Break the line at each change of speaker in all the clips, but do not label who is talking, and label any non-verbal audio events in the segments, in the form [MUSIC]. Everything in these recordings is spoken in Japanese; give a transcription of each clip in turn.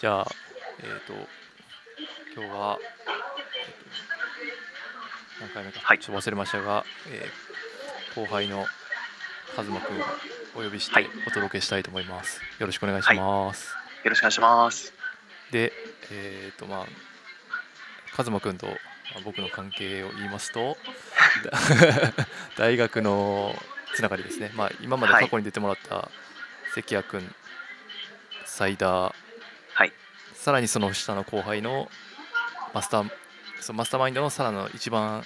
じゃあ、えっ、と、今日は、えーと何回目か、
はい
ちょっと忘れましたが、えー後輩の和真くんをお呼びし
は
て
い
お届けしたいと思います。よろしくお願いします。
よろしくお願いします。
で、えっ、と、まあ、和真くんとまあ僕の関係を言いますと、 [LAUGHS] だ大学のつながりですね。まあ、今まで過去に出てもらった関谷くん、サイダー、
はい。
さらにその下の後輩のマスターそのマスターマインドのさらの一番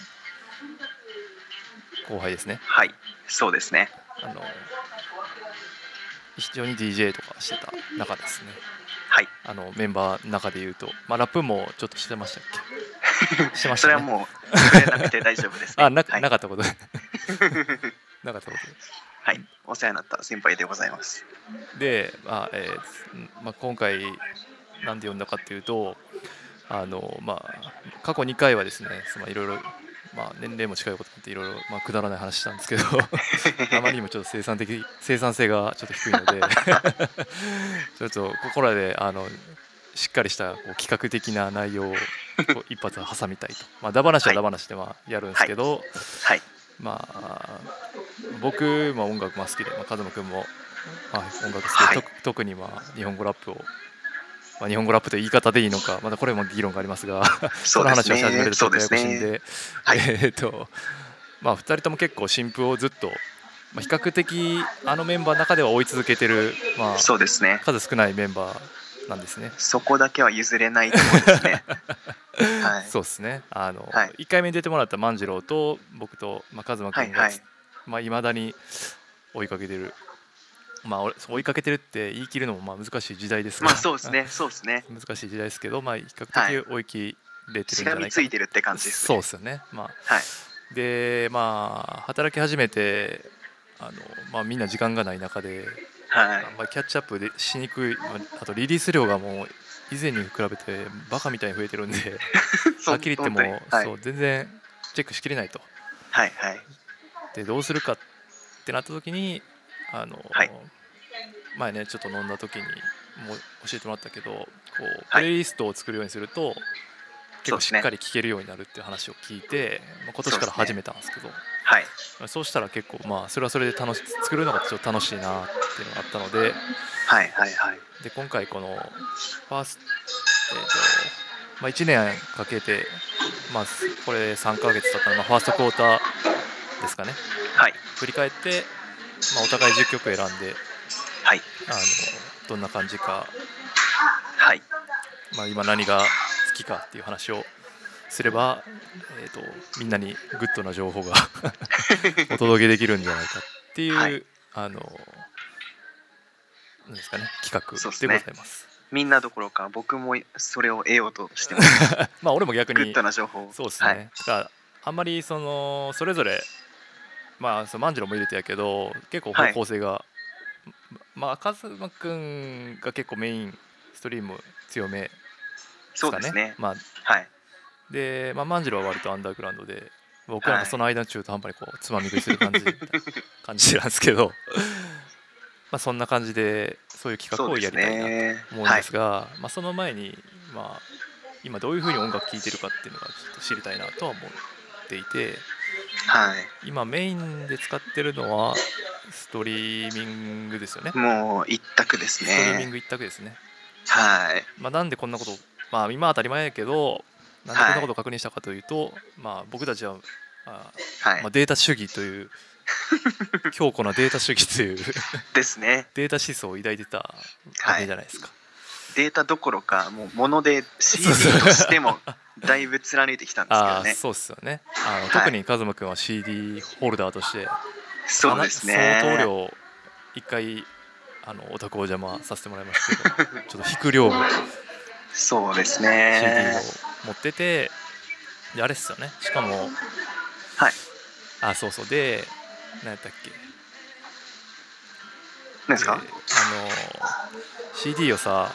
後輩ですね
はい。そうですね。
あの非常に DJ とかしてた中ですね
はい。
あのメンバーの中で言うと、まあ、ラップもちょっとしてましたっ
[LAUGHS]
けしてまし
それ
た
は
ね
もう、触れなくて大丈夫です、
[LAUGHS]
ね。
あな,、
はい
なかった
[LAUGHS]
ことなかったこと
はい。お世話になった先輩でございます。
で、まあえーんまあ、今回なんで読んだかっていうとあの、まあ、過去2回はですねそのいろいろ、まあ、年齢も近いこともあっていろいろ、まあ、くだらない話したんです
[LAUGHS]
けどあまりにもちょっと生産的生産性がちょっと低い
[LAUGHS]
のでちょっとここらであのしっかりしたこう企画的な内容をこう一発挟みたいと、まあ、ダ話はダ話でまあやるんですけど、
はい。
まあ僕も音楽まあ好きで、まあ、和真君も、まあ、音楽好きで、
はい
と特にまあ日本語ラップを、まあ、日本語ラップという言い方でいいのかまだこれも議論がありますがそ
[LAUGHS] そう
の
です
話をし始め
ね。
るとち
そ
ょ
う
っとやや
です
こしいんで
ね。は
[LAUGHS]
い
えーっとまあ2人とも結構新譜をずっと、まあ、比較的あのメンバーの中では追い続けてる、まあ、
そうですね。
数少ないメンバーなんですね。
そこだけは譲れないところですね。
[LAUGHS]
はい。
そうですねあの、
はい
1回目に出てもらった万次郎と僕と、まあ、和真
は
君
い
が、
はい。
まあ、未だに追いかけてる、まあ、俺追いかけてるって言い切るのもまあ難しい時代ですが
まあそうですね。そうですね。
[LAUGHS] 難しい時代ですけど、まあ、比
は
較
い
的追い切れてるん
し
じゃ
が
な
み
いか
つ
ない
てるって感じです
そう
ね。
ですよね、ま
はい。
あ、でまあ働き始めてあの、まあ、みんな時間がない中で、
はい。
まあ、キャッチアップでしにくいまああとリリース量がもう以前に比べてバカみたいに増えてるんではっきり言っても、
本当に
そ
はいう
全然チェックしきれないと。
はいはい。
でどうするかってなった時にあの、
はい
前ねちょっと飲んだ時にもう教えてもらったけどこうプ
はい
レイリストを作るようにすると、結
そう
構
で
し
すね
っかり聴けるようになるっていう話を聞いて、まあ、今年
そう
から
ですね
始めたんですけどそう,、
はい。
したら結構まあそれはそれで楽し作るのがちょっと楽しいなっていうのがあったので
はいはいはい。
で今回このファースえーとまあ、1年かけて、まあ、これ3ヶ月だったので、まあ、ファーストクォーターですかね
はい。
振り返って、まあ、お互い10曲選んで
はい。
あのどんな感じか、
はい。
まあ、今何が好きかっていう話をすれば、えー、とみんなにグッドな情報が [LAUGHS] お届けできるんじゃないかっていう、
はい
あのなんですかね企画
そうっす
でご
ね
ざいます。
みんなどころか僕もそれを得ようとしてます。
まあ俺も [LAUGHS] 逆
グッ
に
ドな情報を。
そうですね、
はい。
だからあんまりそのそれぞれまあその万次郎も入れてやけど結構方向性が、まあ赤妻くんが結構メインストリーム強めです
そう
か
で
ね
すね。
まあ、
はい。
で、まあ、万次郎は割とアンダーグラウンドで僕なんかその間の中途半端にこうつまみ食いする感じ、
[LAUGHS]
感じなんですけどまあそんな感じでそういう企画
そう
を
で
や
す
りたいなと
ね。
思うんですがまあ、その前に、まあ、今どういうふうに音楽聴いてるかっていうのがちょっと知りたいなとは思っていて
はい。はい
今メインで使ってるのはストリーミングですよね。
もう一択で
ス
す
トリーミン
ね。
グ一択ですね。
はい。
まあ、なんでこんなことまあ今は当たり前やけどなんでこんなことを確認したかというと、まあ、僕たちはあ
はい。
まあ、データ主義という強固なデータ主義という
ですね。
データ思想を抱いてたわけじゃないですか。
データどころか、もう物で CD としてもだいぶ貫いてきたんですけ
あ
ど
あ
ね。
そうっすよねあの、
い
特にカズマくんは CD ホルダーとして
そうです
かな
ね。
相当量一回あのお宅お邪魔させてもらいました
[LAUGHS]
けどちょっと引く量の CD
そうです
を
ね。
持っててであれっすよねしかも
はい
あそうそうで何やったっけ
何ですか、
えーあの CD をさ、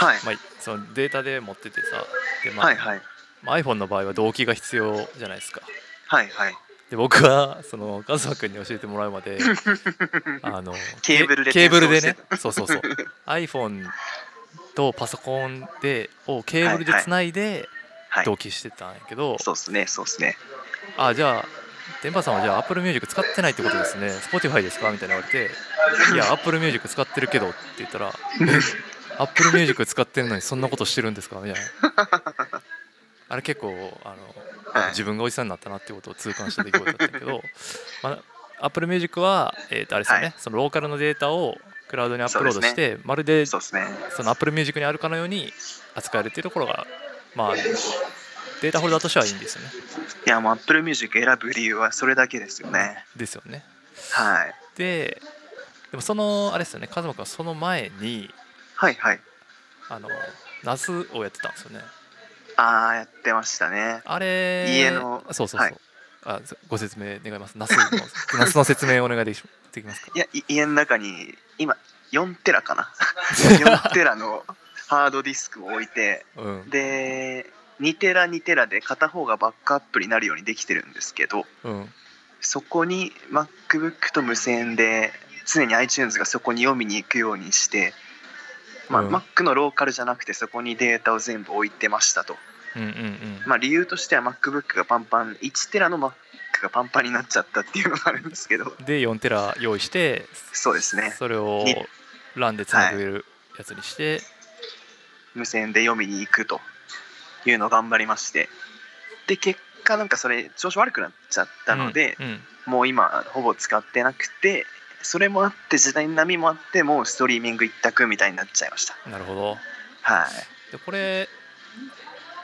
はい。
まあ、そのデータで持っててさで、まあ
はいはい。
まあ iPhone の場合は動機が必要じゃないですか
はいはい。
で僕はその和真君に教えてもらうま
[LAUGHS]
であの
ケーブルで
ケーブルで
転
ねそうそうそう iPhone とパソコンでをケーブルでつないで
[LAUGHS] はい
同期してたんやけど、
そうですねそうですね
あじゃあ電波さんはじゃあ Apple Music 使ってないってことですね Spotify ですかみたいな言われて「
[LAUGHS]
いや Apple Music 使ってるけど」って言ったら [LAUGHS] 「え Apple Music 使ってるのにそんなことしてるんですか?」みたいなあれ結構あの、
はい
自分がおじさんになったなってことを痛感した出来事だったけ
[LAUGHS]
ど、まあ、Apple Music は、えーとあれですよね、
はい
そのローカルのデータをクラウドにアップロード
そ
し
うで
て、まるで
そうですね
その Apple Music にあるかのように扱えるっていうところがまあデータホルダーとしてはいいんですよね
いやもう Apple Music 選ぶ理由はそれだけですよね
ですよね
はい
ででもそのあれですよねカズマ君はその前に
はいはい
あのナスをやってたんですよね
ああやってましたね
あれ
家の
そうそうそう、
はい
あご説明願いますナスの [LAUGHS] ナスの説明をお願いできできますか
いやい家の中に今4テラかな [LAUGHS] 4テラのハードディスクを置いて
うん
で2テラ2テラで片方がバックアップになるようにできてるんですけど
うん
そこに MacBook と無線で常に iTunes がそこに読みに行くようにして、まあ
うん
Mac のローカルじゃなくてそこにデータを全部置いてましたと、
うんうんうん
まあ、理由としては MacBook がパンパン1テラの Mac がパンパンになっちゃったっていうのがあるんですけど
で4テラ用意して
そうですね
それを
に
LAN でつなげるやつにして、
無線で読みに行くというのを頑張りましてで結果なんかそれ調子悪くなっちゃったので、
うんうん
もう今ほぼ使ってなくてそれもあって時代の波もあってもうストリーミング一択みたいになっちゃいました
なるほど
はい
でこれ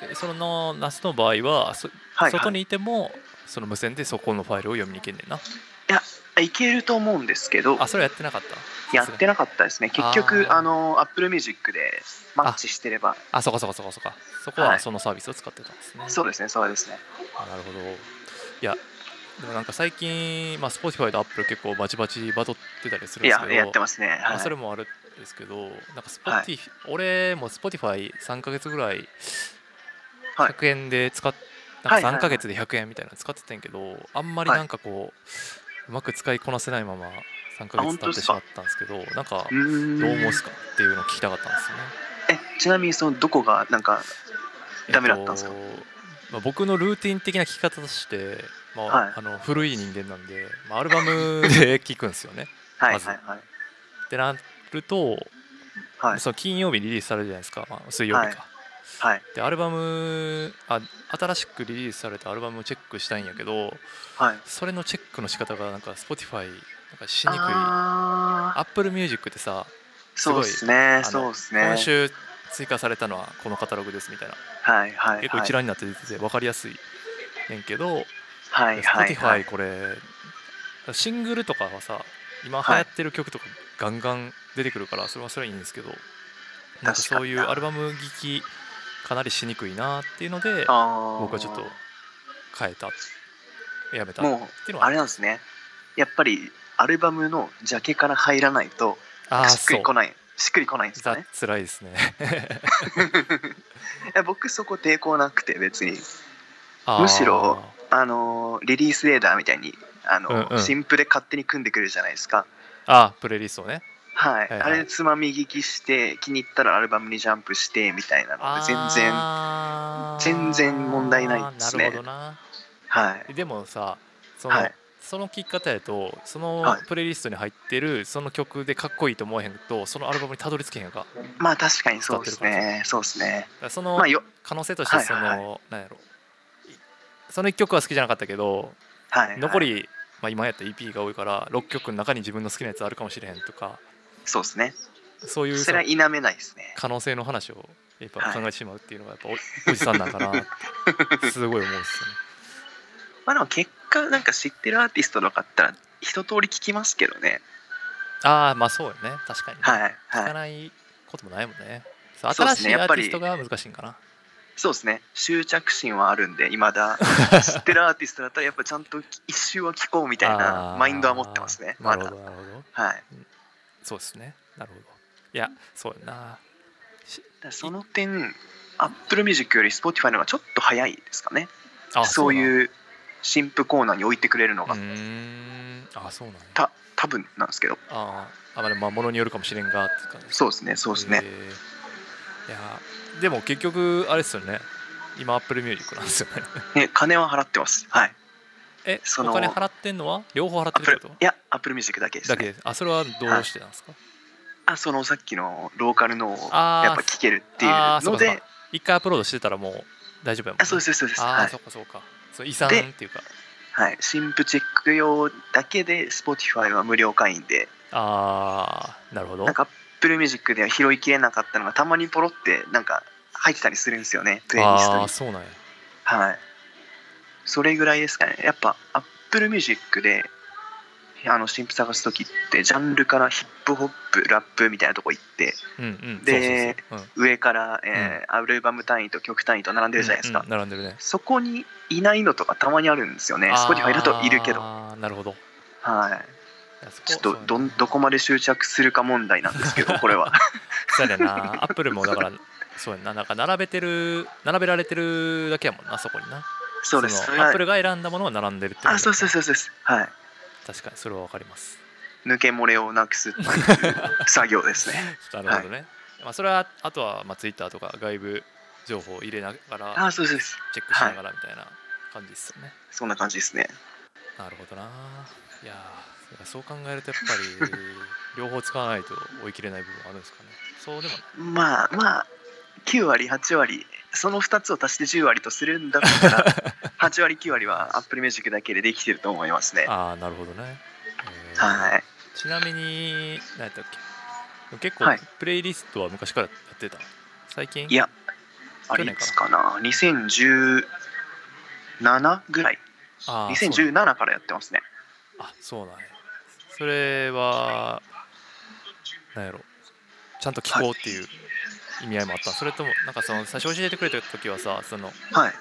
えそのナスの場合はそ
はい、
外
はい、
にいてもその無線でそこのファイルを読みに行けんねんな
行けると思うんですけど
あそれはやってなかった
やってなかったですね結局
あー
あの Apple Music でマッチしてれば
あそうかそうかそうかそうかそこ
は
はいそのサービスを使ってたんですね、
そうですねそうですね
あなるほどいやでもなんか最近、まあ、Spotify と Apple 結構バチバチバトってたりする
い
んですけ
や
ど
やってますね
ま
は
あ
い
それもあるんですけどなんか Spotify、
は
俺も Spotify3 ヶ月ぐらい
はい
100円で使っ、
はい
な
はい
ん
は
か
い
3ヶ月で100円みたいなの使ってたんやけどあんまりなんかこう、うまく使いこなせないまま3ヶ月
あ本
経
当
っ
で
て
す
し
か
まったんですけどなんか
うーん
どう思うっすかっていうのを聞きたかったんですよね
えちなみにそのどこがなんかダメだったんですか
えっとまあ、僕のルーティン的な聞き方として、まあ
はい
あの古い人間なんで、まあ、アルバムで聞くんですよね。ま
はいはい
ず
はい
ってなると、
はい
その金曜日リリースされるじゃないですか、まあ、水曜日か。
はいはい
でアルバムあ新しくリリースされたアルバムをチェックしたいんやけど
はい
それのチェックの仕方がなんか Spotify なんかしにくい
ああ
Apple Music ってさす
そ
ご
う
い
ですね
の
そうですね
今週追加されたのはこのカタログですみたいな
はいはいはい
結構一覧になって出てて分かりやすいねんけど、
はいはいはい
Spotify これシングルとかはさ今流
はい
行ってる曲とかガンガン出てくるからそれはそれはいいんですけどなんかそういう
確か
ア
に
ルバム聴きかなりしにくいなっていうので
あー
僕はちょっと変えたやめたっ
も
ていう
う
のは
あれなんですねやっぱりアルバムのジャケから入らないと
あー
しっく
そう
りこないしっくりこないんですか
ざ
ね
つらいですね
[LAUGHS] いや僕そこ抵抗なくて別に
あー
むしろあのーリリースレーダーみたいにあのー、
うんうん
新譜で勝手に組んでくるじゃないですか
あープレイリストをね
はい、
はいはい
あれでつまみ聞きして気に入ったらアルバムにジャンプしてみたいなので全然
あ
は
ー
全然問題ないですね
なるほどないでもさその、
はい
その聞き方やとその
はい
プレイリストに入ってるその曲でかっこいいと思えへんとそのアルバムにたどり着けへんやんかだか
まあ確かにそうです
使って
ねそうですね
らその
まあよ
可能性として
はい
その、
はい
なんやろその1曲は好きじゃなかったけど
はいはい
残り、まあ、今やった EP が多いから6曲の中に自分の好きなやつあるかもしれへんとか
そうですね
そういう
それは否めないですね
可能性の話をやっぱ
はい
考えてしまうっていうのがやっぱお,、おじさんなんかなってすごい思うんですよね。
まあでも結果なんか知ってるアーティストとかあったら一通り聞きますけどね
ああまあそうよね確かにね、
はい
聞か
はい
ないこともないもんね。そう
そうで
新
す
しい
ねや
ア
っ
ー
ぱ
テ
り
ィストが難しいんかな。
そうですね執着心はあるんでい
[LAUGHS]
まだ知ってるアーティストだったらやっぱちゃんと一周は聞こうみたい
あ
な
ー
マインドは持ってますねま
な
だ
るほど、なるほど。
はいだか
そうですね。なるほど。いや、そうやな。
らその点 Apple Music より Spotify の方がちょっと早いですかね
あ
そう
う
いう新婦コーナーに置いてくれるの
なん。
が、
うーん。あ、そうなんや。
た多分なんですけど
あーあ、まあ、まあ、ものによるかもしれんがって感じ。
そうですねそうですね、
えーいやーでも結局あれですよね今 Apple Music なんですよね [LAUGHS]
ね、金は払ってます。はい。
え
その
お金払ってんのは両方払っ
ア
てる
ップ
っ
ル
てこ
いや、アップルミュージックだけで
と
す、
だけ
ね。
ですあそれはどうしてなんですか
あ、そのさっきのローカルのを
あー
やっぱ聴けるっていう
あーそう
の
かそう
で、
か一回アップロードしてたらもう大丈夫やもん、ね、
あ、そうです、そうです。
あー
はい
そ。うかそうかそう遺産っ
で
ていうか
はい。新婦チェック用だけで、Spotify は無料会員で、
ああなるほど
なんか Apple Music では拾いきれなかったのが、たまにポロって、なんか入ってたりするんですよね、プレイリスト
ああ
に
ー。そうなんや
はい。それぐらいですかね。やっぱ、Apple Music で、あの、新譜探すときって、ジャンルからヒップホップ、ラップみたいなとこ行って、
うんうん
で
そうそうそう、うん、
上から、えーアルバム単位と曲単位と並んでるじゃないですか。
うんうん並んでるね
そこにいないのとかたまにあるんですよね。
あー
Spotify だといるけど。
あーなるほど
はい
やそこ
い。ちょ
そう
っと
やな
どんどこまで執着するか問題なんですけ
[LAUGHS]
ど、これは。
そうやねんなアップルもだからそうやんななんか並べてる並べられてるだけやもんなそこにな
そうです。そ
の
れ
ア
は
ップルが選んだものは並んでるってこと
あ、そうそうそうそうです。はい。
確かにそれはわかります
抜け漏れをなくすっていう作業
[LAUGHS]
ですね。
なるほどね、まあそれはあとはまあツイッターとか外部情報を入れながら
あ、そうそうです。
チェックしながらみたいな感じですよね、
そんな感じですね。
なるほどないやーいやそう考えるとやっぱり両方使わないと追い切れない部分あるんですかねそうでもない
まあまあ9割8割その2つを足して10割とするんだった
[LAUGHS]
ら8割9割は Apple Music だけでできてると思いますね。
ああなるほどね、えー
はい、
ちなみに何やったっけ結構
はい
プレイリストは昔からやってた最近
いやあ
去
れい
年か
つかな2017ぐらい
あーそうなんや
2017からやってますね。
あそうなんやそれは何やろちゃんと聞こうっていう意味合いもあったそれともなんかその最初教えてくれた時はさその
はい、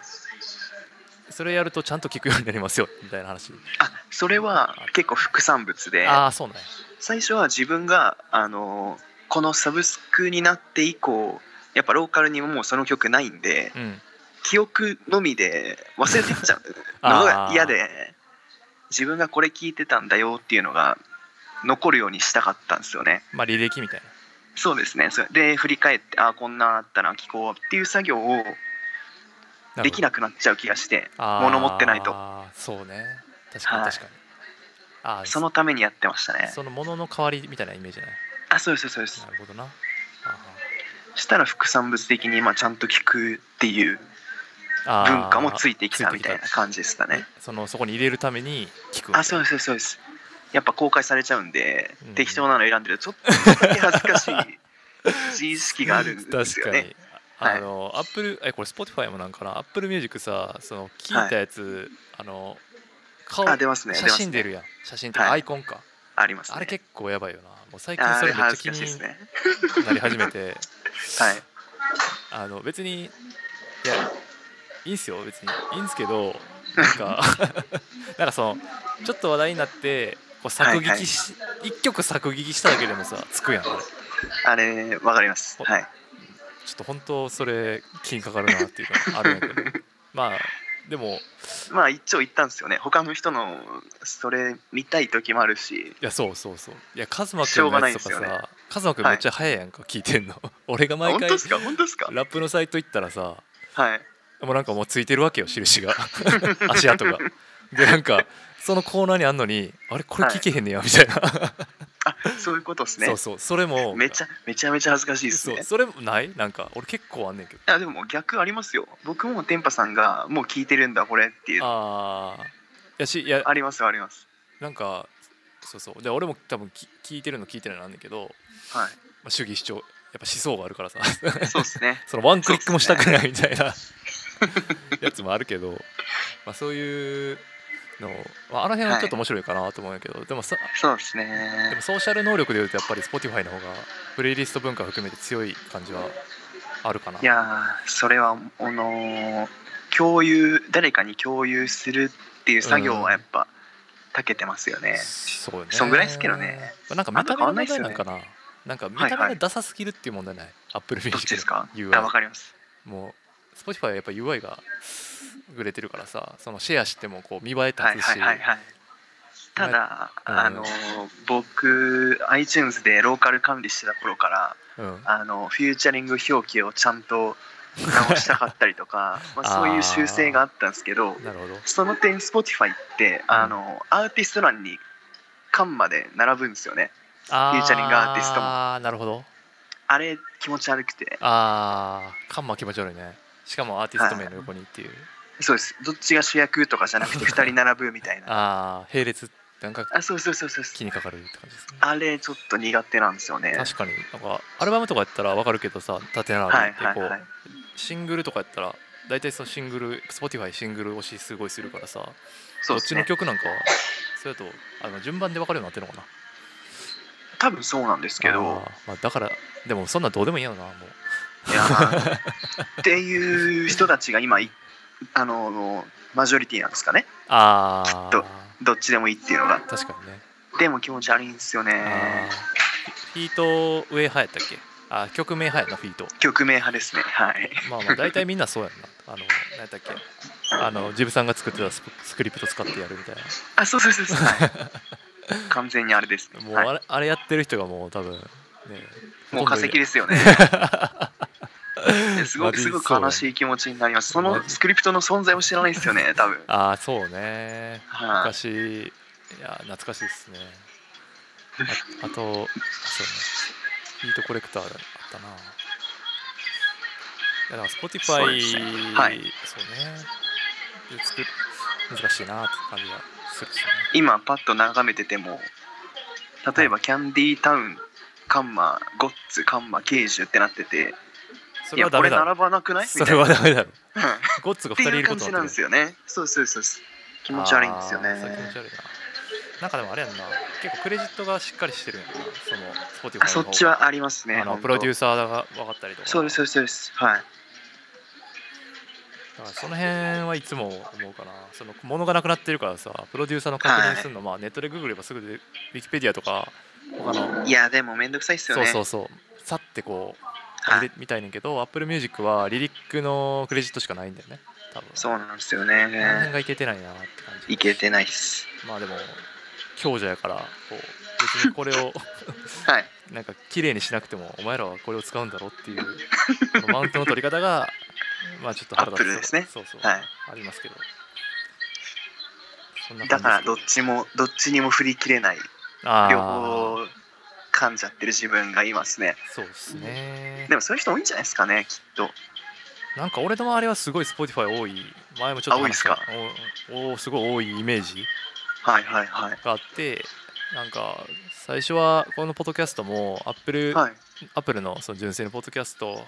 それやるとちゃんと聞くようになりますよみたいな話
あそれは結構副産物で
ああそうなんや
最初は自分があのこのサブスクになって以降やっぱローカルにももうその曲ないんで
うん
記憶のみで忘れてっちゃうの
[LAUGHS] あ
が
ー
嫌で自分がこれ聞いてたんだよっていうのが残るようにしたかったんですよね
まあ履歴みたいな
そうですねそれで振り返ってあーこんなあったな聞こうっていう作業を
な
できなくなっちゃう気がして
物
物持ってないと
そうね確かに
はい
確かに、ああ
そのためにやってましたね
その物の代わりみたいなイメージじゃない
あそうですそうです
なるほどなあ
したら副産物的にまあちゃんと聞くっていう
ああ
文化もついてきた
つい
み
てき
た
た
いな感じですかね
そのそこに入れるために聞くみたいな
あそうですそうですやっぱ公開されちゃうんで、
うん
適当なの選んでるとちょっとだけ恥ず
[LAUGHS]
かしい自意識があるんです
確
よ
か
ね
に
はい
あの、アップルえこれ Spotify もなんかなアップルミュージックさその聞いたやつ、あの顔
あ出ますね出
写
ます
真出
ね
るやん写真っていうか
は
ア
い
イコンか、
ありますね
あれ結構やばいよなもう最近
あ
そ
れ
れめっ
恥ず
ちゃ
かし
気
いです
に
ね
なり始めて、
はい
あの別にいやいいんすよ別にいいんすけどなん
[LAUGHS]
か [LAUGHS] なんかそのちょっと話題になってこう作
はいはい
劇し、一曲作劇しただけでもさつくやんあれちょ
あれわかりますはい
っと本当それ気にかかるなっていうのがあるん
[LAUGHS]
やけどまあでも
まあ一応言ったんですよね他の人のそれ見たい時もあるし
いやそうそうそういやカズマ
しょ
君
うが
の
ない
や
ん
つ
で
と
す
か
よ
さ、
ね
カズマ君めっちゃ早いやんか聞いてんの俺が毎
本当
回
ですか本当ですか
ラップのサイト行ったらさ
はい
もうなんかもうついてるわけよ印が [LAUGHS] 足跡がでなんかそのコーナーにあんのにあれこれ聞けへんねやみたいな、
あそういうことですね
そうそうそれも
めちゃめちゃめちゃ恥ずかしいです
そ
ね
うそれもないなんか俺結構あんねんけど
いやでも逆ありますよ僕も天パさんがもう聞いてるんだこれっていうあ
ああやしいや
りますあります
なんかそうそうで俺も多分き聞いてるの聞いてないのあんねんけど、
は
[LAUGHS] まあ、主義主張やっぱ思想があるからさ [LAUGHS]
いそうですね
そのワンクリックもしたくないみたいなやつもあるけど、まあ、そういうの、まあ、あの辺はちょっと面白いかなと思うんやけど、でもさ
そうです
で
ね
もソーシャル能力でいうとやっぱり Spotify の方がプレイリスト文化含めて強い感じはあるかない
やーそれはあのー共有誰かに共有するっていう作業はやっぱ長けてますよね、
そうよね
そんぐらいっすけどね
まあなんか見た目の問
あ
題
んま
な
変わ
ん
んないっすよね
かななんか見
はい
た目がダサすぎるっていう問題ない、アップルミュ
ど
ー
っ
ジ
ちです
ック
か
言う
あわかります
もう Spotify はやっぱ UI が優れてるからさそのシェアしてもこう見栄え
はい
立つし、
はいはいはいただ、
うん
あの僕 iTunes でローカル管理してた頃から
うん、
あのフューチャリング表記をちゃんと直したかったりと
[LAUGHS]
か、まあ、そういう修正があったんですけど
なるほど。
その点 Spotify ってあのアーティスト欄にカンマで並ぶんですよね
あ
フューチャリングアーティストも
ああ、なるほど。
あれ気持ち悪くて
ああ、カンマ気持ち悪いね。しかもアーティスト名の横にっていう。
そうですどっちが主役とかじゃなくて2人並ぶみたいな
ああ、並列、なんか
あそうそうそうそう
気にかかるって感じですね。
あれちょっと苦手なんですよね
確かになんかアルバムとかやったらわかるけどさ縦並
は
び
い
って
はい
こう、
はい
シングルとかやったら大体そのシングル Spotify シングル推しすごいするからさ、ど
そう
っ
です
ち
ね
の曲なんかはそれとあの順番で分かるようになってるのかな
多分そうなんですけ
あー
ど
まあ、だからでもそんなんどうでもいいよなもう
いやーっていう人たちが今いあのマジョリティなんですかね
あ
きっ
あ
とどっちでもいいっていうのが
確かにね
でも気持ち悪いんですよ
あー
ね
フィート上派やったっけあー曲名派やなフィート
曲名派ですねはい
ま
[LAUGHS]
あまあ大体みんなそうやんなあの何やったっけあのジブさんが作ってたスクスクリプト使ってやるみたいな
あそうそうそう [LAUGHS] そうはい完全にあれですね
もうあ
は
れ,、
い
あれやってる人がもう多分ね
もう化石
す
です
[LAUGHS]
よねすごくすごく悲しい気持ちになりますそ
マ
の
ジ
スクリプトの存在を知らないですよね
[LAUGHS]
多分
ああそうね
はい
昔いや懐かしいですねああとそうねビートコレクターあったないやだから Spotify
そうですねはい
そうねで作る難しいなって感じがするしね
今パッと眺めてても例えば「キャンディータウン」カンマゴッツカンマケージュってなってて
そ
い
れ
や
はダ
こ
メ
れ
だろ
並ばなくないみ
そ
た
れ
いな
はダメだろ
うん
ゴッツが2
って
人
い
いうるこ
感
と
じ
に
な
なんって
です
る
よねそうそうそうそう気持ち悪いんですよ
あーそれ気持ち
ね
悪いななんかでもあれやんな結構クレジットがしっかりしてるんやなその Spotify の
あそっちはありますね
あのプロデュー
ス
サーが分かったりとか
そうですそうですそうです
だ
はい
からその辺はいつも思うかなその物がなくなってるからさプロデューサーの確認するの、まあネットでググればすぐでウィキペディアとか他の、
いやでもめんどくさいっすよ
そう
ね
そうそうさってこう
は
入
い
れみたいねんけど Apple Music はリリックのクレジットしかないんだよね多分
そうなんですよ
この辺
ね
がいけてないなって感じ
いけてないっす
まあでも強者やからこう別にこれを
はい
なんか綺麗にしなくてもお前らはこれを使うんだろっていうこの
[LAUGHS]
マウントの取り方がまあちょっと腹立つ
アップルですね
そうそう、
はい
ありますけどそんな感
だ
じ
から
で
どっちもどっちにも振り切れない
すあー
両方噛んじゃってる自分がいますね
そうですね
でもそういう人多いんじゃないですかねきっと
なんか俺の周りはすごい Spotify 多い前もちょっと
あ多いっすか
おおすごい多いイメージ
はいはいはい
があってなんか最初はこのポッドキャストも Apple、
はい
アップルのその純正のポッドキャストを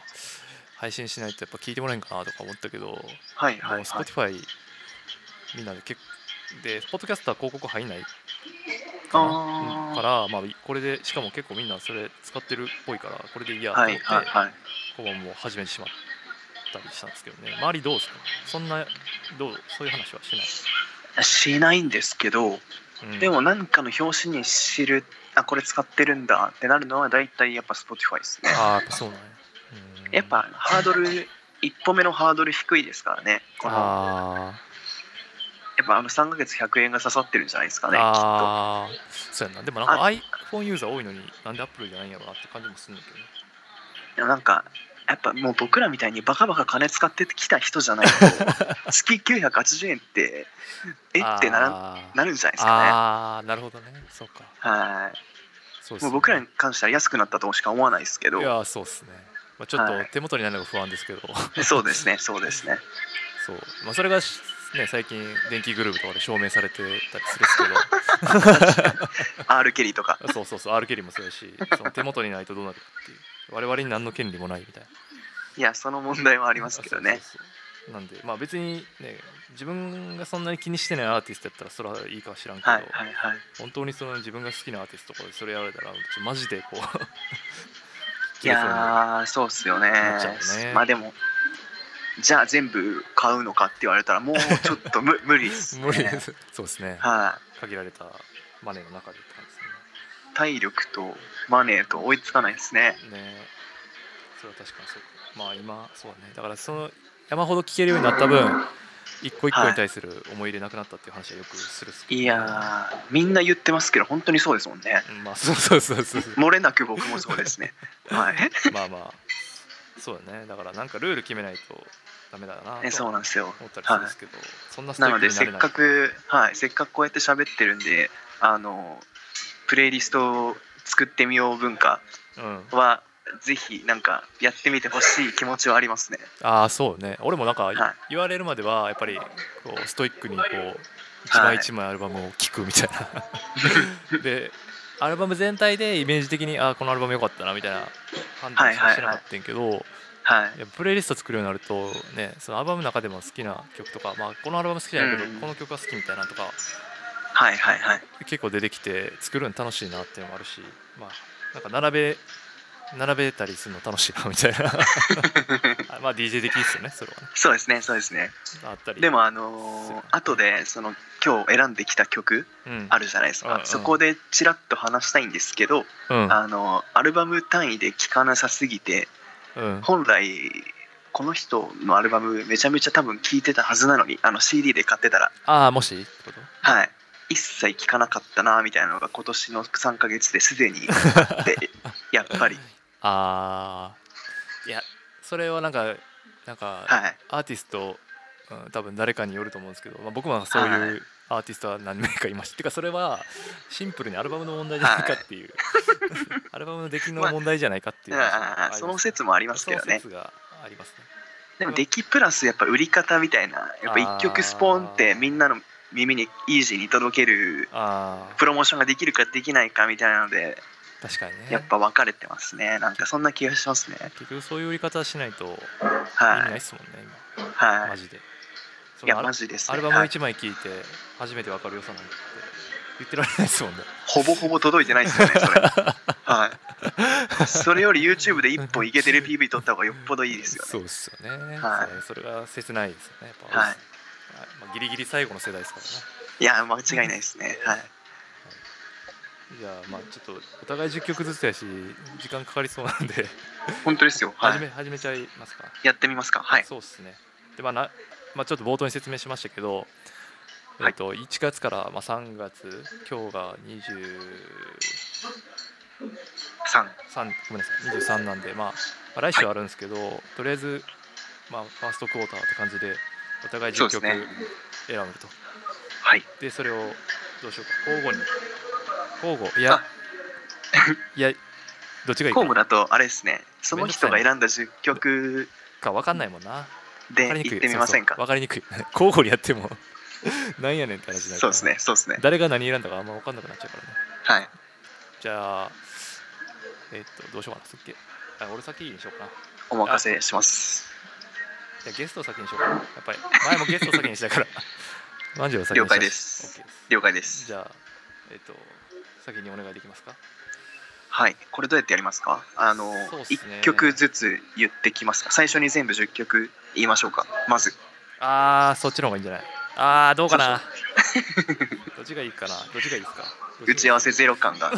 配信しないとやっぱ聞いてもらえんかなとか思ったけど、
はいはい
もう
はい
Spotify みんなで結構でポッドキャストは広告入んないかな
あ
うん
ー
から、まあ、これでしかも結構みんなそれ使ってるっぽいからこれでいいやと思っ
はい
て、
はいはい
こうもう始めてしまったりしたんですけどね周りどうですかそんなどうそういう話はし
しないんですけど
ない、うん
でもなんかの表紙に知るあこれ使ってるんだってなるのは大体やっぱ Spotify ですね
ああやっぱそうなんやうん
やっぱハードル一歩目のハードル低いですからねこのや
あ
っぱあの3ヶ月100円が刺さってるんじゃないですか
ー
ねきっと
あーそうやんなでもなんか iPhone ユーザー多いのになんで Apple じゃないんやろなって感じもするんだけどね
いやなんかやっぱもう僕らみたいにバカバカ金使ってきた人じゃな
[LAUGHS]
いと月980円ってえってなら
あー
なるんじゃないですかね
あーなるほどねそうか
はい
そうっす
も
ね
う僕らに関しては安くなったともしか思わないですけど
いやーそうですね、まあ、ちょっ
は
と
い
手元にないのが不安ですけど [LAUGHS]
そうですねそうですね
そう、まあ、それがしね最近電気グループとかで証明されてたりするっすけど
R ケリーとか
[LAUGHS] そうそうそう R ケリーもそうやしその手元にないとどうなるかっていう我々に何の権利もないみたいない
やその問題はありますけどね
そうそうそうなんでまあ別にね自分がそんなに気にしてないアーティストやったらそれはいいかは知らんけど、
はいはいはい
本当にその自分が好きなアーティストとかでそれやられたらちょマジでこう [LAUGHS]
いやーそうっすよね
なっちゃうね
まあでもじゃあ全部買うのかって言われたらもうちょっと無 [LAUGHS] 無理っす、ね、
無理ですそうですね
は
限られたマネーの中でって感じですね
い、体力とマネーと追いつかないですね
ねそれは確かにそうまあ今そうだねだからその山ほど聴けるようになった分一個一個に対する思い入れなくなったっていう話はよくするっすけど
いやーみんな言ってますけど本当にそうですもんね
うんまあそうそうそうそうそう
[LAUGHS] 漏れなく僕もそうですね [LAUGHS] はい
まあまあそうだねだからなんかルール決めないとダメだな
え
と
そう
思
なんですよ
ったりするんですけど、そんなスト
な
イッ
の
ク
で
にな
せ
れ
っ
ない
かくはいせっかくこうやって喋ってるんであのプレイリストを作ってみよう文化
うん、
はぜひなんかやってみてほしい気持ちはありますね
ああそうね俺もなんかい
はい
言われるまではやっぱりこうストイックにこう一
は
枚
い
一枚アルバムを聴くみたい
[LAUGHS]
なでアルバム全体でイメージ的にあーこのアルバム良かったなみたいな判断しか
はいはいはい
してなかったんやけど、
はい
いやプレイリスト作るようになるとねそのアルバムの中でも好きな曲とか、まあ、このアルバム好きじゃないけど、
うん
この曲が好きみたいなのとか
はいは
[LAUGHS]
いはい
結構出てきて作るの楽しいなっていうのもあるしまあなんか並べ並べたりするの楽しいなみたい
[LAUGHS]
なあまあ DJ 的ですよねそれはね
そうですねそうですね
あったり
でもあのー後でその今日選んできた曲
うん
あるじゃないですか、
うんうん
そこでちらっと話したいんですけど、
うん
あのアルバム単位で聴かなさすぎて
うん
本来この人のアルバムめちゃめちゃ多分聴いてたはずなのにあの CD で買ってたら
ああもしってこと
はい一切聴かなかったなみたいなのが今年の3ヶ月ですでに
[LAUGHS]
あってやっぱり
ああいやそれはなんかなんか、
はい
アーティスト、うん、多分誰かによると思うんですけど、まあ、僕もそう
はいいう
アーティストは何名かいましたてかそれはシンプルにアルバムの問題じゃないか
[LAUGHS]
っていうアルバムの出来の問題じゃないかっていう話もあり
あ
ま
ー
す
その説もありますけどね
その説がありますね
でも出来プラスやっぱ売り方みたいなやっぱ一曲スポンってみんなの耳にイージーに届ける
あ
プロモーションができるかできないかみたいなので
あ確かにね
やっぱ分かれてますねなんかそんな気がしますね
結局そういう売り方しないと意味ない
は
っ
い
すもんね今
は
マ
い
ジでその
いや
アル
マジです
ア
ね
ルバム
はい
1枚聴いて初めて分かる良さなんて言ってられないですもんね
ほぼほぼ届いてないですよね
[LAUGHS]
それはいそれより YouTube で1本いけてる PV 撮った方がよっぽどいいですよね
そうですよね、
はい
そうねそれが切ないですよねやっぱ、
はい
まあ、ギリギリ最後の世代ですからね
いや間違いないですねはい
じゃあまあちょっとお互い10曲ずつやし時間かかりそうなんで、
本当ですよは
始め
い
始めちゃいますか、
やってみますかはい
そうですねでまあな、まあ、ちょっと冒頭に説明しましたけど、
はい
えっと1月から、まあ、3月今日が23
3
ごめんなさい23なんで、まあ、まあ来週はあるんですけど、とりあえず、まあ、ファーストクォーターって感じでお互い10
そう
曲
です
選
ね
ぶと
はい
でそれをどうしようか交互に交互いや
あ
[LAUGHS] いやどっちがいい
公
か
務だとあれですねその人が選んだ10曲
か分かんないもんな
で
分かりにく
行
い
ってみませんか
そうそう分かりにくい [LAUGHS] 交互にやっても [LAUGHS] なんやねんって話になるか
そう
ら
ですねそうですね
誰が何選んだかあんま分かんなくなっちゃうからね
はい
じゃあえっとどうしようかなすっけあ俺先にしようかな
お任せします
じゃあゲストを先にしようかなやっぱり前もゲストを先にしたから [LAUGHS] 万次郎を先にしたし
了解です
オッケーです
了解です
じゃあえっと先にお願いできますか
はいこれどうやってやりますかあの
そうっすね
1曲ずつ言ってきますか最初に全部10曲言いましょうかまず
あーそっちの方がいいんじゃないあーどうかなどっちがいいかなどっちがいいですか
打ち合わせゼロ感
[LAUGHS]
が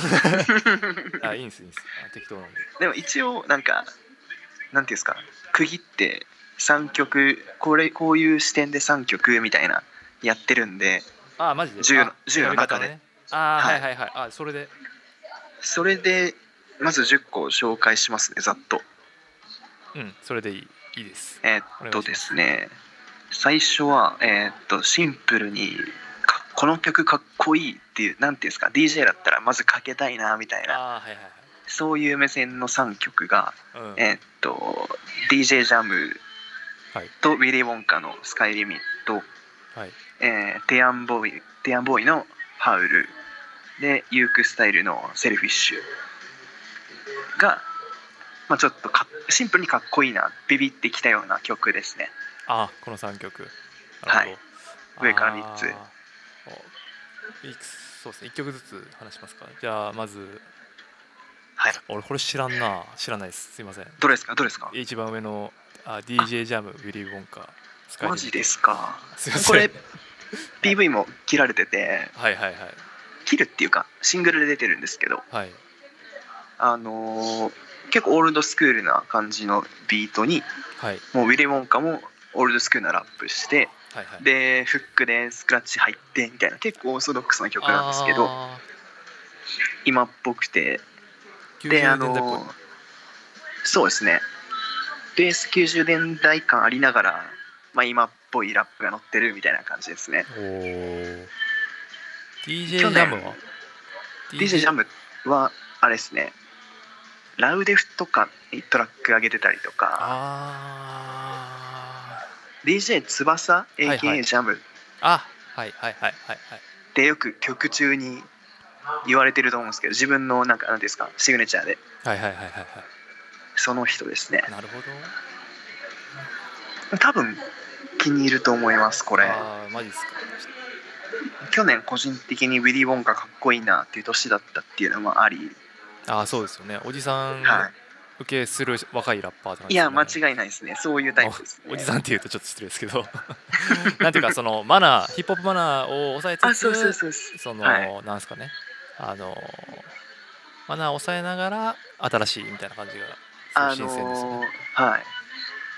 あいいんですいいんですあ適当なんで
[LAUGHS] でも一応なんかなんていうんですか区切って3曲これこういう視点で3曲みたいなやってるんで
あーマジで
10の
あ
10の中で
選び方ねあーは
はい
いはいはいあそれで
それでまず10個紹介しますねざっと
うんそれでいいいいです
えーっとですね最初はえーっとシンプルにかこの曲かっこいいっていうなんていうんですか DJ だったらまずかけたいなみたいな
あーはいはい
そういう目線の3曲が
はいうん
えーっと DJ ジャム
はい
とウィリー・ウォンカの「スカイ・リミット」
はい
えー、テアンボーイテアンボーイの「ハウル」でユークスタイルの「セルフィッシュ」が、まあ、ちょっとかシンプルにかっこいいなビビってきたような曲ですね
あーこの3曲
はい上から三つ
おいくつそうですね1曲ずつ話しますかじゃあまず
はい
俺これ知らんな知らないですすいません
どれですかどれですか
一番上のあ DJ ジャムウィリー・ウォンカスカイ
マジですか
すいません
これ PV も切られてて
はいはいはい
切るっていうかシングルで出てるんですけど
はい
あのー結構オールドスクールな感じのビートに
はい
もうウィリー・ウォンカもオールドスクールなラップして
はいはい、
でフックでスクラッチ入ってみたいな結構オーソドックスな曲なんですけど
あ
今っぽくて
ー
であ
90年代っぽい
のそうですねベース90年代感ありながら、まあ、今っぽいラップが乗ってるみたいな感じですね
おー DJ ジ
去年
ャムは
DJ ジャムはあれですねラウデフとかにトラック上げてたりとか
あ
DJ 翼
いはい
AKA ジャムっ
ーあはいはいはいはいはい
てよく曲中に言われてると思うんですけど自分のなんか何ですかシグネチャーで
はいはいはいはいは
その人ですね
いなるほど
多分気に入ると思いますこれ
ああマジっすか
去年個人的にウィリー・ウォンがかっこいいなっていう年だったっていうのもあり、
ああそうですよねおじさん
は
受けする若いラッパーって感
い、い
じです
や
よね、
間違いないですねそういうタイプです、ね、
おじさんっていうとちょっと失礼ですけど [LAUGHS] なんていうかそのマナーヒップホップマナーを抑えつつ
あそうそうそうです
その、
は
なんですかねあのマナーを抑えながら新しいみたいな感じが
あ
すごい新鮮ですよね、
のーはい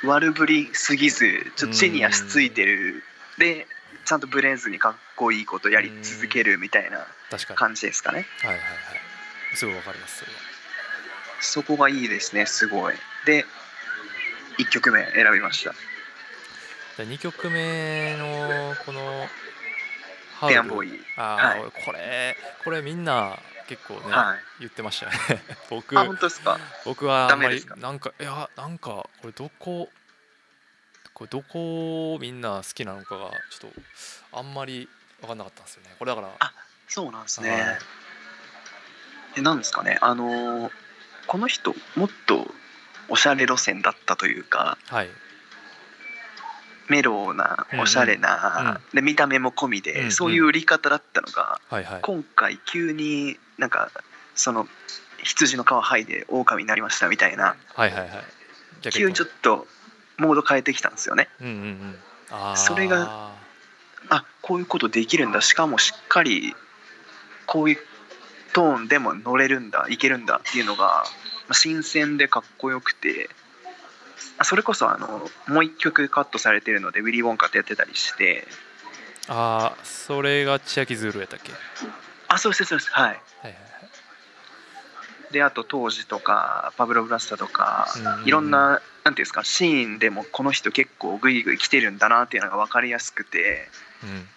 悪ぶりすぎずちょっと地に足ついてるでちゃんとブレずにかっこいいことやり続けるみたいな
確かに
感じですかね
はいはいはいすごいわかりますそれは
そこがいいですねすごいで1曲目選びました
じゃ2曲目のこの「ハ
ペアンボー
イ
イ、
あー、
は
これこれみんな結構ね、
はい
言ってましたよね [LAUGHS] 僕
あ本当ですか
僕はあんま
ダメで
り
すか
なんかいやなんかこれどここれどこをみんな好きなのかがちょっとあんまり分かんなかったんですよねこれだから
あそうなんです
は
ね
い
えなんですかねあのーこの人もっとおしゃれ路線だったというか
はい
メローな
うんうん
おしゃれな、で見た目も込みで、
うんうん
そういう売り方だったのが
はいはい
今回急になんかその羊の皮剥いで狼になりましたみたいな
はいはいはいじゃあ
急にちょっとモード変えてきたんですよね
うんうんうんあー
それがあこういうことできるんだしかもしっかりこういうトーンでも乗れるんだいけるんだっていうのがまあ新鮮でかっこよくてあそれこそあのもう一曲カットされてるので「ウィリー・ウォンカ」ってやってたりして
あーそれが千秋ズールやったっけは
あそうですそうですはい
いはい
であと当時とかパブロ・ブラスタとか
うんうんうん
いろんななんていうんですかシーンでもこの人結構グイグイ来てるんだなっていうのが分かりやすくて
はい、うん、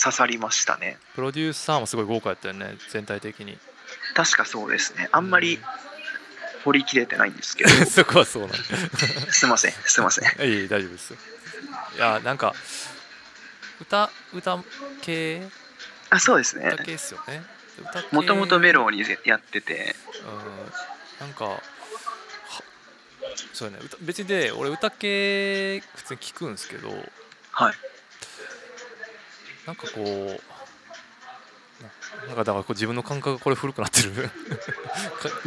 刺さりましたね
プロデューサーもすごい豪華やったよね全体的に
確かそうですねあんまり掘り切れてないんで
[LAUGHS]
すけど
そこはそうなんだ
すいませんすいません
いえいえ大丈夫ですよいやなんか歌歌系
あそうですね
歌系っすよね歌系
もともとメローにやってて
うんなんかはそうやね歌別にで俺歌系普通に聞くんですけど
はい
なんかこうななんかだからこう自分の感覚がこれ古くなってる [LAUGHS] か
ど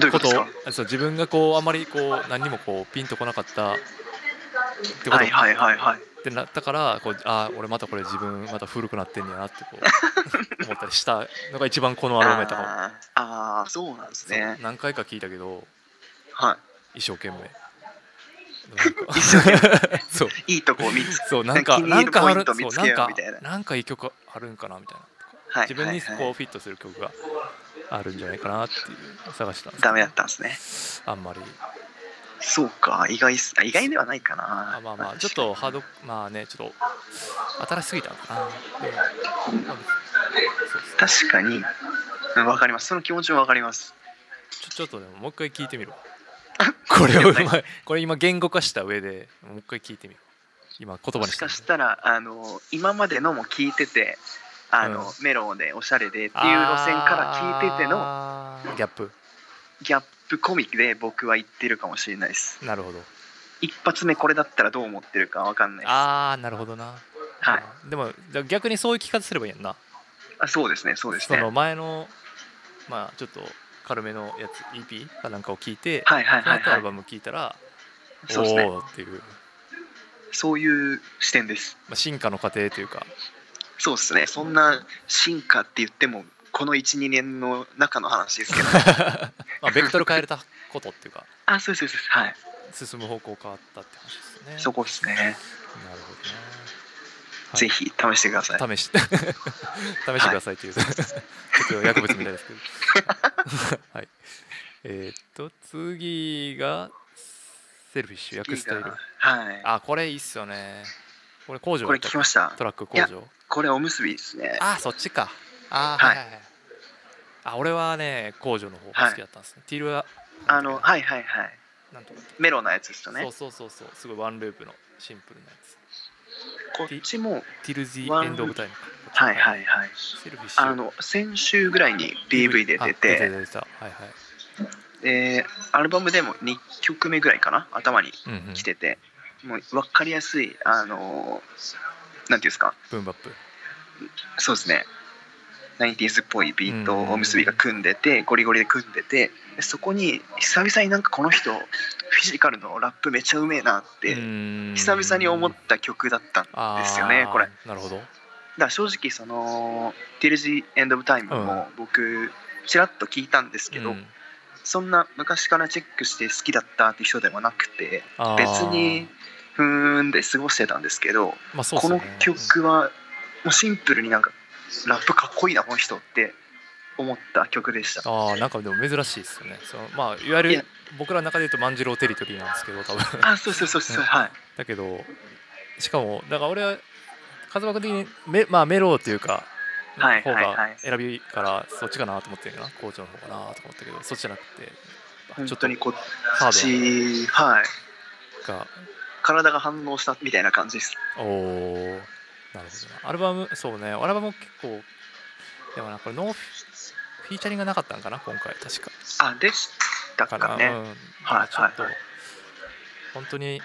ういうことですか
をあそう自分がこうあんまりこう何にもこうピンとこなかったってこと
はいはいはいはい
ってなったからこうあー俺またこれ自分また古くなってんやなってこう
[LAUGHS]
思ったりしたのが一番このアルバムやったかも
あーあーそうなんですね
そう何回か聞いたけど
は
一生懸
[LAUGHS]
命なんか
い一生懸
そう
命いいとこを見
[LAUGHS]
つけ
そうなんか
気に入
なん
る
か
ポ
あ
イ
る
ント
そ
を見
う
つ
なん
けよう
か
みたいな
なんかいい曲あるんかなみたいな
はい
自分に
はい
こ
は
う
い
フィットする曲があるんじゃないかなっていう探したんですけど
ダメだったんですね
あんまり
そうか意外っすあ意外ではないかな
あまあまあちょっとハードまあねちょっと新しすぎたのかなでもまあそうですね
確かにうんわかりますその気持ちもわかります
ちょちょっとでももう一回聞いてみるわ
あ
これを
了解
今これ今言語化した上でもう一回聞いてみる今言葉
も
に
し
して
かしたらあの今までのも聞いててあの、
う
メローでおしゃれでっていう路線から聞いてての
あーギャップ
ギャップコミックで僕は言ってるかもしれないです
なるほど
一発目これだったらどう思ってるかわかんないです
ああなるほどな
はい
でもじゃあ逆にそういう聞き方すればいいやんな
あそうですねそうです
そ
ね
の前のまあちょっと軽めのやつ EP かなんかを聞いて
はいはい
その
はい
後アル
は
バム聞いたら
いそうですね
おおっていう
そういう視点です
まあ進化の過程というか
そうですねそんな進化って言ってもこの12年の中の話ですけ
[LAUGHS]
ど
まあベクトル変えれたことっていうか
あそうですそうですはい
進む方向変わったって話ですね。
そこですね。
なるほどね。はい
ぜひ試してください。
試し [LAUGHS] 試してくださいっていう、ちょっと薬物みたい
[LAUGHS]
ですけどはいえーっと次がセルフィッシュ薬スタイル
はい。
あこれいいっすよねこれ工場
こ
だ
れ
っ
聞
た
きました
ト。ラック工場
これおむすびですね。
あそっちかあーは
はいい
はいはいあ俺はね工場の方が好きだったんですね、ティルは
あの、はいはいはい。
なんとか
メロンのやつです
そ
よね
う。そうそうそうすごいワンループのシンプルなやつ
こっちも、
ティル・ズ・エ
ワンルー
ン
プ
ド・オブ・タイムか
はいはいはい。
セルフィッシュ
あの、先週ぐらいに DV で
あ
出
出
て、
た出たはいはい
で、アルバムでも2曲目ぐらいかな、頭に
うんうん
来てて、もう分かりやすい、あの、なんていうんですか、
ブームバップ
そうですね。90s っぽいビート
うん
をおむすびが組んでて、ゴリゴリで組んでてでそこに久々になんかこの人フィジカルのラップめちゃうめえなって、久
久
々に思った曲だったんだか
た
ですよねこれ。
なるほど。
ら正直その「ティルジエンド・オブ・タイム」も僕ちらっと聞いたんですけど、
うん
そんな昔からチェックして好きだったっていう人でもなくて
あー
別にふーんで過ごしてたんですけど
まあそうっす
こ
よね
の曲はもうシンプルになんかラップかっこいいなこの人って思った曲でした
ああなんかでも珍しいですよね。そのまあいわゆ
い
る
や
僕らの中で言うと万次郎テリトリーなんですけど多分 [LAUGHS]
あそうそうそうそう
うん
はい
だけどしかもだから俺は数枠的にメまあメローっていうか。
はい
方
はいは
が
い
選びからそっちかなと思ってるかな校長の方かなとか思ったけどそっちじゃなくてあ
本
ちょっ
当
と
にこっ
ハー
ちはい
ドが
体が反応したみたいな感じです
おおなるほどなアルバムそうねアルバムも結構でもなこれノーフィーチャリングがなかったんかな今回確か
あでした
か
か
な、
らね
うん、
はい
ちょっと
はいは
本当に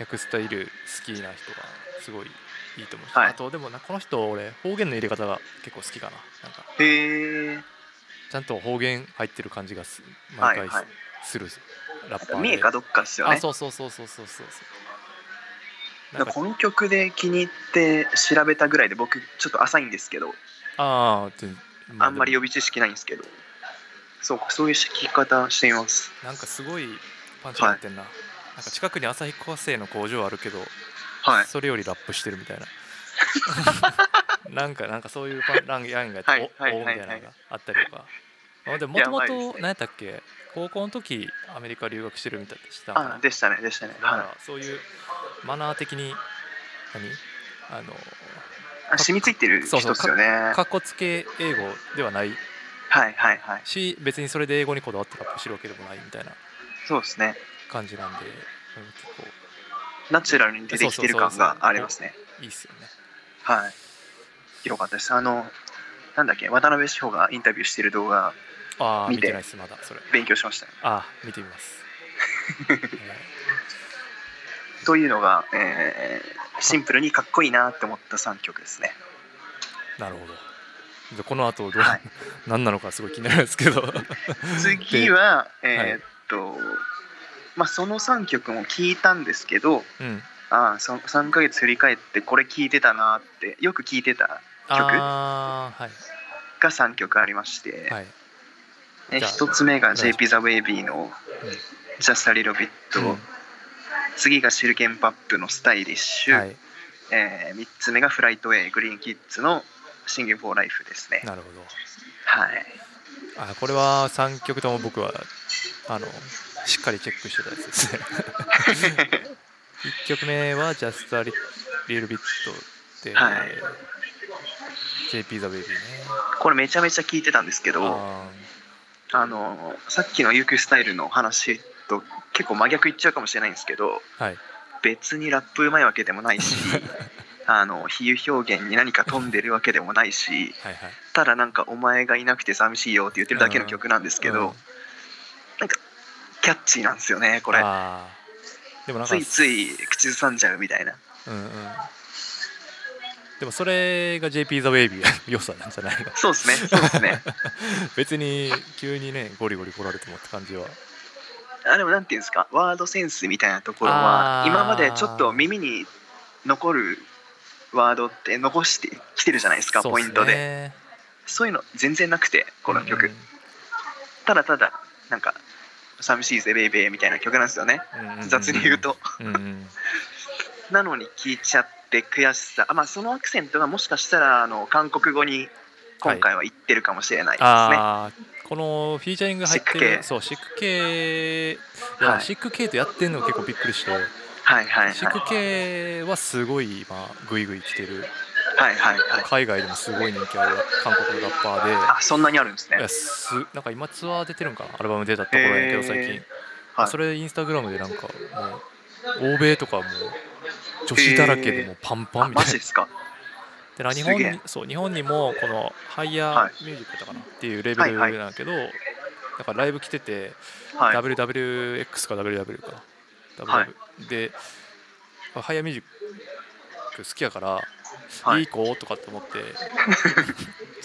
訳スタイル好きな人がすごいいいと思うし、
はい
あとでもなこの人俺方言の入れ方が結構好きかななんか
へえ
ちゃんと方言入ってる感じがす
は
毎回
いはい
するラッパーで、
三重かどっかですよ
あ
ね
そうそうそうそうそうそう
だからこの曲で気に入って調べたぐらいで僕ちょっと浅いんですけど
あー全あ
あんまり
でも
予備知識ないんですけどそうかそういう聞き方しています
なんかすごいパンチになってんな、なんか近くに旭化成の工場あるけど
はい
それよりラップしてるみ
[LAUGHS]
たいななんかなんかそういうパンランラインがお
はいはい
おみたいなの
はいは
があったりとかあでももとも
やばいです
と
ね
何やったっけ高校の時アメリカ留学してるみたいでしたんかな
あでしたねでしたね
だか
は
らそういうマナー的に何あの
いあ染みついてる人
そうそう
ですよね
かっこつけ英語ではない
はいはいはい
し別にそれで英語にこだわってラップしてるわけでもないみたいな
そうですね
感じなんで、うん、結構
ナチュラルに出てきてる感がありますね
いいっすよね
はいよかったですあのなんだっけ渡辺志保がインタビューしてる動画
ああ見
見て
てないっすまだそれ
勉強しましたよ
ああ見てみ
[LAUGHS]
ます、
というのが、えーシンプルにかっこいいなって思った3曲ですね
えーなるほどじゃあこの後どう、
はい
[LAUGHS] 何なのかすごい気になるんです
[LAUGHS]
けど
次はえーっと、まあその3曲も聞いたんですけど
うん
ああそ3ヶ月振り返ってこれ聞いてたなってよく聞いてた
ああはい
が3曲ありまして、
はい
え
じゃあ
1つ目
お
が
願いし
JP ザ・ウェイビーの「Just a Little Bit
うん」
次がシルケンパップの「スタイリッシュ」
はい
え3つ目がフライト A グリーンキッズの「シンギン・フォー・ライフ」ですね
なるほど
はい [LAUGHS]
あこれは3曲とも僕はあのしっかりチェックしてたやつですね [LAUGHS] 1曲目は「Just a Little Bit」で、
はい
JP the Baby ね
これめちゃめちゃ聞いてたんですけどあ
あ
のさっきの UQ スタイルの話と結構真逆いっちゃうかもしれないんですけど
ーはい
別にラップうまいわけで
[LAUGHS]
もないしあの比喩表現に何か飛んでるわけでもないし
はいはい
ただなんか「お前がいなくて寂しいよ」って言ってるだけの曲なんですけど、
うん
キャッチーなんですよねこれ
あーでもなんか
ついつい口ずさんじゃうみたいな
うんうんでもそれが JP ザ・ウェイビーの良さなんじゃないの
そうですねそうですね
[LAUGHS] 別に急にねゴリゴリ来られてもって感じは
あでもなんていうんですかワードセンスみたいなところ
あ
は
ー
今までちょっと耳に残るワードって残してきてるじゃないですか
そうっ
ポイントで
ね
そういうの全然なくてこの曲、
うんうん
ただただなんか寂しいぜベイベーみたいな曲なんですよね雑に言うと、
うんうんうん
なのに聞いちゃって悔しさあまあそのアクセントがもしかしたらあの韓国語に今回は言ってるかもしれないですね、
あーこのフィーチャリング入って
シック
る
系
そうシック系いや、
はい
シック系とやってんの結構びっくりして、
はいはい
シ
は
ッ
い
ク系はすごい今グイグイ来てる
はいはいはい
海外でもすごい人気ある韓国のラッパーで
あそんなにあるんですね
いやすなんか今ツアー出てるんかなアルバム出たところやけど
へー
最近、
はい
それインスタグラムでなんかもう欧米とかもう女子だらけでもうパンパ
あ
ンみた
マ
いな
ジですか
でな
す
日
げえ
本にそう日本にもこのハイヤ
はい
ーミュージックだったかなっていうレベル
は
ない
はい
んだけど、なんかライブ来てて、
はい
WWX か WW か、WW
はい
でハイヤーミュージック好きやから、
はい
い、い子とかって
[LAUGHS]
思ってちょっ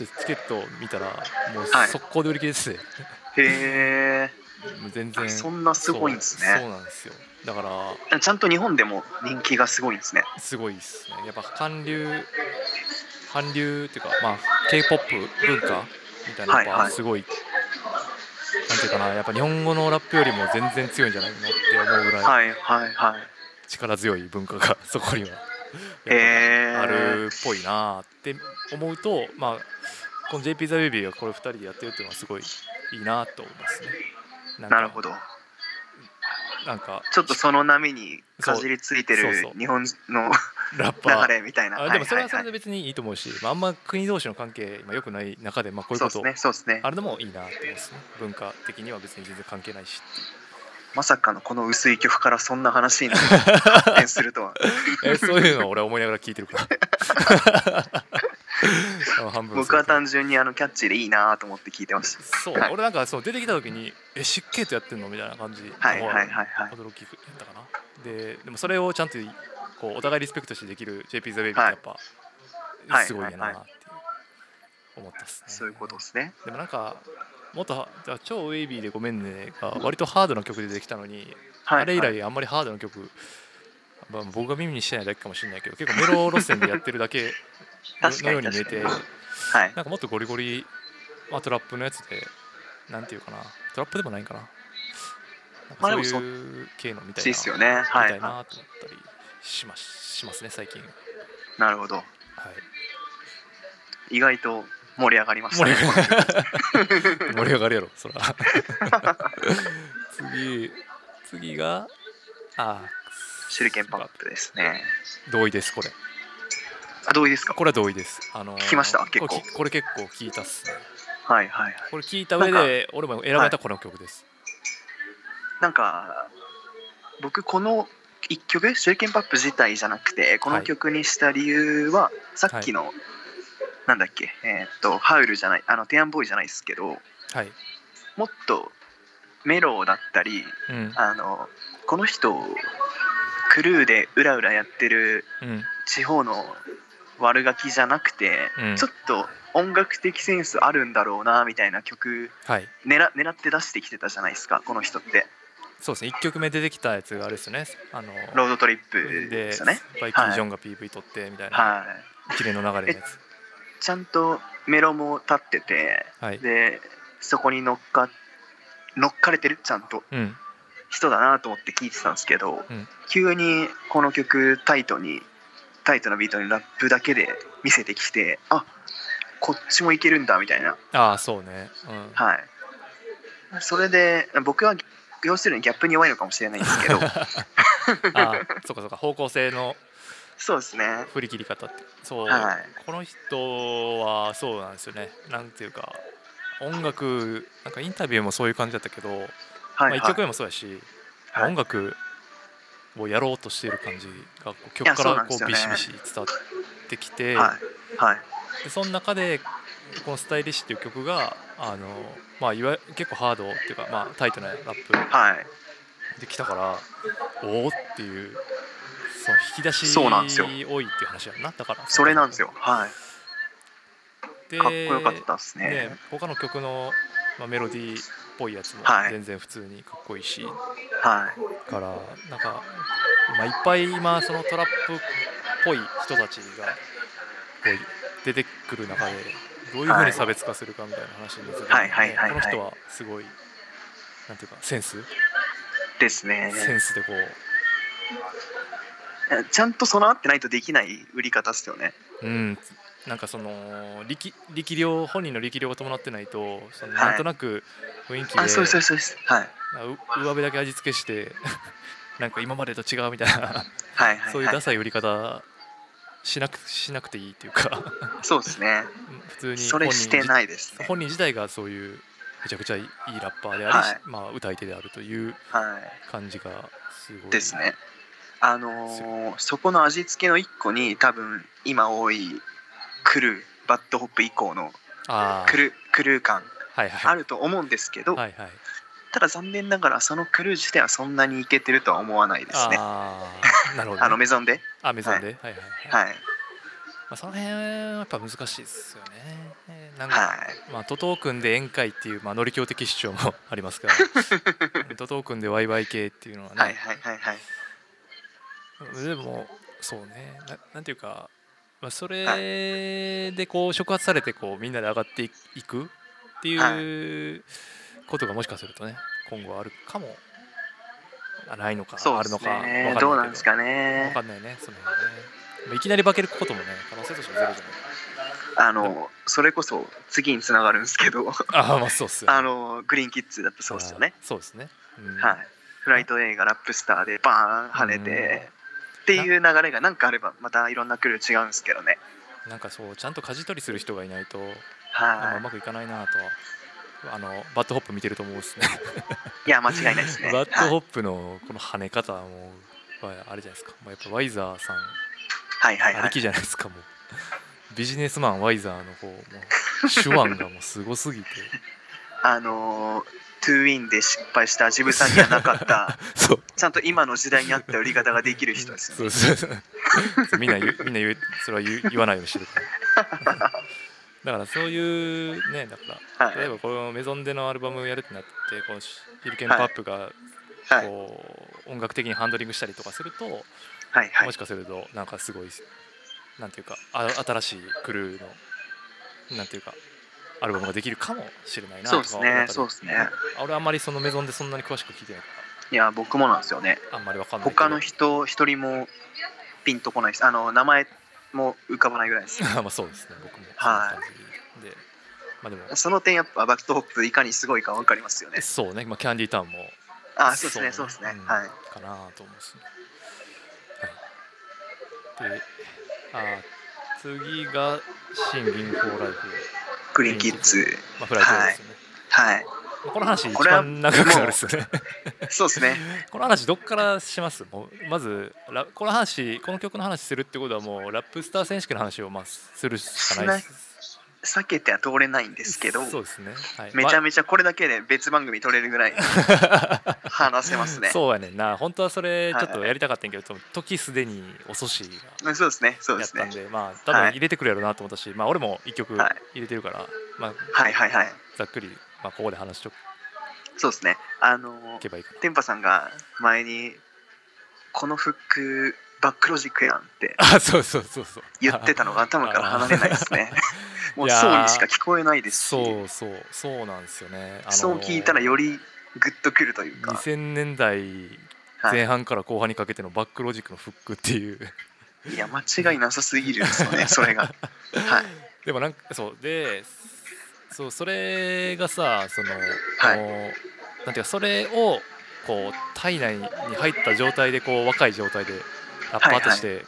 とチケット見たらもう
はい
速攻で売り切れですね、
へ
もう全
え
然
そんなすごいんです
そう
ね
そうなんですよだから
ちゃんと日本でも人気がすごいんですね
すごいですね。やっぱ韓流、韓流っていうか、まあ、K-POP 文化みたいな
はい
の
は
が
い
すごい、なんていうかな、やっぱ日本語のラップよりも全然強いんじゃないのって思うぐらい
はいはいはい
力強い文化が [LAUGHS] そこには
へ
やっ
え
ぱあるっぽいなって思うと、まあ、この JP ザ・ベイビーがこれ2人でやってるっていうのはすごいいいなと思いますね。なんか
なるほど
なんか
ちょっとその波にかじりついて
そうそう
る
そう
日本の
ラッパー
流れみたいな
あでもそれはそれ
い
で別にいいと思うし、まあ、あんま国同士の関係今良くない中で、まあ、こういう
そう
こと
ですねそうですね
あるのもいいなって思いますね文化的には別に全然関係ないし
まさかのこの薄い曲からそんな話になる
[LAUGHS]
発展するとは
っていう
[LAUGHS]
えそういうのを俺は思いながら聞いてるからあ半分
僕は単純にあのキャッチーでいいなと思って聞いてまし
そう、
はい
俺なんかそう出てきた時に「え湿気とやってんの?」みたいな感じの
たはいはいはいはい
驚きやったかなででもそれをちゃんとこうお互いリスペクトしてできる JP ザ・ベイビーってやっぱ、
はい
すごいやな
は
っ
い
て思ったっすね
そういうことですね
でもなんかもっとはじゃあ超ウェイビーでごめんねが割とハードな曲でできたのに、
はい
あれ以来あんまりハードな曲、まあ、僕が耳にしてないだけかもしれないけど結構メロ路線でやってるだけの
[LAUGHS] 確
の
か
よう
に
に見え
確か
て
に
なん
はい
かもっとゴリゴリ、まあ、トラップのやつでなんていうかなトラップでもないんかなな
まあで
んか
もそ
そういう系のみたい
そう
な、
ですよねは
みた
い
いなと思ったりしますしますね最近、
なるほど
はい、
意外と盛り上がりました
盛り
ね
上がる盛り上がるやろそら
[LAUGHS]
次次があ
手裏剣パンプですね
同意ですこれ
あ同意ですか
これは同意ですあのー
聞きました結構
これきこれ結構聞いたっすね
はいはいはい
これ聞いた上で俺も選ばれたこの曲です、
なんか僕この一曲手裏剣パップ自体じゃなくてこの曲にした理由は、さっきの、なんだっけえーっとハウルじゃないあのテアンボーイじゃないですけど
はい、
もっとメロだったり
うん
あのこの人クルーでうらうらやってる
うん
地方の悪ガキじゃなくて、
うん
ちょっと音楽的センスあるんだろうなみたいな曲
はい
狙狙って出してきてたじゃないですかこの人って
そうですね1曲目出てきたやつがあれですよねあの
ロードトリップ
で
ですよね
バイキー・ジョンが PV 撮ってみたいな
はい
綺麗の流れのやつ
ちゃんとメロも立ってて
はい
でそこに乗っか乗っかれてるちゃんと
うん
人だなと思って聞いてたんですけど、
うん
急にこの曲タイトにタイトなビートにラップだけで見せてきてあこっちもいけるんだみたいな
ああそうねうん
はいそれで僕は要するにギャップに弱いのかもしれないんで
[LAUGHS]
すけど
あ
[LAUGHS]
あそうかそうか方向性の
そうですね
振り切り方ってそう、
はい
この人はそうなんですよねなんていうか音楽なんかインタビューもそういう感じだったけど、
はい、はい
まあ、1曲目もそうやし、
はい
音楽をやろうとしている感じがこう
いや
曲か
そうな
ら
んで
こ
す
う
よね
ビシビシ伝わってきて、
はいはい
でその中でこの「スタイリッシュ」っていう曲があの、まあ、いわゆる結構ハードっていうか、まあ、タイトなラップ
はい
できたからおおっていうその引き出し
そうなんですよ
多いっていう話やんなだから
それなんですよはい
で
かっこよかったですね
ね他の曲の、まあ、メロディーっぽいやつも
はい
全然普通にかっこいいし、
はい
からなんか、まあ、いっぱい今そのトラップっぽい人たちがこう出てくる中でどういうふうに差別化するかみたいな話になってたんで
はいはいはいはい
この人はすごいなんていうかセンス、
ですね
センスでこう
ちゃんと備わってないとできない売り方ですよね
うんなんかその力力量本人の力量が伴ってないとその
はい
なんとなく雰囲気で、
あそうですそうですそうです、はい、
あう上辺だけ味付けして [LAUGHS] なんか今までと違うみたいな
はいはいはい
そういうダサい売り方しなくしなくていいっていうか [LAUGHS]
そうですね
普通に
それして
自
ないですね
本人自体がそういうめちゃくちゃいいラッパーであり、
はい
まあ、歌い手であるという
はい
感じがすごい
ですね。あのーそこの味付けの1個に多分今多いクルーバッドホップ以降の
ああ
クルークルー感
はいはい
あると思うんですけど、
はいはい
ただ残念ながらそのクルー自体はそんなにいけてるとは思わないですねあ
ああなるほど、ね、
のメゾンで
あメゾンで、はい、はいはい
は
ま
い
あ、その辺はやっぱ難しいですよねなんか、
はい
まあ、徒党君で宴会っていう、まあ、乗り教的主張もありますから
[LAUGHS]
徒党君でワイワイ系っていうのはね、
はいはいはいはい
でもそうねななんていうか、まあ、それでこう触発されてこうみんなで上がっていいくっていうことがもしかするとね今後あるかもあないのか、
そ
あ
う
る
で
の
す
かわかんない
ね
け
ど
ど
うなんですか
わ
ね
かんないねその辺はねまあいきなり化けることもね可能性としてもゼロじゃない
あのそれこそ次につながるんですけど
ああまあそうっすよね
あのグリーンキッズだってそうですよね
あーそうですね、うん
はい、フライト映画「ラップスター」でバーン跳ねて、っていう流れが何かあればまたいろんなクルー違うんですけどね
なんかそうちゃんと舵取りする人がいないと、なんか
は
うまくいかないなとはあのバッドホップ見てると思うですね
いいや間違いないです
[LAUGHS]
ね
バッド
はい
ホップのこの跳ね方もまああれじゃないですか、まあ、やっぱワイザーさん
はいはい
あ
は
り
い
きじゃないですかもうビジネスマンワイザーのこうもう手腕がもうすごすぎて
あのートゥーインで失敗したジブさんにはなか [LAUGHS] った
[LAUGHS] そう
ちゃんと今の時代に合った売り方ができる人ですよね
そうそうそうみんな言うみんな言うそれは言う言わないようにしてるから
[LAUGHS]
だからそういうねだから
はい
例えばこのメゾンでのアルバムをやるってなってこのヒルケンパップが
はい
こう音楽的にハンドリングしたりとかすると
はいはい
もしかするとなんかすごいなんていうかあ新しいクルーのなんていうかアルバムができるかもしれないなと
そう
か
です
思った
ね
り
そうですね
あ俺あんまりそのメゾンでそんなに詳しく聞いてないか
いや僕もなんですよね
らあんまりわかんないけど
他の人一人もピンとこないですあの名前も浮かばないぐらいです
あまあそうですね僕もそんな
はい
感じでまあでも
その点やっぱバッドホップいかにすごいか分かりますよね
そうねまあキャンディータウンも
あそうですねそうですね、
ん
はい
かなと思うんですね。はい、で、あ次が新銀行ライフ、
グリーンキッズ
まあ、フライトですよね。
はい
まあこの話一
これは
番長くなるですね。
そうですね
[LAUGHS] この話どっからします？もうまずラこの話この曲の話するってことはもうラップスター選手権の話をまあするしかないです。
避けては通れないんですけど
そうですね。はい、
めちゃ
め
めちゃこれだけで別番組取れるぐらい
ちゃ
話せますねそ
そうやねんな。本当はそれちょっとやりたかったんやけど、時すでに遅しが。
うですねそう
や
で
っ
す
た
ね
んでまあ多分
はい
入れてくるやろうなと思ったし、まあ俺も1曲
は
入
い
れてるから、まあ
はいはいはい
ざっくり、まあ、ここで話しと
そうですねあの
けばいいかな
テンパさんが前にこのフックバックロジックやんって [LAUGHS]
あそうそうそうそう
言ってたのが
[LAUGHS]
頭から離れないですねもう
いやー
そうにしか聞こえないですし
そうそうそうなんですよね、あのー
そう聞いたらよりグッとくるというか、
2000年代
は
前半から後半にかけてのバックロジックのフックっていう
い、いや間違いなさすぎるんですよねそ
[LAUGHS]
れがはい
でもなんかそうでそうそれがさその、
はい
あのーなんていうかそれをこう体内に入った状態でこう若い状態でラッパーとして、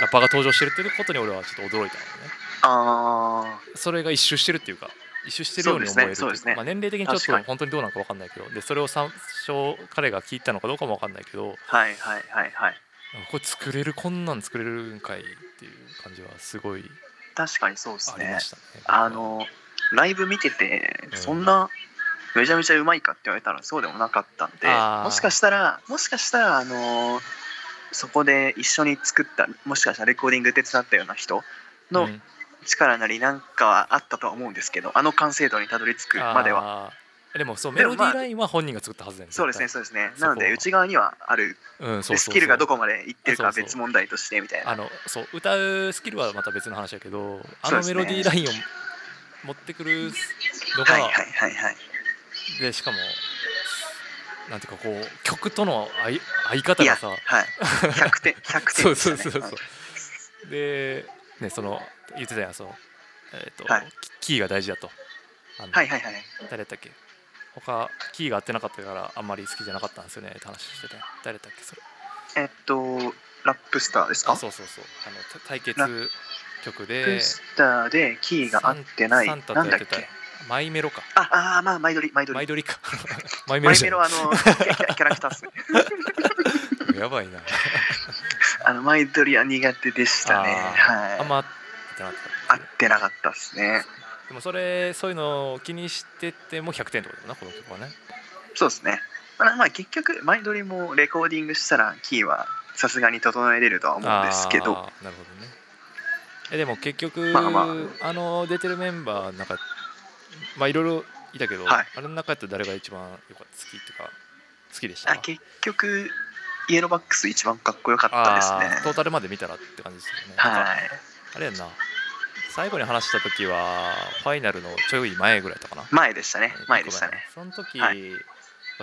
ラッパーが登場してるっていうことに俺はちょっと驚いたのね
あ
それが一周してるっていうか一周してるように思えるってい
そううですねそうですね
まあ、年齢的にちょっ
確
と
かに
本当にどうなのか分かんないけどでそれを参照彼が聞いたのかどうかも分かんないけど
あはいはいはいはい
これ作れるこんなん作れるんかいっていう感じはすごい
確かにそうです
あり
ね
ましたね。
あのライブ見てて
うん
そんなめちゃめちゃうまいかって言われたらそうでもなかったんで
あー
もしかしたらもしかしたらあのーそこで一緒に作ったもしかしたらレコーディング手伝ったような人
う
の
ん
力なりなんかはあったとは思うんですけどあの完成度にたどり着くまでは
あーでもそうメ
で
ロ
も
ディ
まあ
ーラインは本人が作ったはずだよね
そうですね
絶
そうですね
そこ
な
は
ので内側にはある
対うんそうそ
で
うそ
ス
う
キルがどこまでいってるかは
そうそう
別問題としてみたいな
あのそう歌うスキルはまた別の話だけどあ
そう
の
で
メ
すね
ロディーラインを持ってくるのが、
はいはいはいはい
でしかもなんていうかこう曲との相相方がさ
はい100点100点
そう
でし
そ
たね
うそうそうでねその言ってたやんそのえっ、と、
はい
キキーが大事だとあの
はいはいはいはい
誰だっけ他キーが合ってなかったからあんまり好きじゃなかったんですよねって話してて誰だっけそれ
えっとラップスターですか
あそうそうそうあのた対決曲
ラップ
で
スターでキーが合ってない
サ
な
ン
ん
サンタとや
だ
っ
って
た
け
マイメロか
ああーまあマイドリマイドリ
マイドリ
[LAUGHS]
かマイメ
マ
ロ
イ
じ
メ
ゃな
ロあのキャキャラクターっすね
いやばいな
あのマイドリは苦手でした
あー
ねはい
あんま合ってなかった
合ってなかったっすね
でもそれそういうのを気にしてても100点ってことだなこの曲はね
そうですねまあ、まあ、結局マイドリもレコーディングしたらキーはさすがに整えれるとは思うんですけど
あーなるほどねえでも結局、
まあま
あ、の出てるメンバーの中まあいろいろいたけど、
はい
あれの中やったら誰が一番よかった好きっていうか好きでした
あ結局イエローバックス一番かっこよかっ
あ
たで
ー
す
ト
ね
ータルまで見たらって感じですよねなんか
はい
あれやんな最後に話した時はファイナルのちょい前ぐらいだったかな
前でしたね前でしたね
その時、
は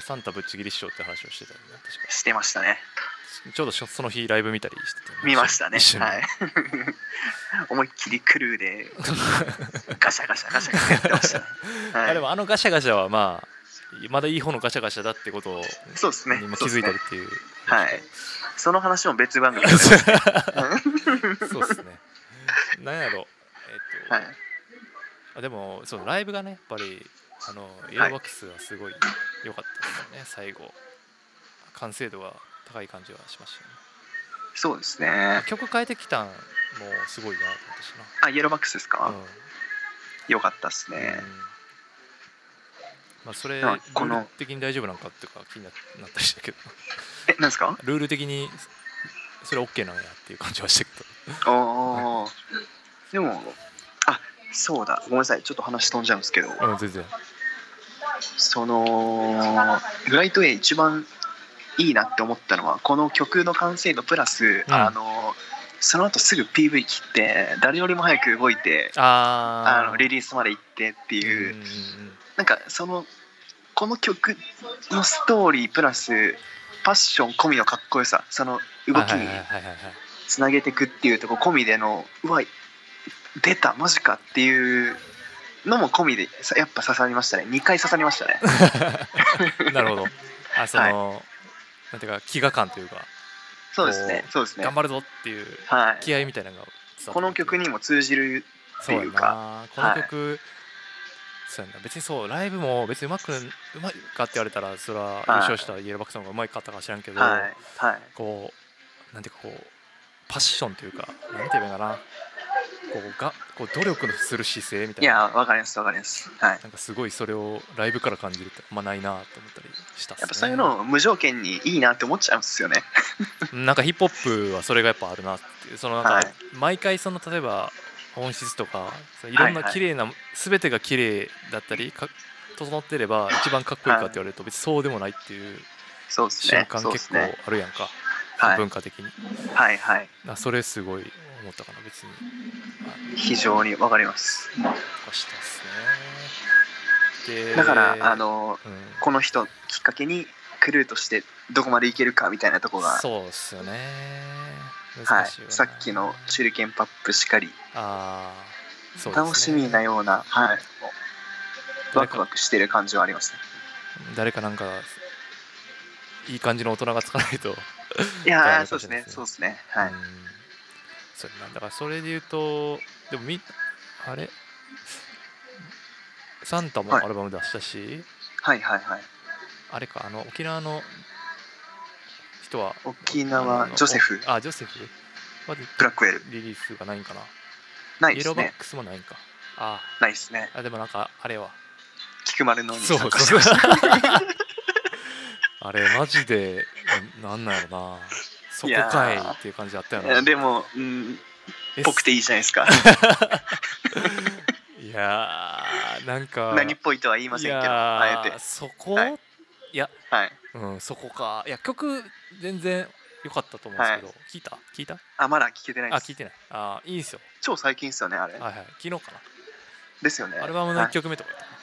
サンタぶっちぎり師匠って話をしてたよね確か
してましたね
ちょうどその日ライブ見たりしてて、
見ましたね
一緒に
はい [LAUGHS] 思いっきりクル
[LAUGHS]
ーでガシャガシャガシャガシャやってましたね、はい、
あでもあのガシャガシャはまあまだいい方のガシャガシャだってことを
そうですね
にも気
そうっす
づい
ね
たりっていう
はいその話も別番組で [LAUGHS]
[LAUGHS] そうですねなんやろえっと、
はい
あでもそのライブがねやっぱりあのエアバックスがすごい良かったですよね、最後完成度が高い感じはしましたよね
そうですね
曲変えてきたんもすごいなと思ったし
あイエローバックスです
な、
か、
うん
よかったっすね、
うんまあ、それル
あこの
ール的に大丈夫なんかっていうか気にななったりしたけど [LAUGHS]
えなんですか
ルール的にそれ OK なんやっていう感じはしたけど
ああでもあそうだごめんなさいちょっと話飛んじゃうんですけど
うん、全然。
そのフライト A 一番いいなって思ったのはこの曲の完成度プラス、
うん
あのその後すぐ PV 切って誰よりも早く動いて
あ
あのリリースまで行ってっていう、
うんうん
なんかそのこの曲のストーリープラスパッション込みのかっこよさその
うん
動き
はい
に
はいはいはいはい
つなげていくっていうとこ込みでのうわ出たマジかっていうのも込みでさやっぱ刺さりましたね2回刺さり
[LAUGHS]
ましたね
はい [LAUGHS] なるほど。あ、その、なんていうか、飢餓感というか、
そうですね
おー
そうですね
頑張るぞっていう
はい
気合みたいなのが伝わってくる
この曲にも通じる
そうや
っていう
な
か。
この曲、そうやな。別にそう、ライブも別にうまく、うまいかって言われたら、それは優勝したイエローバックさんの方がうまいかったか知らんけど、
はいはい
こう、なんていうか、こう、パッションというか、なんていうのかな、こう、がこう努力のする姿勢みたい
い
な。
やわかりますわかりますはい
なんかすごいそれをライブから感じるってあんまないなと思ったりしたっす、ね、
やっぱそういうのを無条件にいいなって思っちゃうんですよね
なんかヒップホップはそれがやっぱあるなっていうそのなん
は
か
い
毎回その例えば音質とかそういろん
はい
な
はい
綺麗な全てが綺麗だったりか整ってれば一番かっこいいかって言われると別にそうでもないっていう
そうです
瞬
ね
間
そうで
結
す
構
ね
あるやんか
はい
文化的に
はいはい
なそれすごい思ったかな別に
非常にわかります
とかしたっすねで
だからあ、の
うん
この人きっかけにクルーとしてどこまでいけるかみたいなとこが
そうっすよね
は
難
い
しい、わな
さっきの手裏剣パップしかり、
ああ、そうですね
楽しみなような、はい、
誰
ワ
か
クワクしてる感じはありますね。
誰かなんかいい感じの大人がつかないと、
い
じゃあ
や
あ
ー、
れ
そ
か
う
もしれない
です
で、すね
ねそうですね、は
う
い
ん、そうやなだからそれで言うとでもみあれサンタもア
はい
ルバム出したし、
はいはいはい。
あれかあの沖縄の人は
沖
あ
縄
の、
ジョセフ、
あジョセフまで
ブラックウェル、
リリースがないんかな、
ない
イ
で
エロ
す
ーバッ
ね、
クスもないんかあ
ないですね、
あでもなんかあれは
菊丸のに
そう
参加してました。
[LAUGHS] あれマジでななんなんやろなそこかいっていう感じだったよ
いや
な
[LAUGHS] でも、うん、ぽくていいじゃないですか。
いやーなんか
何っぽいとは言いませんけど、
いや
あえ
ー
て。
そこ、
はいい、
や、
はい。
うん、そこかいや曲全然良かったと思うんですけど、聞いた聞いた
あ、まだ聞けてない
あ
で
聞い
す。
てないあいいんすよ
超最近ですよね、あれ。
はいはい昨日か
ですよね。
なアルバムの1曲目とかやったかな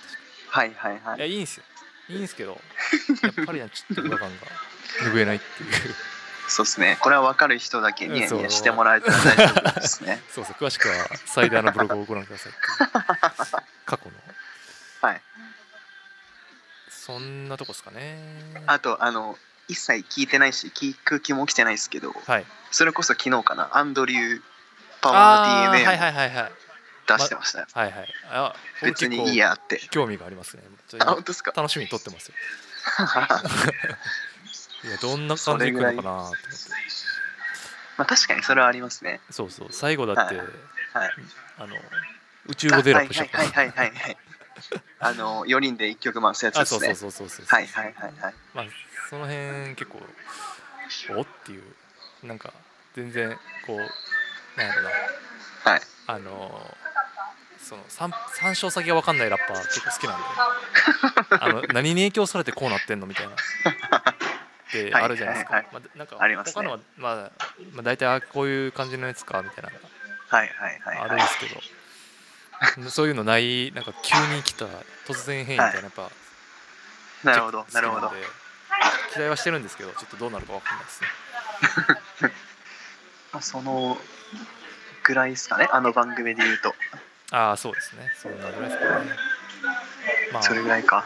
はいはいはい
い
は
や
い。
いいんすよいいんですけどやっぱりなちょっと違和感が拭えないっていう
そうですね。これは分かる人だけニヤニヤしてもらえたら大丈夫ですね。
そうそう詳しくはサイダーのブログをご覧ください
[LAUGHS]
っていう過去の
はい
そんなとこですかね
あと、あの、一切聞いてないし、聞く気も起きてないですけど、
はい
それこそ昨日かな、アンドリュー・パワー
あ
の
ーはい
DNA
はいはいはい
を出してました。
はいはいあ
別にいいやって。
興味がありますねちょっ
あ、
と
本当ですか [LAUGHS]
楽しみに撮ってますよいやどんな感じでいくのかなと思って
まあ確かにそれはありますね。
そうそう最後だって、
はいはい
あの宇宙語でラップし
は
た
い
から
はいはいはいはい。あの、4人で1曲回すやつ
あ
で
そう
す
そう
ね。
そうそうそう
はいはいはいはい。
まあその辺結構おっていうなんか全然こうなんやろな
はい。
あのその参参照先が分かんないラッパー結構好き
[LAUGHS]
なんであの何に影響されてこうなってんのみ
[LAUGHS]
たいなで
はい
あるじゃないですか、
はいは
まあ、なんか
ありますね
他のは、まあまあ、大体あこういう感じのやつかみたいな
はいはいはい
あ
は
れ
い。
ですけどそういうのないなんか急に来た突然変異みたいなやっぱ、
なるほど、なるほ
好
ど
きん。で期待はしてるんですけどちょっとどうなるか分かんないですね
まあ、そのぐらいですかね、あの番組で言うと。
ああそうですねそんなぐらいですかねまあ
それぐらいか。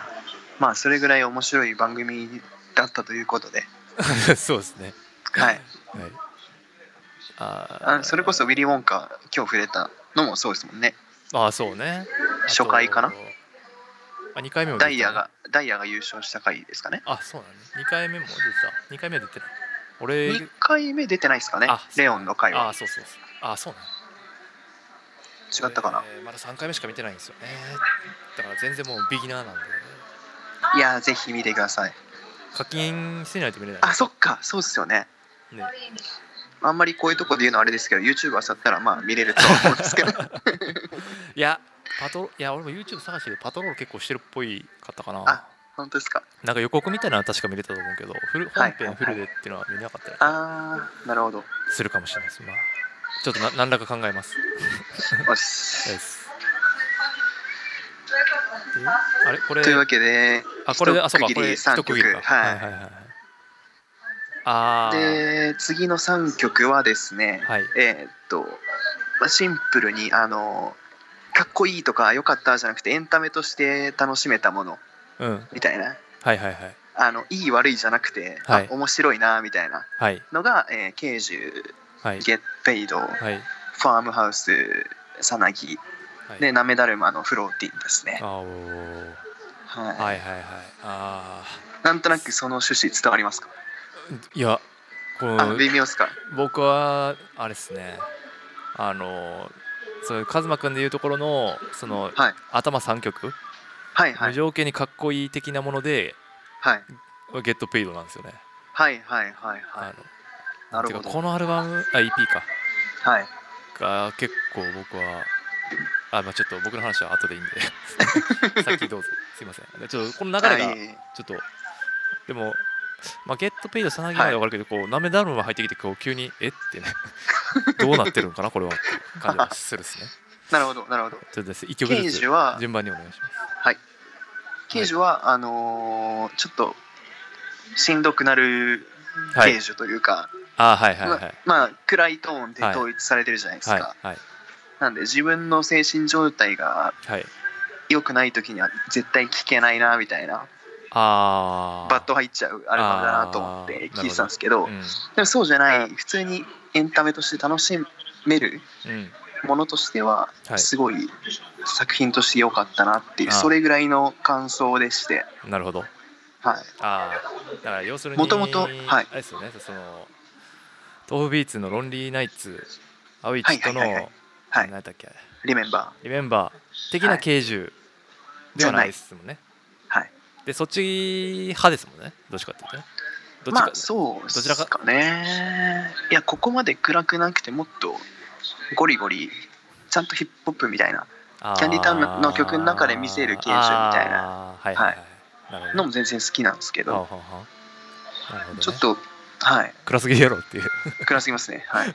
まあ、それぐらい面白い番組だったということで。
[LAUGHS] そうですね
はい。
はいあー
あそれこそウィリー・ウォンカー、今日触れたのもそうですもんね。
ああそうね
初回かな
あとあ2回目も出てた
ダ
ね
イヤが、ダイヤが優勝した回ですかね。
あそうなの、ね、2回目も出てた2回目は出てない俺
2回目出てないですかね
あ、
レオンの回
あ
は。
あそうそうそうああそうなの
違ったかな。
えーまだ3回目しか見てないんですよねだから全然もうビギナーなんで
いやー、ぜひ見てください。
課金してないと見れない
あ、そっか、そうですよね。
ね
あんまりこういうとこで言うのはあれですけど、YouTube あさったらまあ見れるとは思うんです
[LAUGHS]
けど。
いやパトロいや俺も YouTube 探しててパトロール結構してるっぽいかったかな
あ本当ですか。
なんか予告みたいなのは確か見れたと思うけどフル
は
本
い
編フルでっていうのは見れなかったり
あー、なるほど。
するかもしれないです、まあ、ちょっとな何らか考えます
よ
で
し。
すであれこれ
というわけで、
あこれであ
一
そうか
区切
これ
り
一
3
区
曲
切りか
は
は
い
いはいはいあー
で次の3曲はですね、
はい
えーっとまあシンプルにあのかっこいいとか良かったじゃなくてエンタメとして楽しめたもの
うん
みたいな
はいはいはい
あのいい悪いじゃなくて、あ
はい
面白いなみたいな
はい
のが「えー、ケージュ」
はい
「ゲッペイド」
はい
ファームハウス」「さなぎ」
はい
で「なめだるま」の「フローティン」ですね、
あおー
はい
はいはいはいあ
なんとなくその趣旨伝わりますか、
ーいやこ
あ
の
微妙ですか
僕はあれですねあのそういうカズマくんでいうところのその
はい
頭3曲
はいは
無
い
条件にかっこいい的なもので
はい
ゲットペイドなんですよね
はいはいはいは
あ
い
の
なるほ
てか
ど
このアルバムあ EP か
はい
が結構僕はあ、まあ、ちょっと僕の話は後でいいんで
[LAUGHS]
さっきどうぞすいませんでちょっとこの流れが
は
ち
い
ょっとでも、まあ、ゲットペイドさなぎまでは分かるけど、こうなめだるま入ってきてこう急にえってねどうなってるのかなこれはっていう感じはするですね
なるほどなるほど
ちょっとです一曲
ケー
ず
ジ
つ
は
順番にお願いします
ケージは、あのーちょっとしんどくなる
は
ケ
い
ージというか、
あはいはいはいはい
ままあ暗いトーンで統一されてるじゃないですか、
はい
なんで自分の精神状態が
はい
良くない時には絶対聴けないなみたいな
ああ
バット入っちゃうアルバムだなと思って聞いてたんですけど
うん
でもそうじゃない普通にエンタメとして楽しめる
うん
ものとしては
はい
すごい作品として良かったなっていう、
あー
それぐらいの感想でして、
なるほど
はい、
ああだから要するに
もともとはい
あれですよねその豆腐ビーツのロンリーナイツアウイッチとの、
はいはいはいはい
何だっけ
リメンバ
リメンバー的な軽重ではないですもんね
はいはい
でそっち派ですもんねどっちかっていうとね
ー
どっちか、
まあそうっす
どちらか
かねいやここまで暗くなくてもっとゴリゴリちゃんとヒップホップみたいな
あ
キャンディタウンの曲の中で見せる軽重みたい
なはいはい、はい、なるほど
のも全然好きなんですけ
はあ
ど、
はあはあなるほど、ね、
ちょっとはい
暗すぎるやろっていう
暗すぎますねはい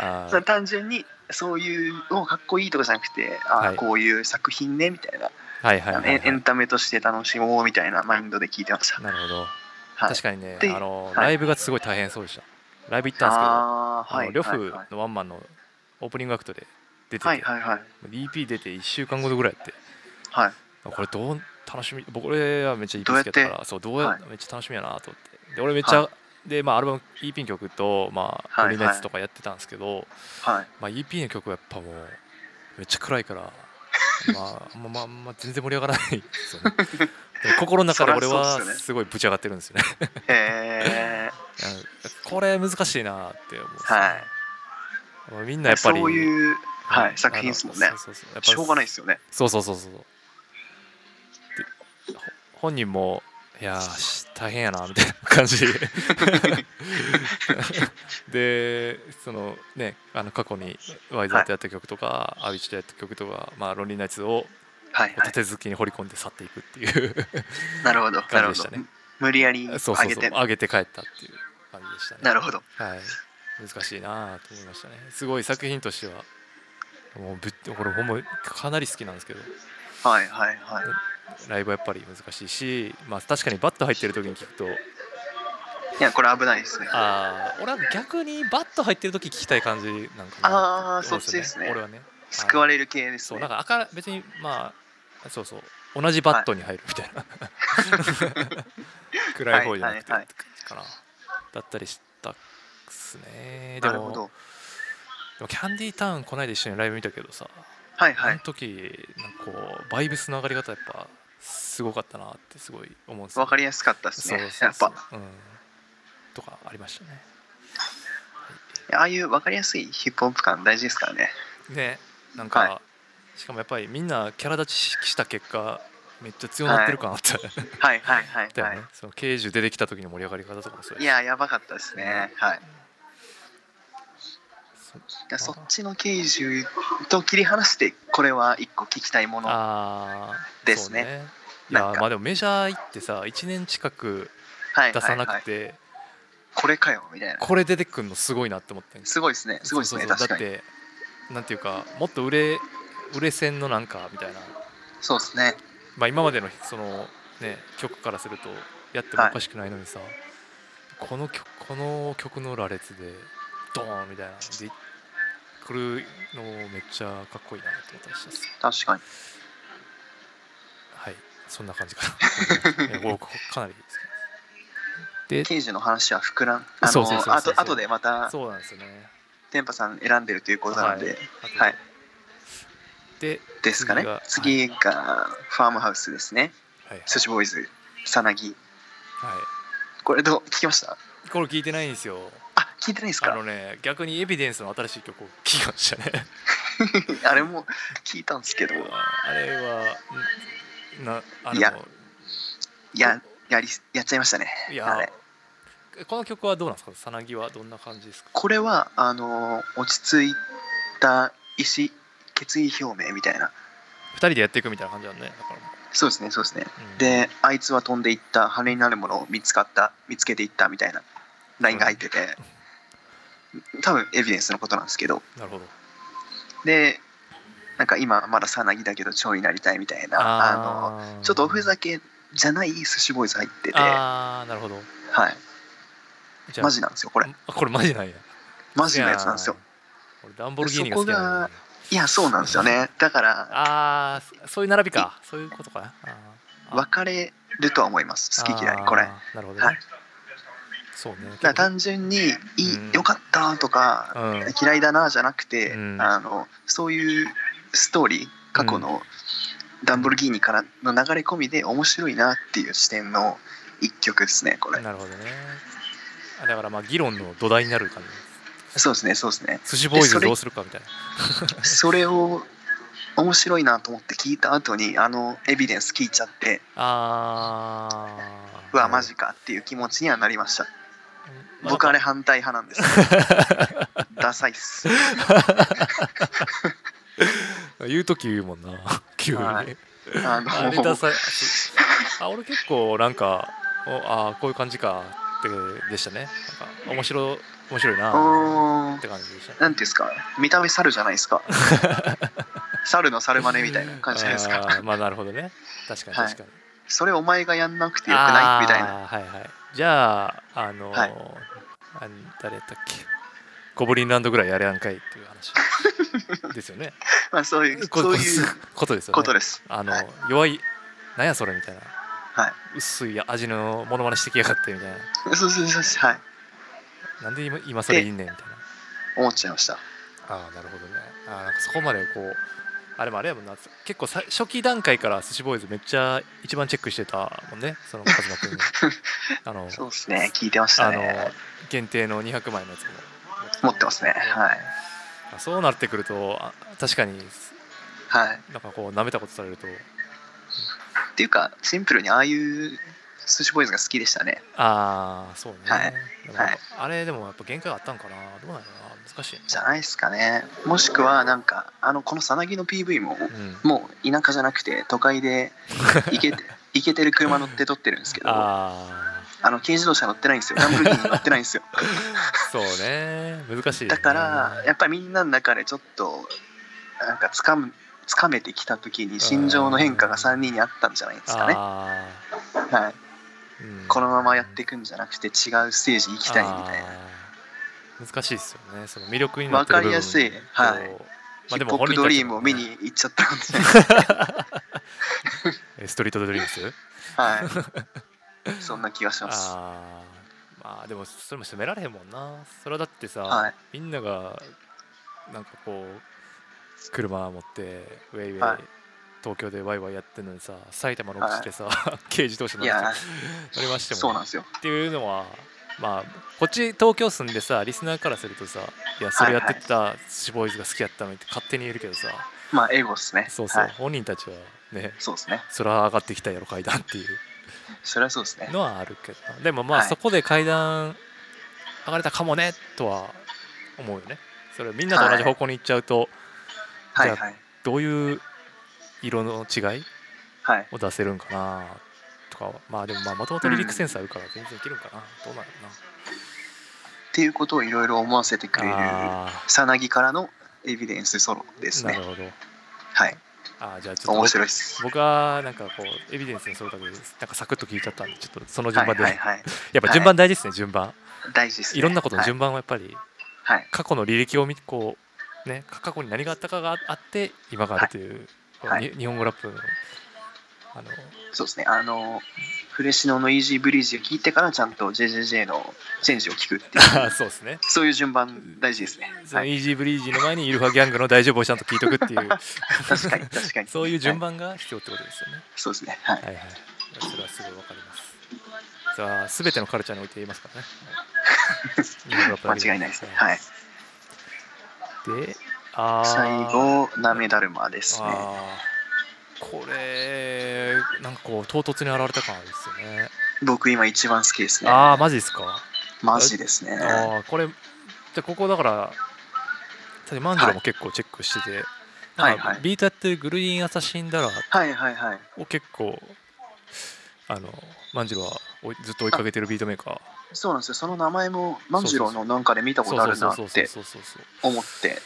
あ
そ
ー
の単純にそういうおかっこいいとかじゃなくてあー、
はい
こういう作品ねみたいな
はいはい
あ
は
の
い、
エ
は
ンエン
い。
タメとして楽しもうみたいなマインドで聞いてました。
なるほど。
はい、
確かにね、
で
あの
はい
ライブがすごい大変そうでした。ライブ行ったんですけど、
あー
あの呂布
はい
のワンマンのオープニングアクトで出てて、
はいはいはい
EP 出て1週間後ぐらいやって、
はい
あこれどう楽しみ僕俺はめっちゃ EP 好きだったか
どうや
らそうどうや、
はい
めっちゃ楽しみやなと思ってで俺めっちゃ、
は
でまあアルバム EP の曲とま
は
あ
い
フリーのやつとかやってたんですけど、
はい
まあ EP の曲はやっぱもうめっちゃ暗いからまああんままあまあ全然盛り上がらないんですよねでも心の中で俺
そ
は
りゃそうっすよね
すごいぶち上がってるんですよね [LAUGHS]
へえ
うんこれ難しいなって思うんですよね
はい
まあみんなやっぱり
そう
うん
いう、は
あの
い、作品ですもんね
そうそうそうやっぱ
しょうがないですよね
そうそうそうそうそう。でほ本人も、いやー、し大変やな、みたいな感
[LAUGHS]
じで、そのね、あの過去にワイザーとやった曲とか、アビチとやった曲とか、まあ、ロンリーナイツを
はいはい
立て続けに掘り込んで去っていく
[LAUGHS]
っていう
なるほどなる
感
ほ
じで
ど
したね
無理やり
そうそう
上
そう
げて
上げて帰ったっていう感じでしたね。
なるほど
はい、難しいなと思いましたね。すごい作品としては、もうぶっこれほんまかなり好きなんですけど、
はいはいはい
ライブはやっぱり難しいし、まあ、確かにバット入ってる時に聞くと
いやこれ危ないですね
あー俺は逆にバット入ってる時聞きたい感じなんかな
あー
て思うんよ
そっちですね
俺はね
救われる系です
そう
ね
なんか明る別にまあそうそう同じバットに入るみたいな、暗い方じゃなくて
はいはいはい
かなだったりしたっすねで
なる
も
ほ
で
ど
もキャンディータウンこないだ一緒にライブ見たけどさ、
はい
あ
は
の
い
時なんかこうバイブスの上がり方やっぱすごかったなってすごい思うんですよ
わかりやすかったです
そう
ね
そうそう
やっぱ
うん、とかありましたね
ああいうわかりやすいヒップホップ感大事ですからね
ねなんか、
は
しかもやっぱりみんなキャラ立ちした結果めっちゃ強なってる感あったよね,、
はいはいはい
だよ
は
ね
い
そのケージュ出てきた時の盛り上がり方とかもそう
い
し
ややばかったですねはい
そ
いやそっちの刑事と切り離してこれは一個聞きたいものは
あー
ですね
そうい
な
や
んか
まあでもメジャー行ってさ1年近く
い
出さな
はいは
く
い、
て、
これかよみたいな
これ出てくんのすごいなって思ってん
すごいですねすごいですね
そうそうそう
確かに
だってなんていうかもっと売れ売れ線のなんかみたいな
そうですね
まあ、今までのその、ね、曲からするとやってもおかしくないのにさ、この曲この曲の羅列でドーンみたいなで来るのめっちゃかっこいいなって思ったりしたっす
確かに
はいそんな感じか
[LAUGHS]
なえ僕かなりいいですけどで
刑事の話は膨らんあ
そうそうそうそう
のあとあとでまた
そうなんですよね
天パさん選んでるということなので、
あと
はい
で
ですかね
次
次がファームハウスですね
はい、
寿司ボーイズさなぎ
は
これどう聞きました
い、これ聞いてないんですよ
あ聞いてないです
あ
か
のね逆にエビデンスの新しい曲を聴きましたね
[LAUGHS] あれも聞いたんですけど
あれはんなあ
い
れ
や
も
ややりやっちゃいましたね
い
あ
や
れ
この曲はどうなんですかさなぎはどんな感じですか
これはあの落ち着いた意思決意表明みたいな
二人でやっていくみたいな感じだねだから、
そうですねそうですね
うん
であいつは飛んでいった羽になるものを見つかった見つけていったみたいなラインが入ってて多分エビデンスのことなんですけど
なるほど
でなんか今まださなぎだけど蝶になりたいみたいなあ
ー
のちょっとおふざけじゃない寿司ボーイズ入ってては
あーなるほど
いマジなんですよ
こ
これ
これマジなんや
マジのやつなんですよ
いやー俺ダンボルギーニが好きなんだ
そいやそうなんですよねだから
あーそそういう並びかそういうことかなあー
別れるとは思います好き嫌い
あー
これだか
なるほどね、
はい
そうね
ら単純にいい、
うん
よかったとか
うん
嫌いだなじゃなくて、
うん
あのそういうストーリー過去のダンボルギーニからの流れ込みで面白いなっていう視点の一曲ですねこれ
なるほどねあだからまあ議論の土台になる感じ
そうですねそうですね
寿司ボーイズどうするかみたいな
それを面白いなと思って聞いた後にあのエビデンス聞いちゃって
あー
うわマジかっていう気持ちにはなりました
うん
僕あれ反対派なん
[LAUGHS]
ですけどダサいっす
言うとき言うもんな [LAUGHS] 急に、
はいあの
あれダサいあ俺結構なんかおあーこういう感じかってでしたねなんか面白面白いな
お
って感じでした
なんていうんですか見た目猿じゃないですか猿の猿真似みたいな感じじゃないですか。
あーまあなるほどね確かに
はい
確かに、
それお前がやんなくてよくないみたいな。
あーはいはいじゃああのー
はい
あん誰だったっけゴブリンランドぐらいやれやんかいっていう話ですよ
[LAUGHS]
ね
まあそういう、
こ
そういう
ことですよね
ことです。
あの、
はい
弱いなんやそれみたいな、
い
薄い味のモノマネしてきやがってみたいな
そうそうそうそう。はい。
なんで今今それいいねんみたいな
思っちゃいました。
ああなるほどねあーなんかそこまでこうあれもあれやもんな結構さ初期段階から寿司ボーイズめっちゃ一番チェックしてたもんねそのカズマ [LAUGHS] 君あの
そうですね。聞いてました
あの
ね。
限定の200枚のやつも
持ってますね。はい。
あそうなってくるとあ確かに
はい。
なんかこう舐めたことされると
っていうか、シンプルにああいう寿司ボーイズが好きでしたね。
ああそうね、
はい
でもやっぱあれでもやっぱ限界があったんかなどうなんやろな難しいね
じゃないですかね。もしくは、なんか、あの、このさなぎの PV も、
うん
もう田舎じゃなくて、都
[LAUGHS]
会で行けて、行けてる車乗って撮ってるんですけど、あ
ああ
の、軽自動車乗ってないんですよ。ランボルギーニ乗ってないん
[LAUGHS]
ですよ。
そうね難しいよね
だから、やっぱりみんなの中でちょっと、なんか、つかむ、つかめてきた時に心情の変化が3人にあったんじゃないですかね。
あ
はい。
ーうん
このままやっていくんじゃなくて、違うステージ行きたいみたいな。
あー難しいですよねその魅力になってる部分
わかりやすい
と
はい
ま
ヒ
あで
ップ
も
ホッ
本
プ
人
ド
たち
リームを見
もね
に行っちゃったんで、
[LAUGHS] えストリートドリームス
はい。そんな気がします。
あーまあでもそれも責められへんもんなそれはだってさ、
はい
みんながなんかこう車持ってウェイウェイ、
はい
東京でワイワイやってんのにさ埼玉の口でさ、 [LAUGHS] 軽自動車乗り
いや
乗、りまして
そう
も
なんですよ。
っていうのはまあこっち東京住んでさリスナーからするとさいやそれやってた寿司ボーイズが好きやったのにって勝手に言えるけどさ
まあ、エゴですね。
そうそう、
はい
本人たちはね
そうですね。
それは上がってきたやろ階段っていう
それはそうですね。
のはあるけどなでもまあ
はい
そこで階段上がれたかもねとは思うよねそれみんなと同じ方向に行っちゃうと
はいはい。
どういう色の違い
はい。
を出せるんかなとかはまあでもまあもともとリリックセンスあるから全然いけるんかなどうなるか
っていうことをいろいろ思わせてくれる、
なあ
さなぎからのエビデンスソロです
ーな
ね
る。ほど
はい。
あーじゃあちょっと
面白いです。
僕はなんかこうエビデンスにそれだけでなんかサクッと聞いちゃったんでちょっとその
は
順
い
番で、
はいはい。
やっぱ順番大事ですね順番
大事です、ね。
いろんなことの順番はやっぱり
はい。
過去の履歴を見てこうね過去に何があったかがあって今があるという、
はい
こうに日本語ラップのあの
[LAUGHS] そうですね。あの、フレシノのイージーブリージーを聞いてから、ちゃんと JJJ のチェンジを聞くっ
[LAUGHS]
ていう、
あーそうですね
そういう順番大事ですね。
そ
は
の
い。
イージーブリージーの前にイルファギャングの大丈夫をちゃんと聞いとくっていう
[LAUGHS] 確かに、確か
[LAUGHS]
に。
そういう順
は
番が必要ってことですよね
い。そうですね。はい。
はいはいそれはすごいわかりますそれは全てのカルチャーにおいて言えますからね日本語ラップだけ
[LAUGHS] 間違いないですね。はい。
で、あー
最後、なめだるまですね。
あーこれ、なんかこう、唐突に現れた感あるですよね。
僕今一番好きですね。
ああ、マジですか。
マジですね。
ああ、これ、じゃあここだから、さっきマンジュラも結構チェックしてて、
はい
なんか
はいはい
ビートやってるグリーンアサシンダラ
はいはいはい。
を結構、あの、マンジュラは追いずっと追いかけてるビートメーカー。
そうなんですよ。その名前も万次郎のなんかで見たことあるなっ
そうそう
て
そうそうそう
思って、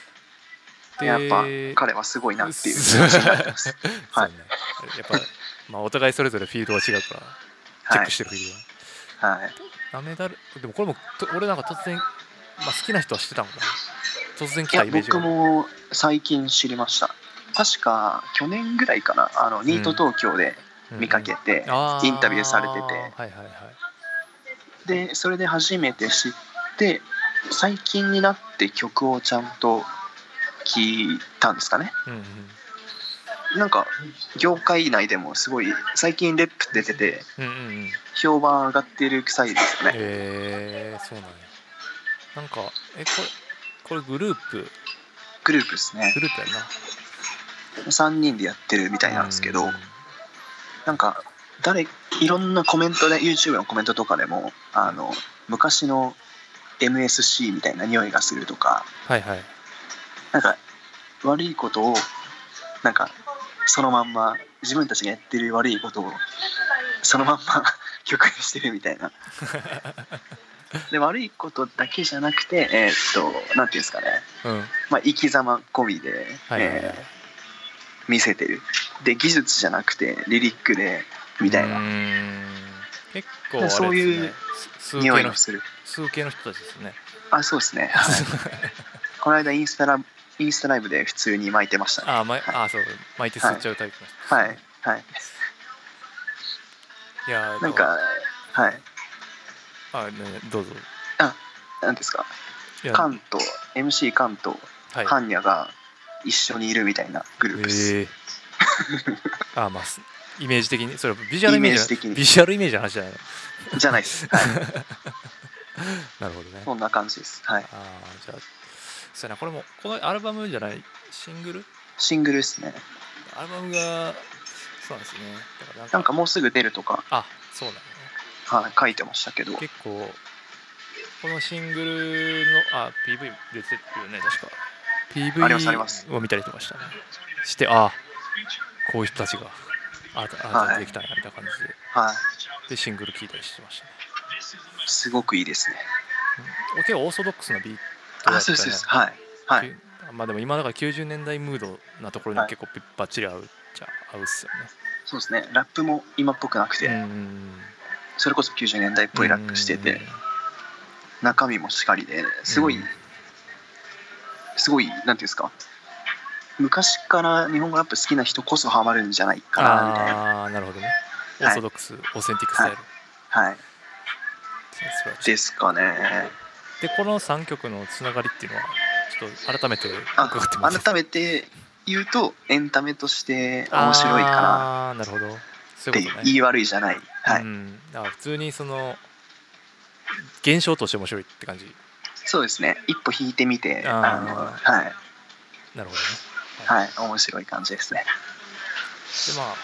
そう。
やっぱ
で
彼はすごいなっていう気
そう
持ち
そう
になってます。はい
ねやっぱ、まあ、お互いそれぞれフィールドは違うから、チェッ
はい
クしてるフィールドは。
はい。
なめだるでもこれもと俺なんか突然、まあ、好きな人は知ってたのかな突然来
い
た
や
イメージ
僕
が
も最近知りました。確か去年ぐらいかな、あのニート東京で見かけて、インタビューされてて
はいはいはい
でそれで初めて知って、最近になって曲をちゃんと聞いたんですかね。
うんうん
なんか業界内でもすごい最近レップ出てて
うんうんうん
評判上がってる臭いですよね。
えー、そうなんやなんかえこれこれグループ
グループですね
グ。ループやんなみ
3人でやってるみたいなんですけど、なんか誰いろんなコメントで YouTube のコメントとかでもあの昔の MSC みたいな匂いがするとか
はいはい
なんか悪いことをなんかそのまんま自分たちがやってる悪いことをそのまんま [LAUGHS] 曲にしてるみたいな。で悪いことだけじゃなくてえーっとなんていうんですかね、
うん
まあ、生き様込みで、
はいはいはい
え見せてるで技術じゃなくてリリックでみたいうな
ーん結構あれですね
そういう
す数
匂
系
い
の
のする
数系の人たちですね [LAUGHS]
あそうですねこの間インスタラインスタライブで普通に巻いてましたね
あ、ま、あそう巻いて吸っちゃうタイプの人
はいはい
いやー
なんかはい
あ、ね、どうぞ
なんですか
いや
関東 MC 関東
はい
ハンニャが一緒にいるみたいなグループです、
ええあまあすイメージ的にそれはビジュアルイメージ
イメージ的に
ビジュアルイメージの話じゃないの [LAUGHS]
じゃないです、はい、
なるほどね
そんな感じです、はい、
あーじゃあそうやなこれもこのアルバムじゃないシングル
シングルですね
アルバムがそうなんですねだからなんか
なんかもうすぐ出るとか、
あそうなのね
はい、書いてましたけど
結構このシングルのあ PV 出てるよね確か
ありますあります
PV を見たりしてましたねしてあこういう人たちがあたあた
はい
できたんやみたいな感じで
はい
でシングル聴いたりしてましたね
すごくいいですね
うん結構オーソドックスなビートだ
あ
っ
そうです
た
そう
ね
ですはいはい
きまあでも今だから90年代ムードなところに
はい
結構ぴバッチリ合うっちゃ合うっすよね
そうですねラップも今っぽくなくて、
うん
それこそ90年代っぽいラップしてて、中身もしかりですごい、
うん
すごいなんていうんですか昔から日本語ラップ好きな人こそハマるんじゃないかなみたいな
ああーなるほどねオ
はい
ーソドックス、オーセンティックスタイル、
はい
素晴らしい
ですかね
でこの3曲のつながりっていうのはちょっと改めて伺
あ
ってもらって
改めて言うとエンタメとして面白いか
ああーなるほどそ
なっ
うい
ていうう
こと
言
ね
い悪いじゃない、はい
うん、だから普通にその現象として面白いって感じ
そうですね一歩引いてみて
あ
あ
ー
のはい
なるほどね
はい面白い感じですね
でまあ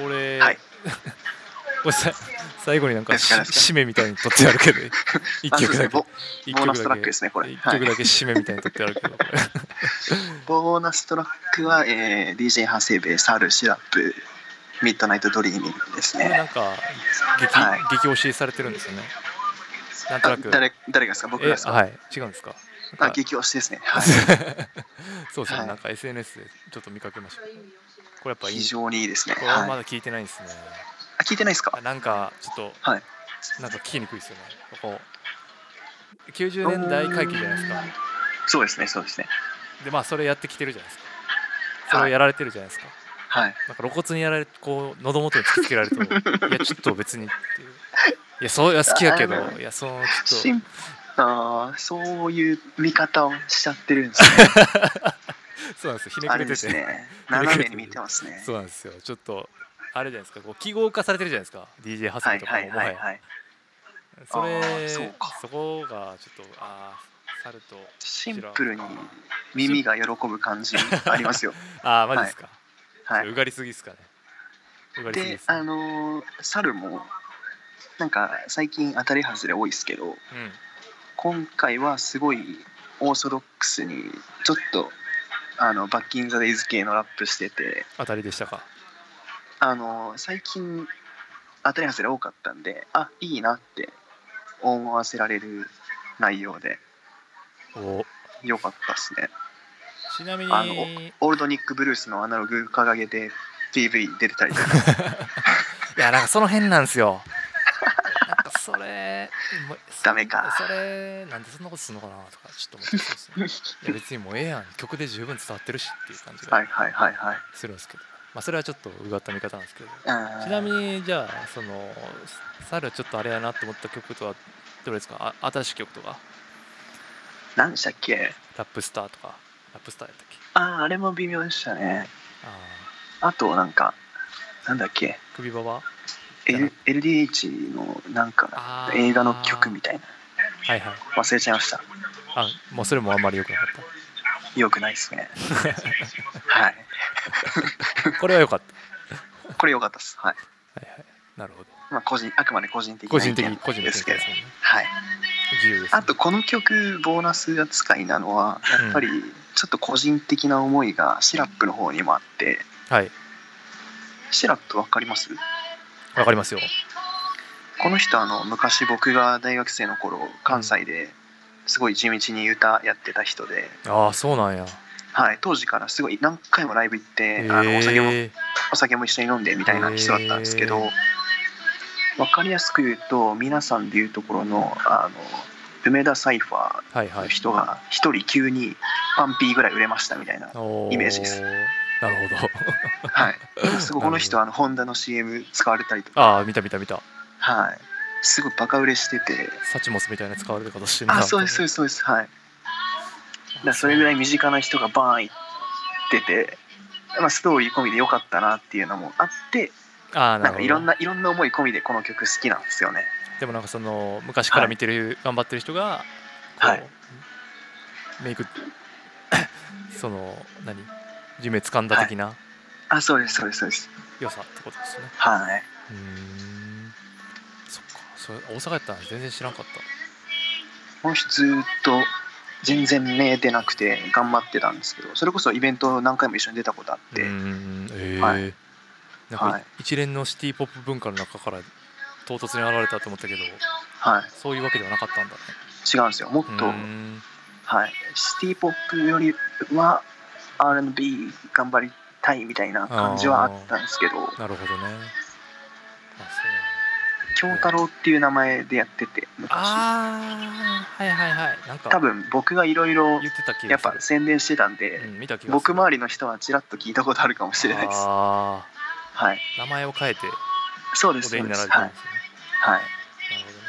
これ、
はい
[LAUGHS] これさ最後になんか
ですかですか
し締めみたいに撮ってある
[LAUGHS]
けど一
あそう
曲
ですね
だけ
ボ
一
ボーナス
曲
ト
だ
ラッ
け
クですねこれ、
一
はい
曲だけ締めみたいに撮ってあるけどこれ
ボーナストラックは、えー、DJ 長谷部サルシラップミッドナイトドリーミングです
これ
ね
なんか激,、
はい
激推しされてるんですよねなんと
あ
なく
誰誰がですか僕がです
え
か、
はい違うんですかな
あ
んか
激推しですね、はい
[LAUGHS] そうですね、
はい
なんか SNS でちょっと見かけましたこれやっぱいい
非常にいいですね、
これはま
はい、
だ聞いてないんですね、
あ聞いてないですか
あなんかちょっと、
はい
なんか聞きにくいですよねこう90年代回帰じゃないですか
そうですねそうですね
でまあそれやってきてるじゃないですかそれを
はい
やられてるじゃないですか、
はい
なんか露骨にやられこう喉元に突きつけられて
[LAUGHS]
もいやちょっと別にっていういやそういや好きやけど
ああの
いやそのちょっ
[LAUGHS] し
と
んあーそういう見方をしちゃってるん
[LAUGHS]
ですね
[LAUGHS] そうなんですよひね
あ
くれ
れで
て
す
て、 [LAUGHS]
ね斜めに見てますね
そうなんですよちょっとあれじゃないですかこう記号化されてるじゃないですか DJ ハス
は
ミ
い
とか
は
も
い
もは
はい
や
はい
そ
あ
れ
ー
そ
そうか
こがちょっとああ猿と
シンプルに耳が喜ぶ感じあ
[LAUGHS]
りますよ
ああマジですか、
は
ちょっと
いう
がりすぎですかねうがりすぎ
で
です、ね、
あのー猿もなんか最近当たり外れ多いですけど
うん
今回はすごいオーソドックスにちょっとあのバッキン・ザ・デイズ系のラップしてて
当たりでしたか
あの最近当たり外れ多かったんであいいなって思わせられる内容で
お
良かったですね
ちなみに
あのオールドニック・ブルースのアナログ掲げて PV 出てたりとか
いやなんかその辺なんです
[LAUGHS]
よなんかそれもう
ダ
[LAUGHS]
メか
それなんでそんなことするのかなとかちょっと思ってそう
[LAUGHS]
ですねいや別にもうええやん曲で十分伝わってるしっていう感じ
は
が
いはいはいはい
するんですけど、まあそれはちょっとうがった見方なんですけど
あー
ちなみにじゃあその猿はちょっとあれやなと思った曲とはどれですかあ新しい曲とか
何でしたっけ
ラップスターとかラップスターやったっけ
あああれも微妙でしたね
あ
あとなんかなんだっけ
ー首輪は
L LDH のなんか
あー
映画の曲みたいな
はいはい
忘れちゃいました
あもうそれもあんまりよくなかっ
よくない
[LAUGHS]
ですねはい
た [LAUGHS] これはよかっ
これ良かったですはい
たはいはいなるほど
まあ個人あくまで個人的な
個人的
意見
個人的
ですけど
ですもんね
はい
自由です、ね、
あとこの曲ボーナス扱いなのは
うん
やっぱりちょっと個人的な思いがシラップの方にもあって
はい
シラップわかります
わかりますよ
この人あの昔僕が大学生の頃関西ですごい地道に歌やってた人で
ああそうなんや
はい、当時からすごい何回もライブ行って、あのお酒も
えー
お酒も一緒に飲んでみたいな人だったんですけど、
へ
わかりやすく言うと皆さんでいうところのあの梅田サイファ
はい
ー
は
の
い
人が一人急にパンピーぐらい売れましたみたいな、
[LAUGHS]
イメージです
おなるほど [LAUGHS]
はい、今すごいこの人はあのホンダの CM 使われたりとか、
ああ見た見た見た
はい、すごいバカ売れしてて
サチモスみたいな使われる方してるな
あそうですそうですそうですはいだからそれぐらい身近な人がバーン行ってて、まあ、ストーリー込みでよかったなっていうのもあって
ああなるほ
なんか
ど
いろんないろんな思い込みでこの曲好きなんですよね
でもなんかその昔から見てる、頑張ってる人がこう、
はい
メイク [COUGHS] その何夢掴んだ的な
あそうですそうですそうです
良さってことですね、
はい。
うーんそっかそれ大阪やったら全然知らんかった
もうずーっと全然目出なくて頑張ってたんですけど、それこそイベント何回も一緒に出たことあって、
うーんええ
はい
なんか、
はい
一連のシティポップ文化の中から唐突に現れたと思ったけど
はい、
そういうわけではなかったんだね
違うんですよ。もっ
う
と、
ーん
はい、シティポップよりは R&B 頑張りたいみたいな感じはあったんですけど、
なるほどねあそう
京太郎っていう名前でやってて、昔
ああはいはいはいなんか
多分僕がいろいろ
言ってた気が
やっ
する
ぱ宣伝してたんで、
うん、見た気がする
僕周りの人はちらっと聞いたことあるかもしれないです。
あ
はい、
ー名前を変えて
そうで
お
す。
出
そう
に
で
なら
す
れたん
はい
で、す
はい、
ね、なるほどね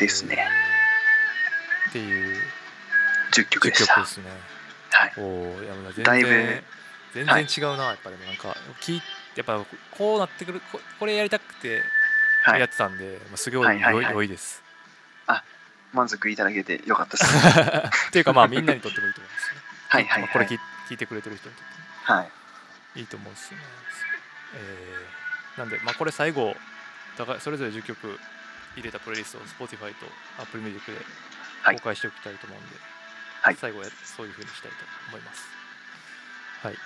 ですね。
えーっていう
10曲で
10
し
曲
た
で。すね
はい、
おおいやもう全
だいぶ
然全
はい
然違うなやっぱでもなんか聞いやっぱこうなってくるここれやりたくて
はい
やっ。てたんで、まあすごい
はいはいはい
良い良いです。 [LAUGHS]
満足いただけてよかったです。
っていうかまあみんなにとってもいいと思いますね。
はいはい、は
ま
い。
あこれ聞い聞いてくれてる人にとっても。
はい。
いいと思うんですよね。えーなんで、まあ、これ最後お互いそれぞれ10曲入れたプレイリストを Spotify と Apple Music で
はい
公開しておきたいと思うんで、
はい
最後はそういうふうにしたいと思います。はい、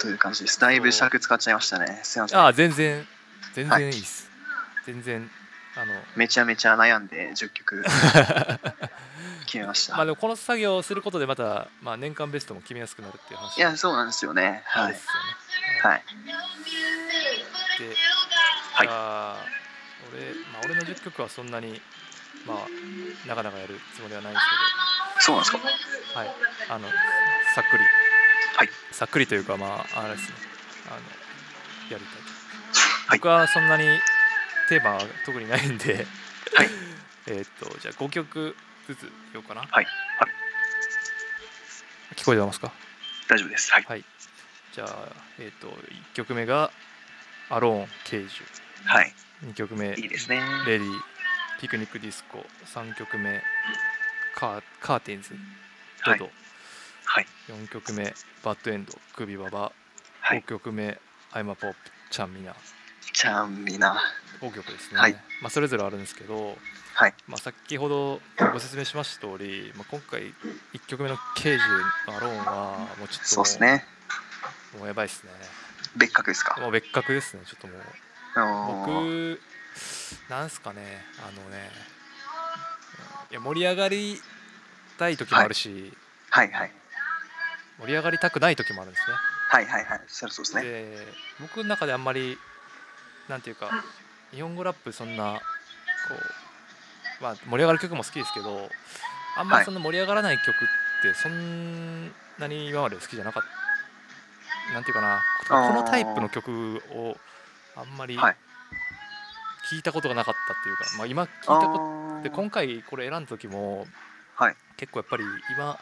という感じです。だいぶ尺使っちゃいましたね。すいませ
あ
ん。
あ全然全
は
然
い
いいです。全然あの
めちゃめちゃ悩んで10曲
[LAUGHS]
[LAUGHS] 決めました。
まあでもこの作業をすることでまた、まあ、年間ベストも決めやすくなるっていう話
いや、そうなんですよね。
なん
は
で
い
す。よね。
はい。
で
はい
じゃあ俺,、まあ、俺の10曲はそんなに、まあ、なかなかやるつもりはないんです
そうなんですか。
けど、はい、あのさっくり、
はい
さっくりというか、まあ、あれですねあのやりたいと、
はい
僕はそんなにテーマは特にないんで、
はい
[LAUGHS] えーっとじゃあ5曲ずつ言おうかな、
はいはい
聞こえてますか
大丈夫です。はい。
じゃあ、えーっと1曲目が「アローン・ケイジ
はい。
ュ」2曲目
いいですね。
レディーピクニックディスコ3曲目カーカーテンズ
は
ロ
い
ド、
はい。
4曲目バッドエンドクビババ、
は
5
い。
曲目アイマポップチャンミナ
ちゃんみな。
5曲ですね、
はい
まあ、それぞれあるんですけど、
はい
まあ、先ほどご説明しました通り、まあ、今回1曲目の「ケージのアローン」はもうちょっと
そうですね。
もうやばいですね
別格ですか。
もう別格ですねちょっともう
あのー
僕なんすかねあのねうんいや盛り上がりたい時もあるし、
はいはい。
盛り上がりたくない時もあるんです
はいはいはい。そりゃそうです
ね
ね。
で僕の中であんまりなんていうか日本語ラップそんなこう、まあ、盛り上がる曲も好きですけどあんま
は
り
い
そんな盛り上がらない曲ってそんなに今まで好きじゃなかったなんていうかな
あ
こ
ー
のタイプの曲をあんまり
はい
聞いたことがなかったっていうか、まあ、今聞い
あ
たこと
ー
で今回これ選んだ時も、
はい
結構やっぱり今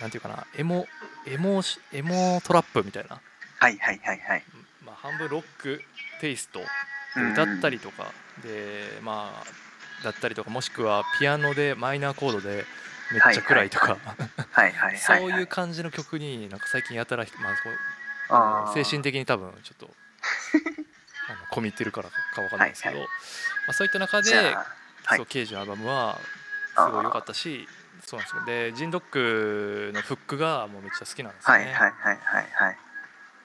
なんていうかなエモエモしエモトラップみたいな、
はいはいはいはい。
まあ、半分ロックテイストで
うん
歌ったり。とかでまあだったりとかもしくはピアノでマイナーコードでめっちゃ暗いとか、
はいはいは
[LAUGHS]
い。
そ
は
ういう感じの曲になんか最近やたら、まあこうあ
あ
の
ー
精神的に多分ちょっと
[LAUGHS]
あの込み入ってるからかわかんないですけど、
はい
まあ、そういった中で
じゃあはい
そうケージのアルバムはすごい良かったしそうなんですよでジンドックのフックがもうめっちゃ好きなんですよ
は
ね
い、はいはいはいはい。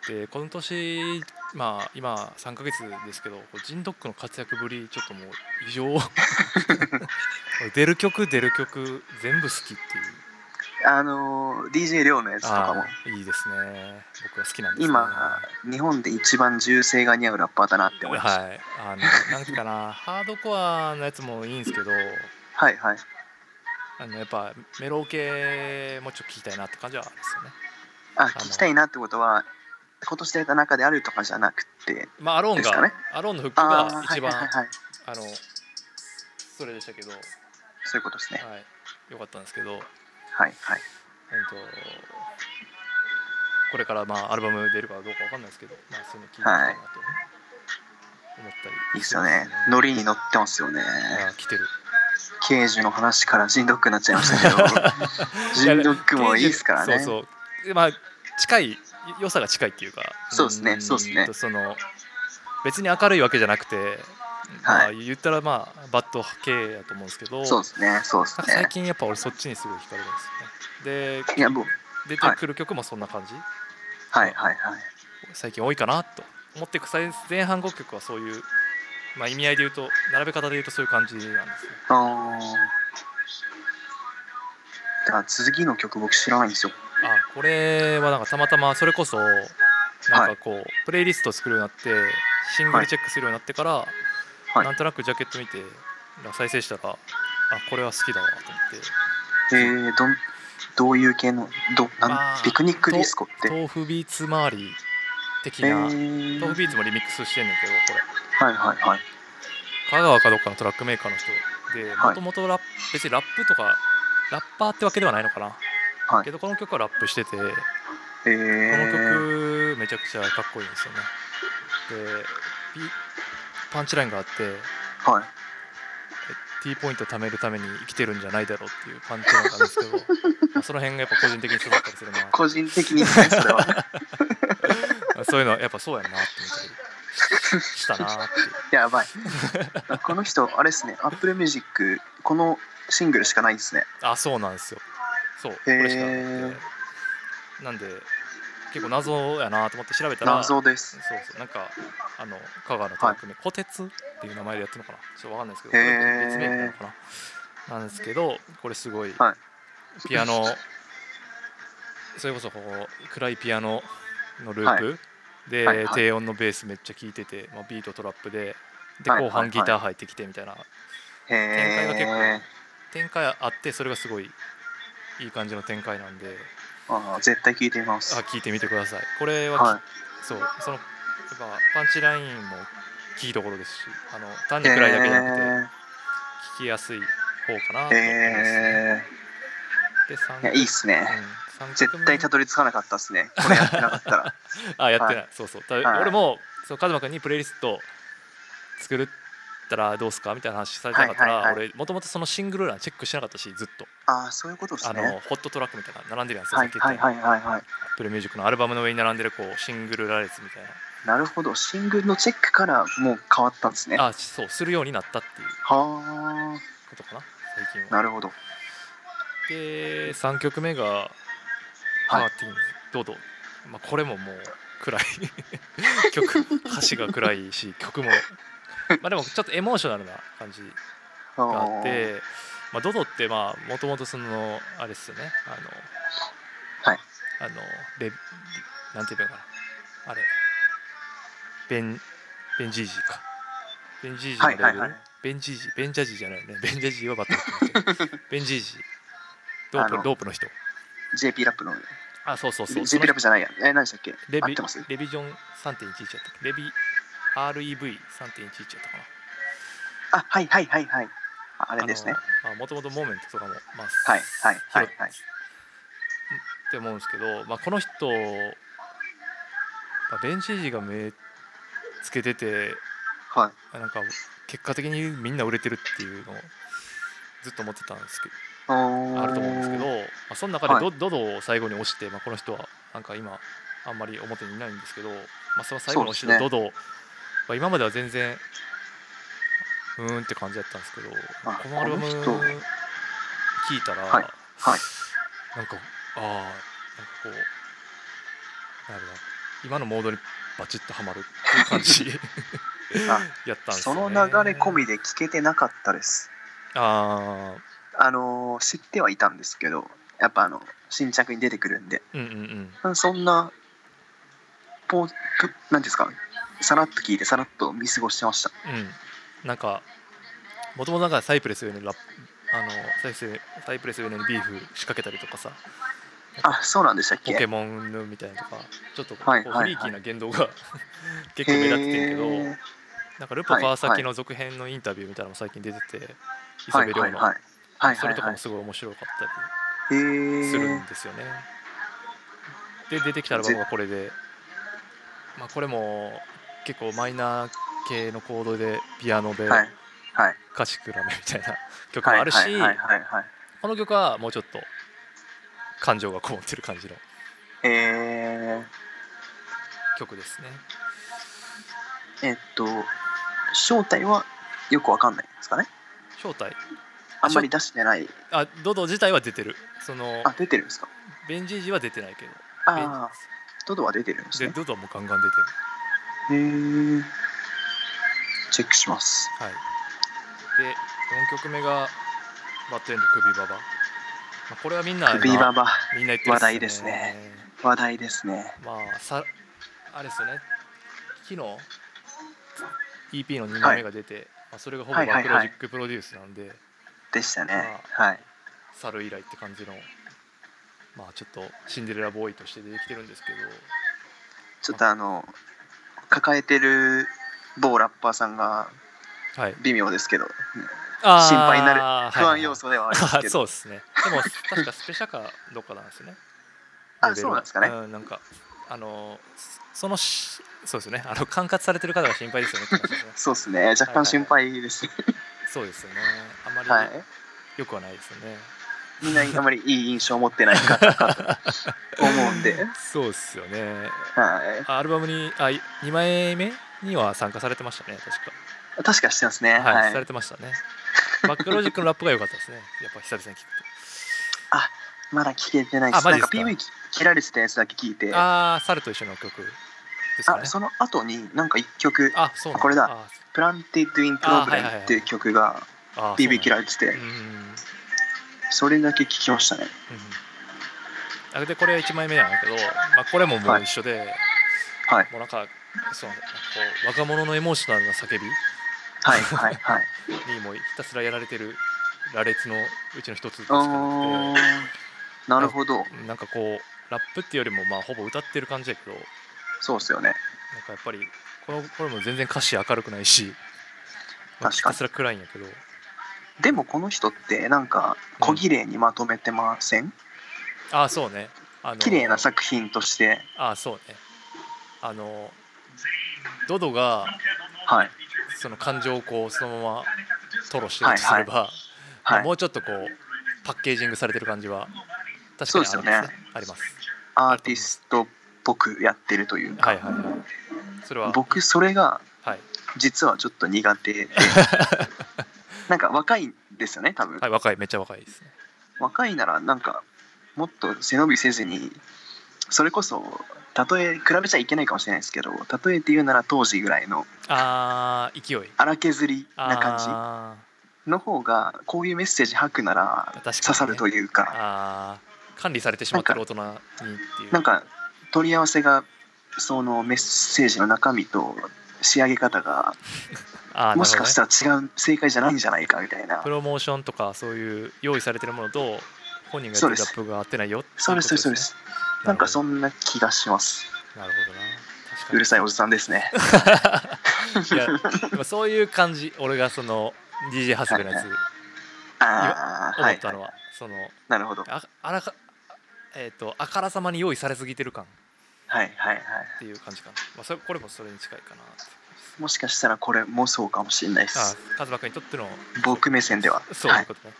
でこの年まあ今3ヶ月ですけどこうジンドックの活躍ぶりちょっともう異
[LAUGHS]
常出る曲出る曲全部好きっていう
あのー DJ 亮のやつとかも
あーいいですね僕は好きなんです、ね、
今日本で一番銃声が似合うラッパーだなって思いました、
はいあのなんかなハードコアのやつもいいんですけど
はい、はい
あのやっぱメロ系もちょっと聞きたいなって感じはあるんですよね
あ聞きたいなってことは今年出た中であるとかじゃなくて
まあアローン
です
が、
かね
アローンの復帰
ああ
が
ーは
一
い
番
はい
あ,、
はいはい
のそれでしたけど、は
そういうことですね
い、よかったんですけど、うんと、
はいはい
これからまあアルバム出るかどうかわかんないですけど、まあ、その聞いてみたいなと思ったり、
いいっすよねノリに乗ってますよね
あ来てる
刑事の話からしんどくなっちゃいましたけど [LAUGHS] ジンドックもいいですからね
そうそうでまあ近い良さが近いっていうか
そうですね
ん
そうですね
とその別に明るいわけじゃなくて、まあ、言ったらまあバッド系やと思うんですけど
そうですねそうです
なんか
ね
最近やっぱ俺そっちにすごい惹かれるんですよね
いやもう
で出てくる曲もそんな感じ、
はいはいはい
最近多いかなと思ってく最前半5曲はそういう、まあ、意味合いで言うと並べ方で言うとそういう感じなんですよ
あーだから次の曲僕知らないんですよ
あこれはなんかたまたまそれこそなんかこう、プレイリスト作るようになってシングルチェックするようになってから、
い
なんとなくジャケット見て再生したらあこれは好きだわと思って
えー、どんどういう系のど
まあ
なんピクニックディスコって
豆腐ビーツ周り的
え
な、
ー、
豆腐ビーツもリミックスしてんねんけどこれ
はいはいはい
香川かどっかのトラックメーカーの人で
は
も
い
ともと別にラップとかラッパーってわけではないのかな、
はい
けどこの曲はラップしててこの
えー、
曲めちゃくちゃかっこいいんですよねでピパンチラインがあって
はい
T ポイント貯めるために生きてるんじゃないだろうっていうパンチラインがあるんです
[LAUGHS]
けどまあその辺がやっぱ個人的にすごかったりするな
個人的にねそれは
[LAUGHS] そういうのはやっぱそうやんなって思ったりしたなーっていう
やばいこの人あれですね Apple Music このシングルしかないですね
あそうなんですよそうこれしかな
へ
くてなんで結構謎やなと思って調べたら
謎で
そ
す
うそうなんかあの香川のトラック名、虎鉄っていう名前でやってるのかなちょっとわかんないですけど
へー
これ別名なのかななんですけどこれすごい、
は
ピアノそれこそこう暗いピアノのループ、で、
はいはい
低音のベースめっちゃ聴いてて、まあ、ビートトラップでで
はい
後
はいは
半
い
ギター入ってきてみたいな、
へ
展開が
え
結展開あってそれがすごいいい感じの展開なんで
あー絶対聞いてみま
あ
す
聞いてみてくださいこれは、
は
そうそのやっぱパンチラインも聞いどころですしあの単に暗いだけじゃなくて聞きやすい方かなと思います
えー、
ね、
え
で
ー、いやいいっすね絶対た
と
どり着かなかったっすねこれやってなかった
[LAUGHS]
ら
あやってない、そうそうた
はい
俺もそうカズマ君にプレイリスト作るったらどうすかみたいな話されてなかったら、
はいはい
俺もともとそのシングル欄チェックしてなかったしずっと、
ああそういうことです
あ
ね
のホットトラックみたいなの並んでるやん
はいはいはいはいはい
アップルミュージックのアルバムの上に並んでるこうシングル羅列みたい
なるほどシングルのチェックからもう変わったんですね
な
は
あそうするようになったっていう
あ
ことかな最近は
なるほど
で3曲目が「パーティーンズ」どうどう、まあ、これももう暗い [LAUGHS] 曲歌詞が暗いし曲もまあでもちょっとエモーショナルな感じがあってまあ、ドドってまあもともとそのあれですよねあの
はい
あのレなんて言えばいいのかなあれベンベンジージーかベンジージーのレベル、
はいはいはい
ベンジージーベンジャジーじゃないよねベンジャジーはバットにな
[LAUGHS]
ってるベンジージーロー
あ
プ
の
ロープの人
JP ラップの
あそうそうそうそ
JP
の
ラップじゃないやえ何でしたっけ
レ
合っ
ビ
てます
レビジョン3.11やったっけレビ REV3.11 やったかな
あはいはいはいはいああれですね
もともとモーメントとかも、まあ、
はいはいはいはい
拾って思うんですけど、まあ、この人、まあ、ベンチージが目つけてて
はい
なんか結果的にみんな売れてるっていうのをずっと思ってたんですけどあ
あ
ると思うんですけど、まあ、その中でド,、ドドを最後に押して、まあ、この人はなんか今あんまり表にいないんですけど、まあ、その最後の押しの
そ
ド
う
ド、まあ、今までは全然うーんって感じだったんですけど
あ
このアルバム
こ
聴
の
い
人
たら、
はいはい
なんかああなんかこうなるほど今のモードにバチッとはまるっていう感じ
[LAUGHS]
[LAUGHS] やったんです
そ
よ、ね、
の流れ込みで聞けてなかったです
あ
あのー知ってはいたんですけどやっぱあの新着に出てくるんで
うんうんうん
そんなポープなんていうんですかさらっと聞いてさらっと見過ごしてました
うんなんかもともとなんかサイプレス上のラップあのサイプレスサイプレス上のビーフ仕掛けたりとかさ
あそうなんでしたっ
ポ
け
ケモンのみたいなとかちょっとこう
はいはいはい
フリーキーな言動が [LAUGHS] 結構目立ってるけど
へー
なんかルポ川
はいは
崎
い
の続編のインタビューみたいなのも最近出てて磯
はい
部
は
亮
い
の
はいはい
そ
は
れ
い
とか
はい
もすごい面白かったり
へ
するん
ー
ですよね。で出てきたアルバムがこれで、まあ、これも結構マイナー系のコードでピアノで
はいはい
歌詞くらめみたい
[LAUGHS]
な曲も
はい
あるし、
はいはいはいはい
この曲はもうちょっと感情がこもってる感じの
え
曲ですね。
ー、えっと正体はよくわかんないんですかね
正体
あんまり出してない
あドド自体は出てるその
あ出てるんですか
ベンジージは出てないけどベン
ああトドは出てるんです
で
ね
ドドはもうガンガン出てる。
へーチェックします
はい、で4曲目がバッドエンド首ババ、まあ、これはみんな
首バ
今
バ
みんな言ってるっすね
話題ですね話題ですね
まあさあれですよね昨日 EP の2枚目が出て、まあ、それがほぼバ
はいはい
ック
はい
ロジックプロデュースなんで、
でしたね
あ
はい
猿以来って感じのまあちょっとシンデレラボーイとして出てきてるんですけど
ちょっとあの抱えてる某ラッパーさんが
はい
微妙ですけど
あー
心配になる
はい
不安要素ではあるんです
あ
け
[LAUGHS]
ど、
そうですねでも確かスペシャカどっかなんですよね
あ
レベルが
そうなんですかね
うん、なんかあのそそのしそうですよねあの管轄されてる方が心配ですよねって話
[LAUGHS]
ですね
そうですね若干心配ですね
そうですよねあんまり
はい、
良くはないですよね、
みんなあまりいい印象を持ってないかなと思う
[LAUGHS]
んで
そうですよね
は
あアルバムにあい2枚目には参加されてましたね確か
い確かしてますね
はい、
はい、
されてましたねバックロジックのラップが良かったですねやっぱ久々
[LAUGHS]
に聞く
まだ聞けてない
あ
です
マ
な
ジ
ん
で
か
すか
PV き切られてたやつだけ聞いて
とああ猿と一緒の曲ですかね
あその後になんか一曲
あそうなん
これだ
あ
「プランティッド・イン・プロブレム
あはいはいは」い
っていう曲が
あそうなん
PV
だ
切られて
う
て
ん
それだけ聞きましたね
うんあでこれ1枚目なんだけど、まあ、これももう一緒で、
はい
もうなんかそうなんだこう若者のエモーショナルな叫び
はいはい
[LAUGHS]
はい
にもうひたすらやられてる羅列のうちの一つでしかな
お
く
ーなるほど
てなんかこうラップっていうよりもまあほぼ歌ってる感じやけどなん
そうっすよね
かやっぱりこのこれも全然歌詞明るくないしまあ
確
ひ
かに
たすら暗いんやけど
でもこの人ってなんか小綺麗にまとめてません
ああそうねあの
綺麗な作品として
ああそうねあのドドが
はい
その感情をこうそのまま吐露してるとすれば、ま
は
あ
い
もうちょっとこうパッケージングされてる感じは確
そ
か
う
に
ですよね
ありますねあります
アーティストっぽくやってるという
は
か
いはいはいそれは
僕それが
はい、
実はちょっと苦手
[LAUGHS]
でなんか若いんですよね多分
はい、若いめっちゃ若いですね
若いならなんかもっと背伸びせずにそれこそ例え比べちゃいけないかもしれないですけど例えて言うなら当時ぐらいの
あー勢い
荒削りな感
あ
じの方がこういうメッセージ吐くなら
確かに
刺
ね
さるというか
ーあー管理されてしまってる大人にっていう
なんか取り合わせがそのメッセージの中身と仕上げ方が
あー
もしかした
なる
ら違う正解じゃないんじゃないかみたいな
ほどねプロモーションとかそういう用意されてるものと本人がやってるラップが合ってないよっていう
そうですそうですそうですなんかそ
ん
んな気がします
なるほどな確かに
うるさいおじさんですね
[LAUGHS] いやでもそういう感じ俺がその DJ ハスベのやつ
ああ
思
は
っ
い
たのは、その
なるほどはい
ああらかえっ、とあからさまに用意されすぎてる感っ
はいはい
ていう感じかな、まあ、それこれもそれに近いかなって
もしかしたらこれもそうかもしれないで
あ
す
カズマ君にとっての
僕目線では
そう
は
いう
い、
ことね、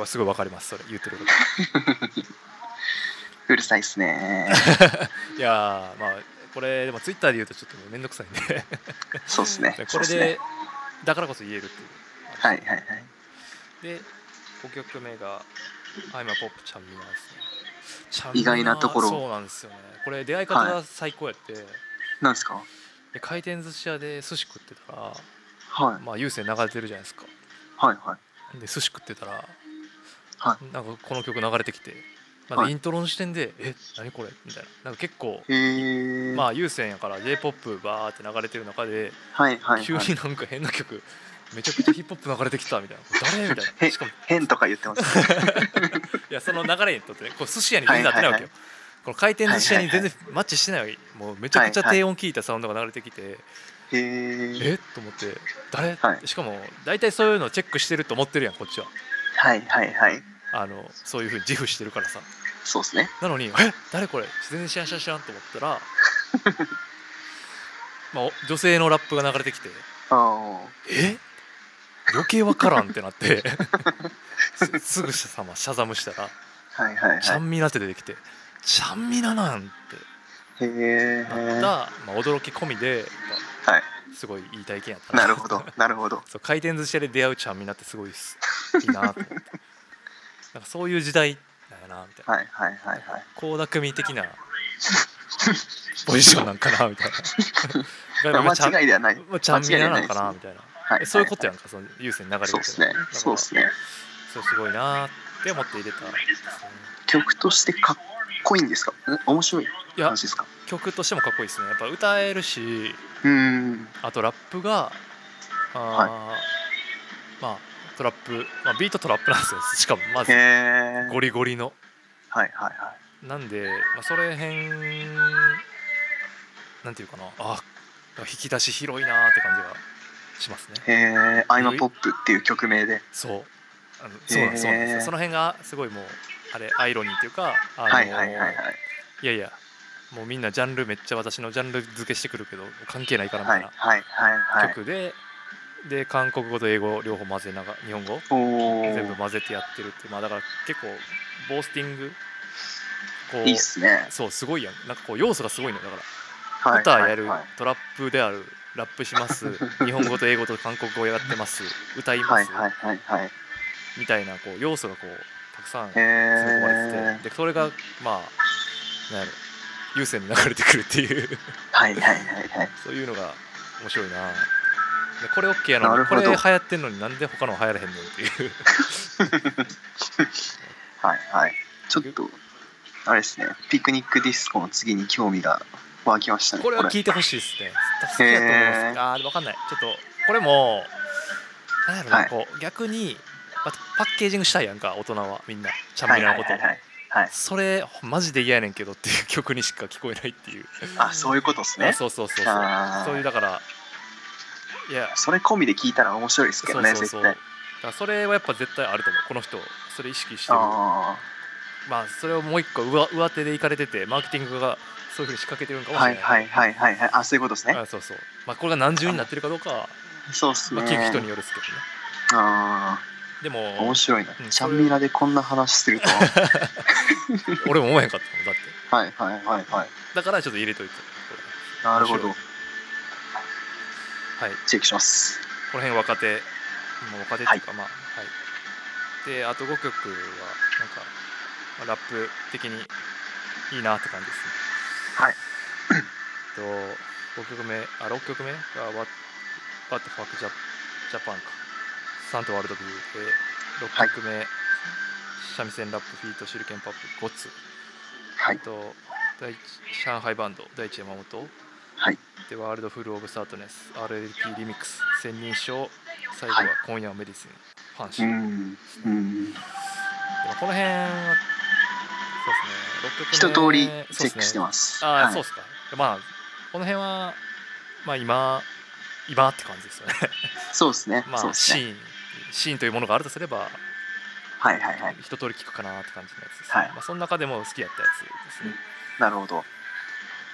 あすごいわかりますそれ言ってるこ
うるさいで
[LAUGHS]
すね
といやーまあこれでもツイッターで言うとちょっともうめんどくさいん
[LAUGHS]
で
そうですね
こ
そう
れ
です
で、
ね
だからこそ言えるっていう
はいはいはい
で5曲目が「I'm a Pop ちゃんみな」ですねちゃんみ
意外なところ
そうなんですよねこれ出会い方が最高やって、
なんですか
で回転寿司屋で寿司食ってたら
はい
まあ有線流れてるじゃないですか
はいはい
で寿司食ってたら
は
なんかこの曲流れてきて、ま
は
あ、
い
イントロの時点で「え何これ?」みたいななんか結構
へえ。
まあ優先やから j p o p バーって流れてる中で
はいはい、
急
は
に
い。
なんか変な曲めちゃくちゃヒップホップ流れてきたみたいな「誰?」みたいな
え
しかも
変とか言っ
[LAUGHS]
てます。
いやその流れにとってねこう寿司屋に全然合ってないわけよ、
はいはいはい
この回転寿司屋に全然マッチしてないわけもうめちゃくちゃ低音効いたサウンドが流れてきて、
へえ。
えっと思って誰、
はい
しかも大体そういうのをチェックしてると思ってるやんこっちは
はいはいはい。
あのそういうふうに自負してるからさ
そうですね。
なのに「え誰これ全然知らん知らん知らん」と思った
[LAUGHS]
らまあお女性のラップが流れてきて
ああ。
「え余計わからん」ってなってすすぐさまシャザムしたら
はいは
「
い
ちゃ
は
んみな」って出てきて「ちゃんみな」なんて
い。へえ。
なった、まあ、驚き込みで、
はい。
まあすごいいい体験やった
なるほど。なるほど。
そう回転寿司屋で出会うちゃんみんなってすごいっすいいなと思って [LAUGHS] なんかそういう時代だよなみたいな
はいはいはいはい。
倖田來未的なポジションなんかなみ
[LAUGHS]
たいな
まあ
ちゃん
間違いではない。
まあちゃんみなな
間違
ん
い
か
ない
な
です
みたいな
は
えそういうことや
ん。
んかその優先に流れて
そう
る
ですね。そうですね。
そうすごいなって思って入れたんですね
曲としてかっこいいんですか。お面白い
いや
話ですか。
曲としてもかっこいいですねやっぱ歌えるし
うーん。
あとラップがあー、まあトラップ、まあ、ビートトラップなんですよ [LAUGHS] しかもま
へ
ず
え。
ゴリゴリの
はいはいは
なんで、まあ、それへんなんていうかなあ引き出し広いなーって感じがしますね
い。へえ。アイマポップっていう曲名で。
そうあのそうなんですそうなんです
へ
よ
ー
その辺がすごいもうあれアイロニーっていうかあのー
はいはいはいはい。
いやいやもうみんなジャンルめっちゃ私のジャンル付けしてくるけど関係ないからみ
は
たい
い
な
はいはいはい。
曲で、で韓国語と英語両方混ぜながら日本語
お
全部
お。
混ぜてやってるってまあだから結構ボースティングこう
いいっすね。
そうすごいやんなんかこう要素がすごいのよだから
はい
歌
はい
やる、
はい
トラップであるラップします
[LAUGHS]
日本語と英語と韓国語やってます歌いま
はい
す、
はいはいはい。へ
みたいなこう要素がこうたくさん詰め込まれてて、
え。
でそれがまあなんやろ優先に流れてくるっていう
はいはいはいはい。
そういうのが面白いなでこれ OK やの
なる
にこ
ほど
れ流行ってんのになんで他の流行らへんのっていう
はいはい。ちょっと、あれですね、ピクニックディスコの次に興味が湧きま [LAUGHS] したね。
これは聞いてほしいですね好きやと思いま
へ
す
ー
あーでも分かんないちょっとこれもなんやろな、
はい
こう逆にまたパッケージングしたいやんか大人はみんなちゃん
は
み
い
な
は
の
い
こと
は
を
いはい。はい、
それマジで嫌やねんけどっていう曲にしか聞こえないっていう
あ、そういうことです
あ
ね。
そうそうそうそう
あー
そういうだからいや
それ込みで聞いたら面白いですけ
そ
ど
う
ね、
そうそうだ
絶対
か。らそれはやっぱ絶対あると思うこの人それ意識してる
あ
まあそれをもう一個上上手でいかれててマーケティングがそういうふうに仕掛けてるんか
あ、
もしれな
はいいはいはいはいはい。あ、そういうことですね。
あそうそうまあこれが何重になってるかどうかは、
そうです
ま
ね
あ、。聞く人によるっすけどね
あ
でも
あ、面白いな
うん。
ちゃんみなでこんな話するとは。
俺も思えへんかったもんだって
はいはいはいはい。
だからちょっと入れといてこ
なるほ
面
ど。
れはい
チェックします。
この辺若手もう若手っていうか、まあはいであと5曲はなんかまあラップ的にいいなって感じですね
はい
と5曲目あ6曲目が「What, What the Fuck Jap- Japan」か「サンとワールドビュー」で6曲目、三味線ラップフィート手裏剣パップゴツ
はい。
と第一上海バンド第一山本
はい。
でワールドフルオブサートネス RLP リミックス千人称最後は
はい
今夜はメディシン、ファンシ
う
ー、
ん。うん。
でもこの辺はそうです
一
ね
通
6
り
曲目
チェッ
そうっ
クして
すね
ます。
ああ、
はい
そうっすかでまあこの辺はまあ今今って感じ
[LAUGHS]
ですよね
そうですね。
ま
そう
あ
です
シ
ね。
ーンシーンというものがあるとすれば
はいはいはい。
一通り聞くかなって感じのやつです、
はい
まあ、その中でも好きやったやつですねやっ
なるほど。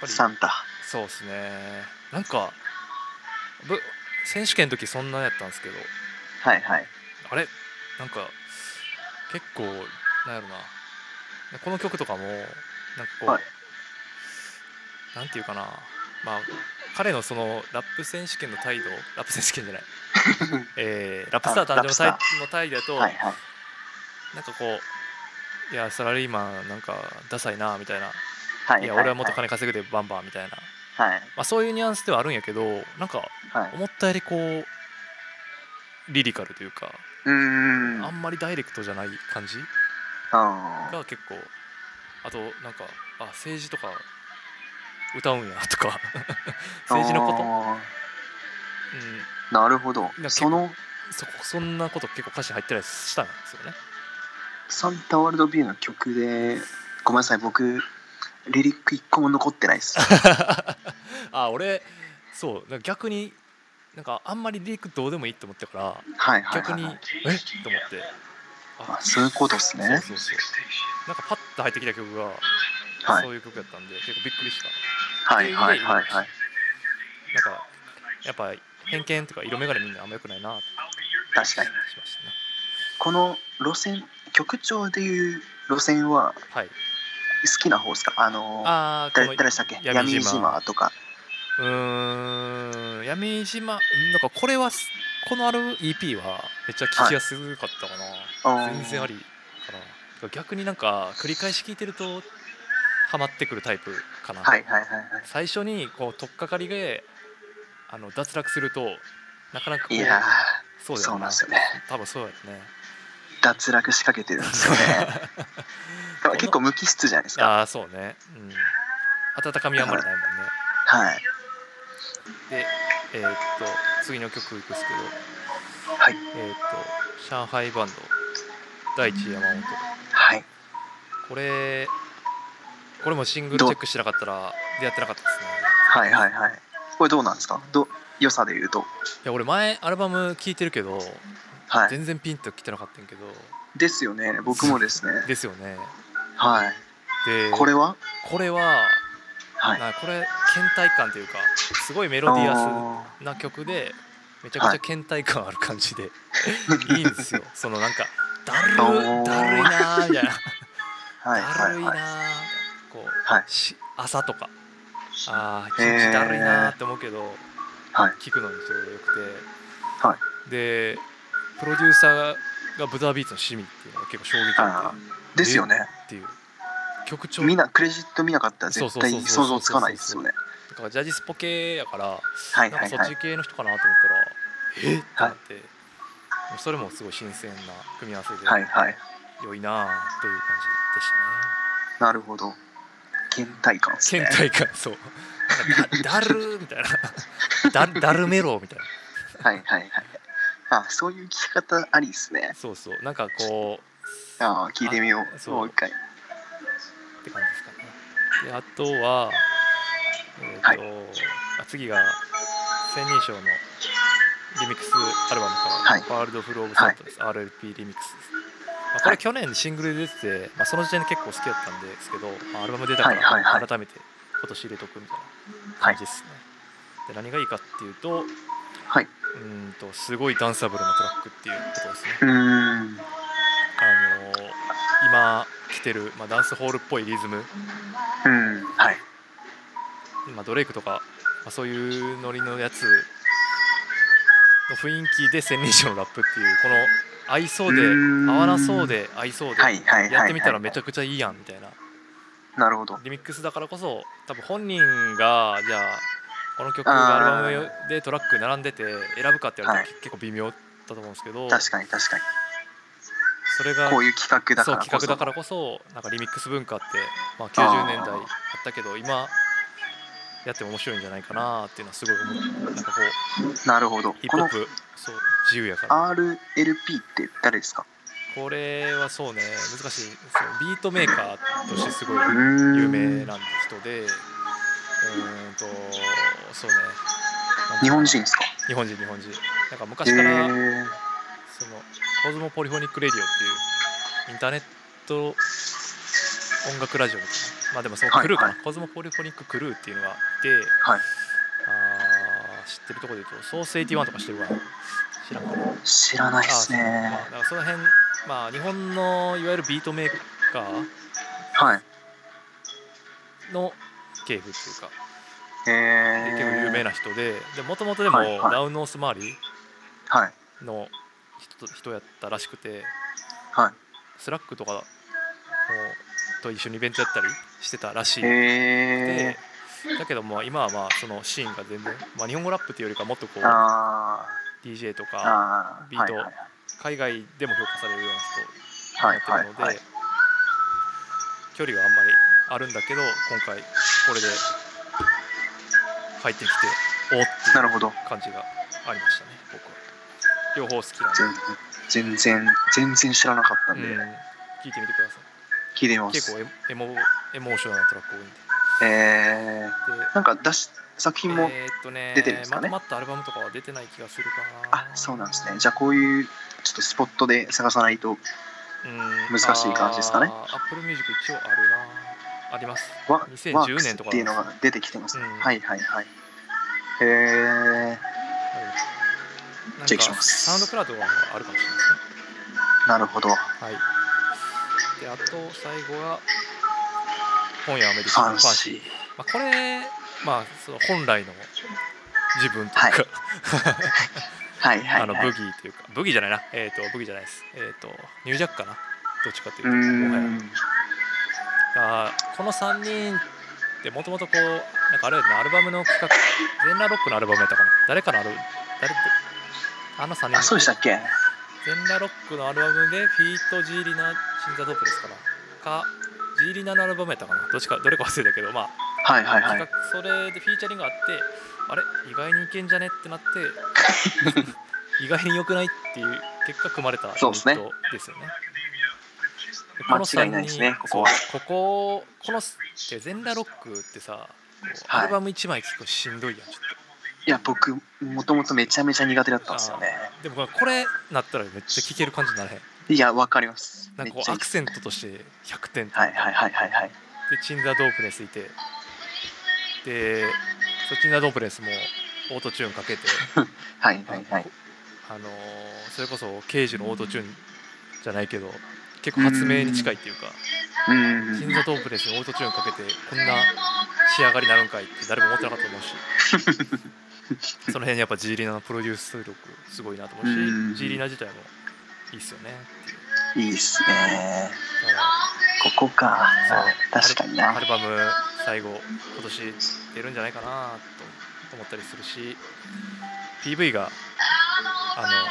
ぱり
サンタ。
そうですねなんかぶ選手権の時そんなやったんですけど
はいはい。
あれなんか結構なんやろなこの曲とかもなんかこう、
はい
なんていうかなまあ彼のそのラップ選手権の態度ラップ選手権じ
[LAUGHS]
ゃない、えーラップスター誕生
ラッ
の
プスター
態の態度だと、
はいはい。
なんかこういやサラリーマンなんかダサいなみたいな、
はいい。
や俺はもっと
はい
金稼ぐでバンバンみたいな、
はい。
まあ、そういうニュアンスではあるんやけどなんか
はい。
思ったよりこうリリカルというか
うーん
あ
あ
んまりダイレクトじゃない感じ
あー
が結構あとなんかあ政治とか歌うんやと
[LAUGHS]
か政治のこと、う
あーなるほど
結構
その
ん、そこそんなこと結構歌詞入ってたりしたんですよ
[LAUGHS]
ね
サンタワールドビューの曲でごめんなさい僕リリック一個も残ってないです
[LAUGHS] あ俺そうなんか逆になんかあんまりリリックどうでもいいと思ってたから
はいはい
逆
はい、
に
は
え
い、
と思って
あそういうことですね
そうそうそうなんかパッと入ってきた曲が、
はい
そういう曲やったんで結構びっくりした
はいはいはいはい
なんかやっぱ偏見とか色眼鏡みんなあんま良くないなって
確かに
しましたね
この路線曲調でいう路線は
はい
好きな方ですかあのー
ああこ
誰
の
誰でしたっけ
闇
闇
島
島とか
うーん闇島なんかこれはすこのある EP はめっちゃ聴きやすかったかな、
はいあー
全然ありかな逆になんか繰り返し聴いてるとハマってくるタイプかな、
はいはいはいはい
最初にこう取っかかりであの脱落するとなかなかこう
いや
そ
ー
うだ
そ
よ
うなん
な
ですよね
多分そうやね
脱落しかけてるんで
[LAUGHS]
すよねだから結構無機質じゃないですか
ああそうねうん温かみはあんまりないもんね
はい
でえーっと次の曲いくんですけど
はい
えーっと上海バンド第一山本
はい
これこれもシングルチェックしてなかったら出会ってなかったですね
はいはいはいこれどうなんですかど良さで言うと
いや俺前アルバム聴いてるけど
はい
全然ピンときてなかったんやけど
ですよね僕もですね
ですよね
はい
で
これは
これは
はい
なこれ倦怠感というかすごいメロディアスな曲でめちゃくちゃ倦怠感ある感じで、い、いんですよそのなんかだる
おー
だるいなーみたいな
あーはい
だ
は
る
い
いなーみた
はい
いなこう、
はい
し朝とかあー一
へー
日だるいなーって思うけど、
はい
聞くのにちょうどよくて、
は
でプロデューサーがブザービーツの趣味っていうのが結構衝撃だ
あーですよね
ったっていう曲調
みんなクレジット見なかったら絶対
そうそうそうそう
想像つかないですよね
だからジャージスポ系やから
はい
なん
は
か
い
そ
は
っ
い
ち系の人かなと思ったら、えっってなって、それもすごい新鮮な組み合わせで、
はいはい
良いなあという感
なるほど倦怠感です
じで
ね
したね。倦怠感、そう。なんかだだるみたいな。 [LAUGHS] だだるメロみたいな。
はいはいはいあそういう聞き方ありですね
そうそう。なんかこう、っ
ああ聞いてみよ
あ
う
そう
もう一回
て感じですかね。で、あとは、えっ、と、
はい
あ次が、千人称のリミックスアルバムから、
はい
ワールドフルオブサントです。RLP リミックスです。まあ、こ
は
れ
い
去年シングルで出てて、まあ、その時点で結構好きだったんですけど、まあ、アルバム出たか
はいはいは
ら
い
改めて今年入れとくみたいな
は
感
い
じですね。で何がいいかっていうと、
はいう
ーんとすごいダンサブルなトラックっていうことですね。
うーん
あのー今来てる、まあ、ダンスホールっぽいリズム、
うんはい
まあ、ドレイクとか、まあ、そういうノリのやつの雰囲気で千人称のラップっていうこの合いそうで
うーん
合わなそうで合いそうで
はいはいはい
やってみたらめち
ゃ
ゃくちゃいいやんみたいな
なるほど
リミックスだからこそ多分本人がじゃあこの曲がアルバムでトラック並んでて選ぶかって言われたら結構微妙だと思うんですけど
確かに確かに
それが
こういう企画だ
そう
からこそ
企画だからこそなんかリミックス文化って、まあ、90年代あったけど今やっても面白いんじゃないかなっていうのはすごい思うなんかこう
なるほど
ヒップ
こ
ホ
の
ップそう自由やから
RLP って誰ですか
これはそうね難しいそうビートメーカーとしてすごいう
ーん
有名な人でうーんとそうねなんていうのかな
日本人ですか
日本人日本人なんか
へ
昔から
え
そのコズモポリフォニック・レディオっていうインターネット音楽ラジオみたいなまあでもそのクルーかな、
はい
コズモポリフォニック・クルーっていうのがいて、
はい
あー知ってるところで言うとソース81とかしてるわ知らんかな
知らないです
あーそ
ね
うまあだからその辺まあ日本のいわゆるビートメーカー
はい
の系譜っていうか
へ
で
え
結構有名な人ででもともとでも
はいはい
ダウンノース周り
はい
の人人やったらしくて
は
スラックとかもと一緒にイベントやったりしてたらしい
いへえ
でだけども今はまあそのシーンが全然、まあ、日本語ラップっていうよりかもっとこう
あ
DJ と
ー
か
あー
ビート
はいはいはい
海外でも評価されるような人に
は
ないってる
はい
ので、
はい
距離はあんまりあるんだけど今回これで入ってきておっってい
な
う
るほど
感じがありましたね僕は両方好きなんで、
全然全然全然知らなかったんで、
うん聞いてみてくださ
聞いてみ
い
ま
結
す
構エモエモエモーショナルなトラック多いんで
えー、
で
なんか出し作品も、
えーっとね
出てるんですかね
まとまったアルバムとかは出てない気がするかな
あそうなんですねじゃあこういうちょっとスポットで探さないと
うん
難しい感じですかね
あー Apple Music 一応あるなあります
ワ
2010
ワークス
年
っ
とか
ていうのが出てきてますね、
うん
はいはいはいへえ
なん
チェックし
か
ます
サウンドクラウドがあるかもしれないですね
ー、なるほど
はいであと最後が今夜はメディ
フ
シン
ァ
のフ
ン
ァンシ
シ
ー
ー
まあ、これまあその本来の自分というか、
はいはいはい、はい、
あのブギーというかブギーじゃないなえっ、とブギーじゃないですえっ、とニュージャックかなどっちかという
う
ともはや
ーん
あーこの3人ってもともとこうなんかあれやなアルバムの企画全裸ロックのアルバムやったかな誰かのアル誰ってあの3人
あそうでしたっけ
全裸ロックのアルバムでフィートジーリナシンザトップですからかジーリナのアルバムやったかなどっちかどれか忘れたけどまあ
はいはいはい
企画それでフィーチャリングがあってあれ意外にいけんじゃねってなって
[LAUGHS]
意外に良くないっていう結果組まれたユニッ
そうですね
トですよね。で
間違いないですね
この三人そう
ここ
こ
は
こをこので全裸ロックってさこう
はい
アルバム1枚聴くとしんどいやんちょっ
いや僕もともとめちゃめちゃ苦手だったんですよね
とでもこれなったらめっちゃ聴ける感じにならへん
いやわかります
な
め
ん
っ
かこ
ち
う
ゃ
ア
いい
クセントとして100点
はいはいはいはいはい
でチンザ・ドープネスいてでそうチンザ・ドープネスもオートチューンかけて
はいはいはい
あのーそれこそ刑事のオートチューンじゃないけど結構発明に近いっていうか
う
「金
ーん
座トープレス」にオートチューンかけてこんな仕上がりになるんかいって誰も思ってなかったと思うし
[LAUGHS]
その辺やっぱジーリナのプロデュース力すごいなと思うし
うん
ジーリナ自体もいいっすよねっていう
いいっすね
だか
ここか
そう
あ確かに
らア
な
ルバム最後今年出るんじゃないかなと思ったりするし PV があの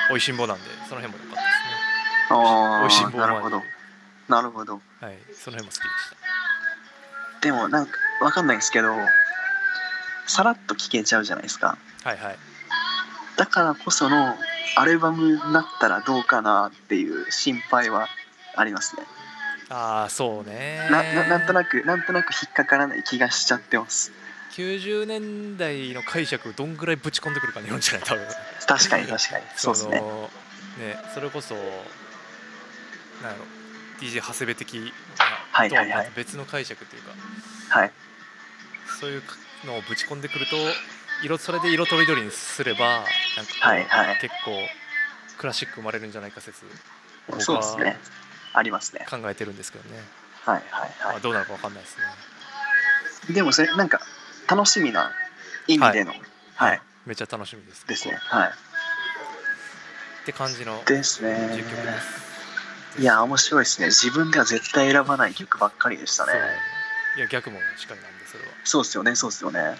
美味しんぼなんでその辺も良かったですね美
お
味しんぼ
ーなる
もあ
ほ
る
どなるほど
はい、その辺も好きでした。
でもなんかわかんないですけどさらっと聴けちゃうじゃないですか
はいはい。
だからこそのアルバムになったらどうかなっていう心配はありますね
ああ、そうね。
なななんとなくなんとなく引っかからない気がしちゃってます
90年代の解釈どんぐらいぶち込んでくるかによるんじゃない多分。
確かに確かに [LAUGHS] そうですね
のね、それこそなんやろ、DJ 長谷部的な
はい
とは
はいはい
また別の解釈というか、
はい
そういうのをぶち込んでくると、色それで色とりどりにすればなんかこう、
はいはい
結構クラシック生まれるんじゃないか説僕は
そうですねありますね
考えてるんですけどね。
はいはい
ま
は
あどうなるかわかんないですね。
いでもそれなんか楽しみな意味でのはい、
めっちゃ楽しみです。
ですね
僕は
はい
って感じの
ですね
10曲です。
いや面白いですね自分では絶対選ばない曲ばっかりでしたね
そういや逆もしかりなんでそれは
そうっすよねそうっすよね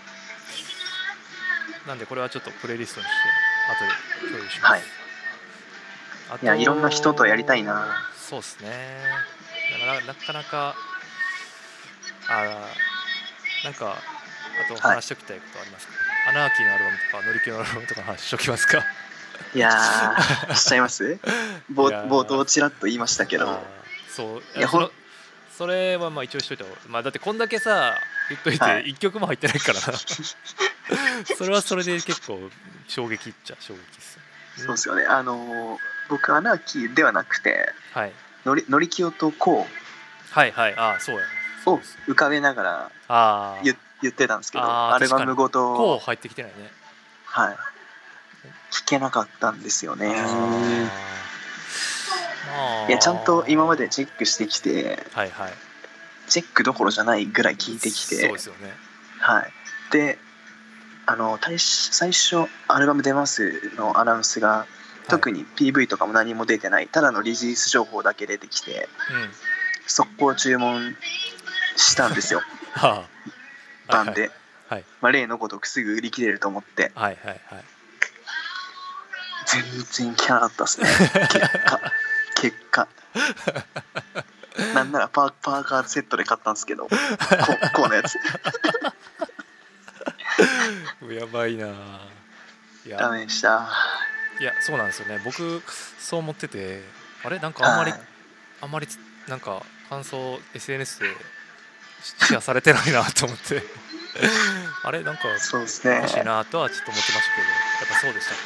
なんでこれはちょっとプレイリストにして後で共有します、
はい
あと
いやいろんな人とやりたいな
そうですねだからなかなかあらなんかあと
はい
話しておきたいことありますか、アナーキーのアルバムとかノリキューのアルバムとかの話しときますか
いやー [LAUGHS] しちゃ
[LAUGHS]
いますぼ
いやー
冒頭ちらっと言いましたけど
あーそう
いや
その
ほん
それはまあ一応しといた方がまあだってこんだけさ言っとい
は
て
い
一曲も入ってないからな [LAUGHS] それはそれで結構衝撃っちゃ衝撃っすよね
[LAUGHS] そうっすよねあのー僕アナーキーではなくて
はい
のりのりきよとこ
はいはいああそうや
う
そう
を
です
浮かべながら
ああ
言言ってたんですけど
あー
アルバムご
こう
と
入ってきてないね
はい聞けなかったんですよね
あー
いやちゃんと今までチェックしてきて
はいはい
チェックどころじゃないぐらい聞いてきて
そうですよね
はい、であの大し最初アルバム出ますのアナウンスが特に PV とかも何も出てない、ただのリリース情報だけ出てきて
うん
速攻注文したんですよ
[LAUGHS] はあ
バンで、
はい
まあ、例のごとくすぐ売り切れると思って
はいはいはいはい
全然聞かなかっ
[LAUGHS]
たですね結果結果なんならパーパーカーセットで買ったんですけどここうの
[LAUGHS]
やつ
やばいない
ダ
や
メでした
いやそうなんですよね僕そう思っててあれなんかあんまり
はい
あんまりつなんか感想 SNS でしシェアされてないなと思って [LAUGHS] あれなんか
そうですね
欲しいなとはちょっと思ってましたけどやっぱそうでしたね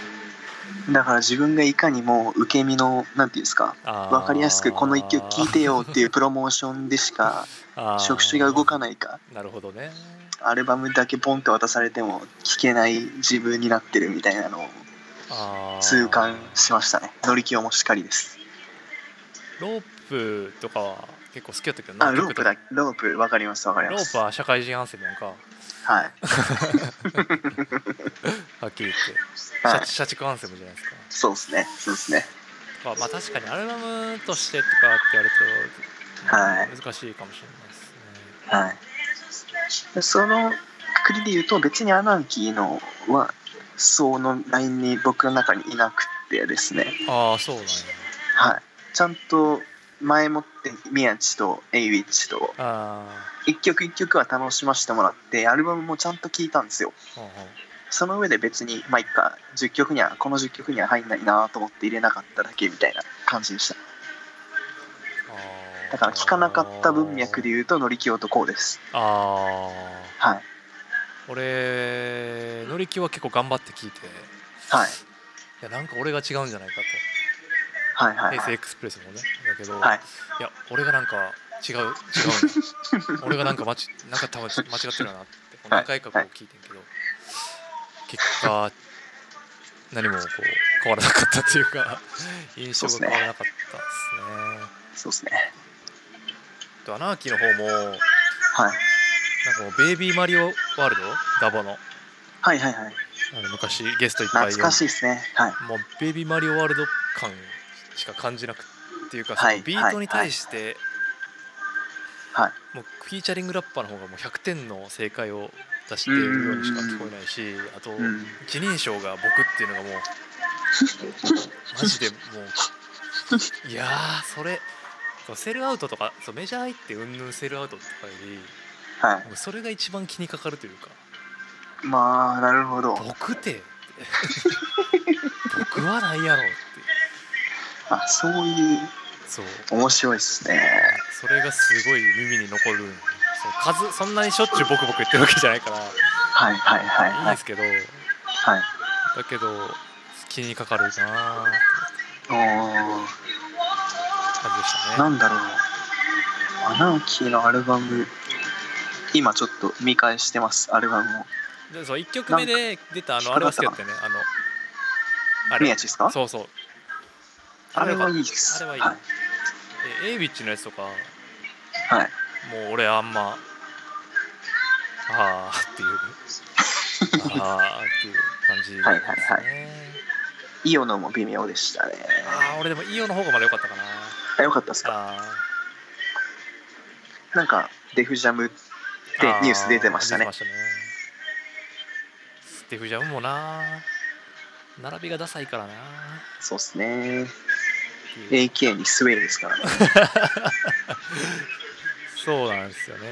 だから自分がいかにも受け身のなんていうんですか
あー
わかりやすくこの一曲聴いてよっていうプロモーションでしか
あー
触手が動かないか
なるほどね
アルバムだけポンと渡されても聴けない自分になってるみたいなのを
あー
痛感しましたね乗り気もしっかりです
ロープとかは結構好きだったけど
あ
な
ロープだロープわかりますわかり
ロ
ます
ープは社会人アンセムやんかは
はい
っきり言って
はい
社社畜アンセムじゃないですか
そうですねそうですね
まあ、まあ確かにアルバムとしてとかってやる
はい
と難しいかもしれないですね。
はいそのくくりで言うと別にアナンキーのはそのラインに僕の中にいなくてですね
ああそうなんや。
はいちゃんと前もって宮地とエイウィッチと
あ
一曲一曲は楽しませてもらってアルバムもちゃんと聴いたんですよ
あ、うんうん
その上で別にまあいっか10曲にはこの10曲には入んないなと思って入れなかっただけみたいな感じでした
あー
だから聴かなかった文脈で言うと乗り気男です
ああ
はい
俺のりきは結構頑張って聞いて
は
い
い
やなんか俺が違うんじゃないか
はい
と
はい
平
は
成エ
い
クスプレスもねだけど、
はい
いや俺がなんか違う違うな俺がなんか間違なんか多分間違ってるなって何回かこう聞いてんけど、結果何もこう変わらなかったっていうか [LAUGHS] 印象が変わらなかったですね。
[LAUGHS] そうですね
あとアナーキーの方もなんか
はい
もうベイビーマリオワールドダボの
はいはいはい
あの昔ゲストいっぱい
懐かしいですねはい
もうベイビーマリオワールド感しか感じなくっていうか、
はい
そのビートに対して、
はい
もうフィーチャリングラッパーの方がもう100点の正解を出しているようにしか聞こえないし、あと、
うん
一人称が僕っていうのが
[LAUGHS]
もうマジでもういやーそれそうセルアウトとかそうメジャー行ってうんぬんセルアウトとかより
は
もうそれが一番気にかかるというか
いまあなるほど
僕てって
[LAUGHS]
僕はないやろって
あそういう
そう
面白いですね
それがすごい耳に残るんよねそう数そんなにしょっちゅうボクボク言ってるわけじゃないからい
はいはいはい
いん
は
で
い
すけど
はい
だけど気にかかるなあって
おー
感じでした
な
ね
んだろうアナウキーのアルバム今ちょっと見返してますアルバムを
でそう1曲目で出たあのあれは好きだったよねあのあ
宮
れ
地ですか
そうそう
あれはいい
い
です
あれはいい
はい
エイビッチのやつとかも
はい、
う俺あんまああっていう
[LAUGHS]
ああっていう感じですね、
はいはいはイオノも微妙でしたね
ああ俺でもイオの方がまだ良かったかな
あよかったですか
ああ
なんかデフジャムってニュース出てましたね
あー出てステフジャムもな並びがダサいからな
そうっすね
っていう
AK にスウェイです [LAUGHS] からね
そうなんですよね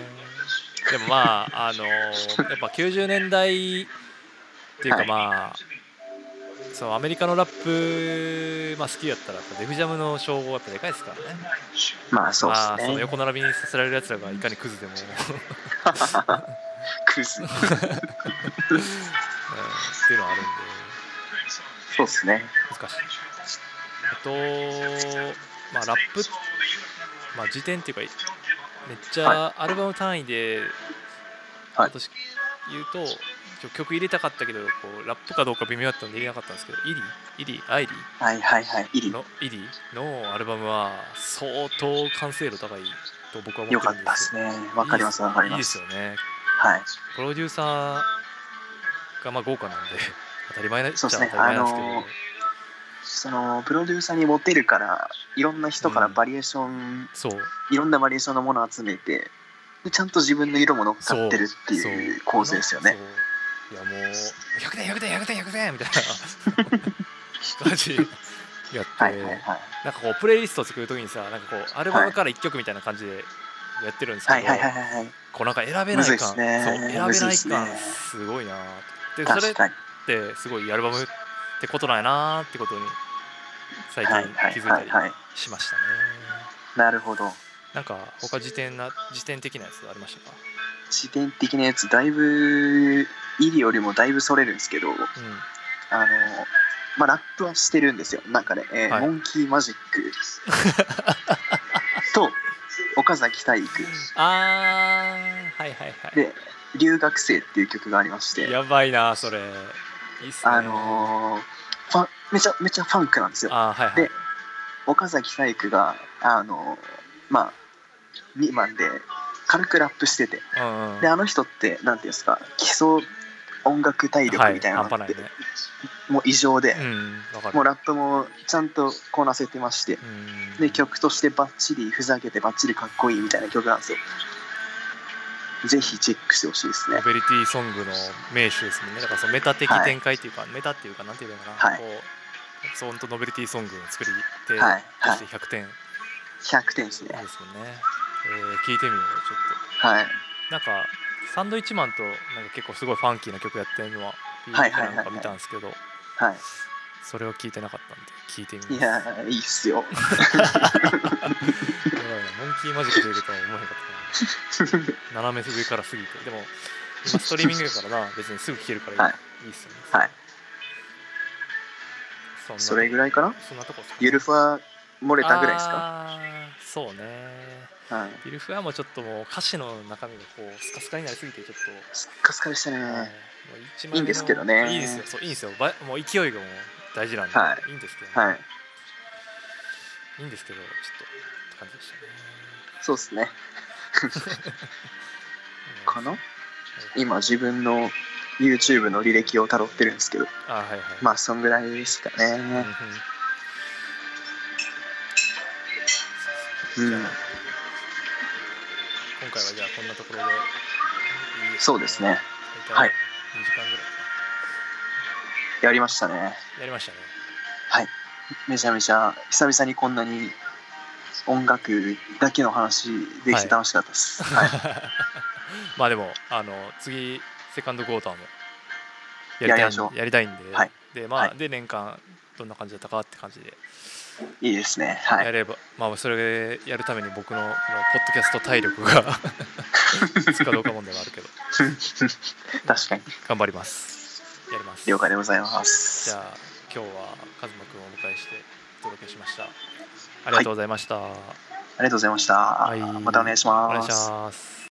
でもまああのやっぱ90年代っていう
は
か
い
まあ、そうアメリカのラップ、まあ、好きだったらやっぱデフジャムの称号はやっぱでかいですからね
まあそうっ
まあ
す
その
ね
横並びにさせられるやつらがいかにクズでも、 [LAUGHS] うん、って
クズ
いうのはあるんで
そうっすね
難しいあと、まあ、ラップ、まあ、時点っていうか、めっちゃアルバム単位で、
はい
私言うと、ちょ曲入れたかったけどこう、ラップかどうか微妙だったんで入れなかったんですけど、イリイリアイリ
はいはいはいイリ
のイリのアルバムは相当完成度高いと僕は思
よ
って
か
る
っ
ん
た
で
ですす
よ。
ねわかりますわかり
いい
ま
ですすよね。
はい
プロデューサーがまあ豪華なんで、当たり前なっちゃ
そう
当
です
た
ね
り前なんですけど。
あのーそのプロデューサーにモテるからいろんな人からバリエーション、
そう
いろんなバリエーションのものを集めてでちゃんと自分の色も乗っかってるっていう構図ですよね
そういやもう100点100点100点100点みたいな家事やって、
はいはいはい
なんかこうプレイリストを作るときにさなんかこうアルバムから1曲みたいな感じでやってるんですけ
は
ど、
いはいはいはいはい
こうなんか選べ
む
な
ずい
い
っす
感
ね
そう選
む
べ
ずい
な
っ
い
すね
感すごいなとでそれ
確
っ
かに
てすごいアルバムってことなんやなってことに最
はい
近
はい
気づ
はいい
たり
はい
しましたね、
なるほど
なんか他時点な時点的なやつありましたか
視点的なやつだいぶイリよりもだいぶそれるんですけど
うん
あのまあラップはしてるんですよなんかね、えー
はい
モンキーマジッ
[LAUGHS]
クと岡崎体育
あーはいはいは
で「留学生」っていう曲がありまし
い
て
やばいなそれいいっすね
あのーファンめちゃめちゃファンクなんですよ
あーはいはい
で岡崎体育があのまあ2番で軽くラップしてて
うんうん
であの人ってなんていうんですか基礎音楽体力みたいなのがあ
はい、半端な
って、
いね
もう異常で、
うんわかる
もうラップもちゃんとこなせてまして
うん
で曲としてバッチリふざけてバッチリかっこいいみたいな曲なんですよぜひチェックしてほしいですね
ノベリティソングの名手ですもんねだからそのメタ的展開っていうか、メタっていうかなんていうのかな、
はい
こうそうほんとノベリティソングの作り手と
はいはい
して100点で
100点ですね
すもんね、えー聞いてみようちょっ
はい
となんかサンドイッチマンとなんか結構すごいファンキーな曲やってるのは
はいはいは
PV
いはい
なんか見たんですけど
はい
それを聞いてなかったんで聞いてみます
いやーいいっ
[LAUGHS]
すよ
やばいなモンキーマジックということは思わへんかったな斜め上からすぎてでも今ストリーミングや
[LAUGHS]
からな別にすぐ聴けるからいい,、
はい
い、いっすよね
はい
そんな
それぐらいかな
そんなとこっすか
ゆるふわ漏れたぐらいですか
あーそうね
はい
ゆるふわもちょっともう歌詞の中身がこうスカスカになりすぎてちょっ
すっかすかでしたね
と、もう一枚目の
いいんですけどね
いいですよそういいんですよばもう勢いがもう大事なんで、、
はい
いんですけど、
はい
いいんですけどちょっとって感じでしたね
そうですね
うん
かな
はい
今自分の YouTube の履歴をたどってるんですけど
あはいはい
まあそんぐらいですか
うんう
ね
ん
う
じゃあ
ん
今回はじゃあこんなところでいいですか
そうですね
大
は
体2時間ぐら
い
いか
やりましたね
なやりましたね [LAUGHS]
めちゃめちゃ久々にこんなに音楽だけの話できて楽しかったです、はい
まあでもあの次セカンドクォーターもやりた
やり
い
ましょう
やりたいんで、
はい
でまあ、
はい
で年間どんな感じだったかって感じで
い、いですねは
や
い
れば、まあそれやるために僕のこのポッドキャスト体力が [LAUGHS] つくかどうか問題はあるけど
[LAUGHS] 確かに
頑張りますやります
了解でございま
じ
す
ゃあ今日はカズマくんをお迎えしてお届けしました。ありがとうございました。
ありがとうございました、
い
またお願いし
お願い
ま
し
す
ます。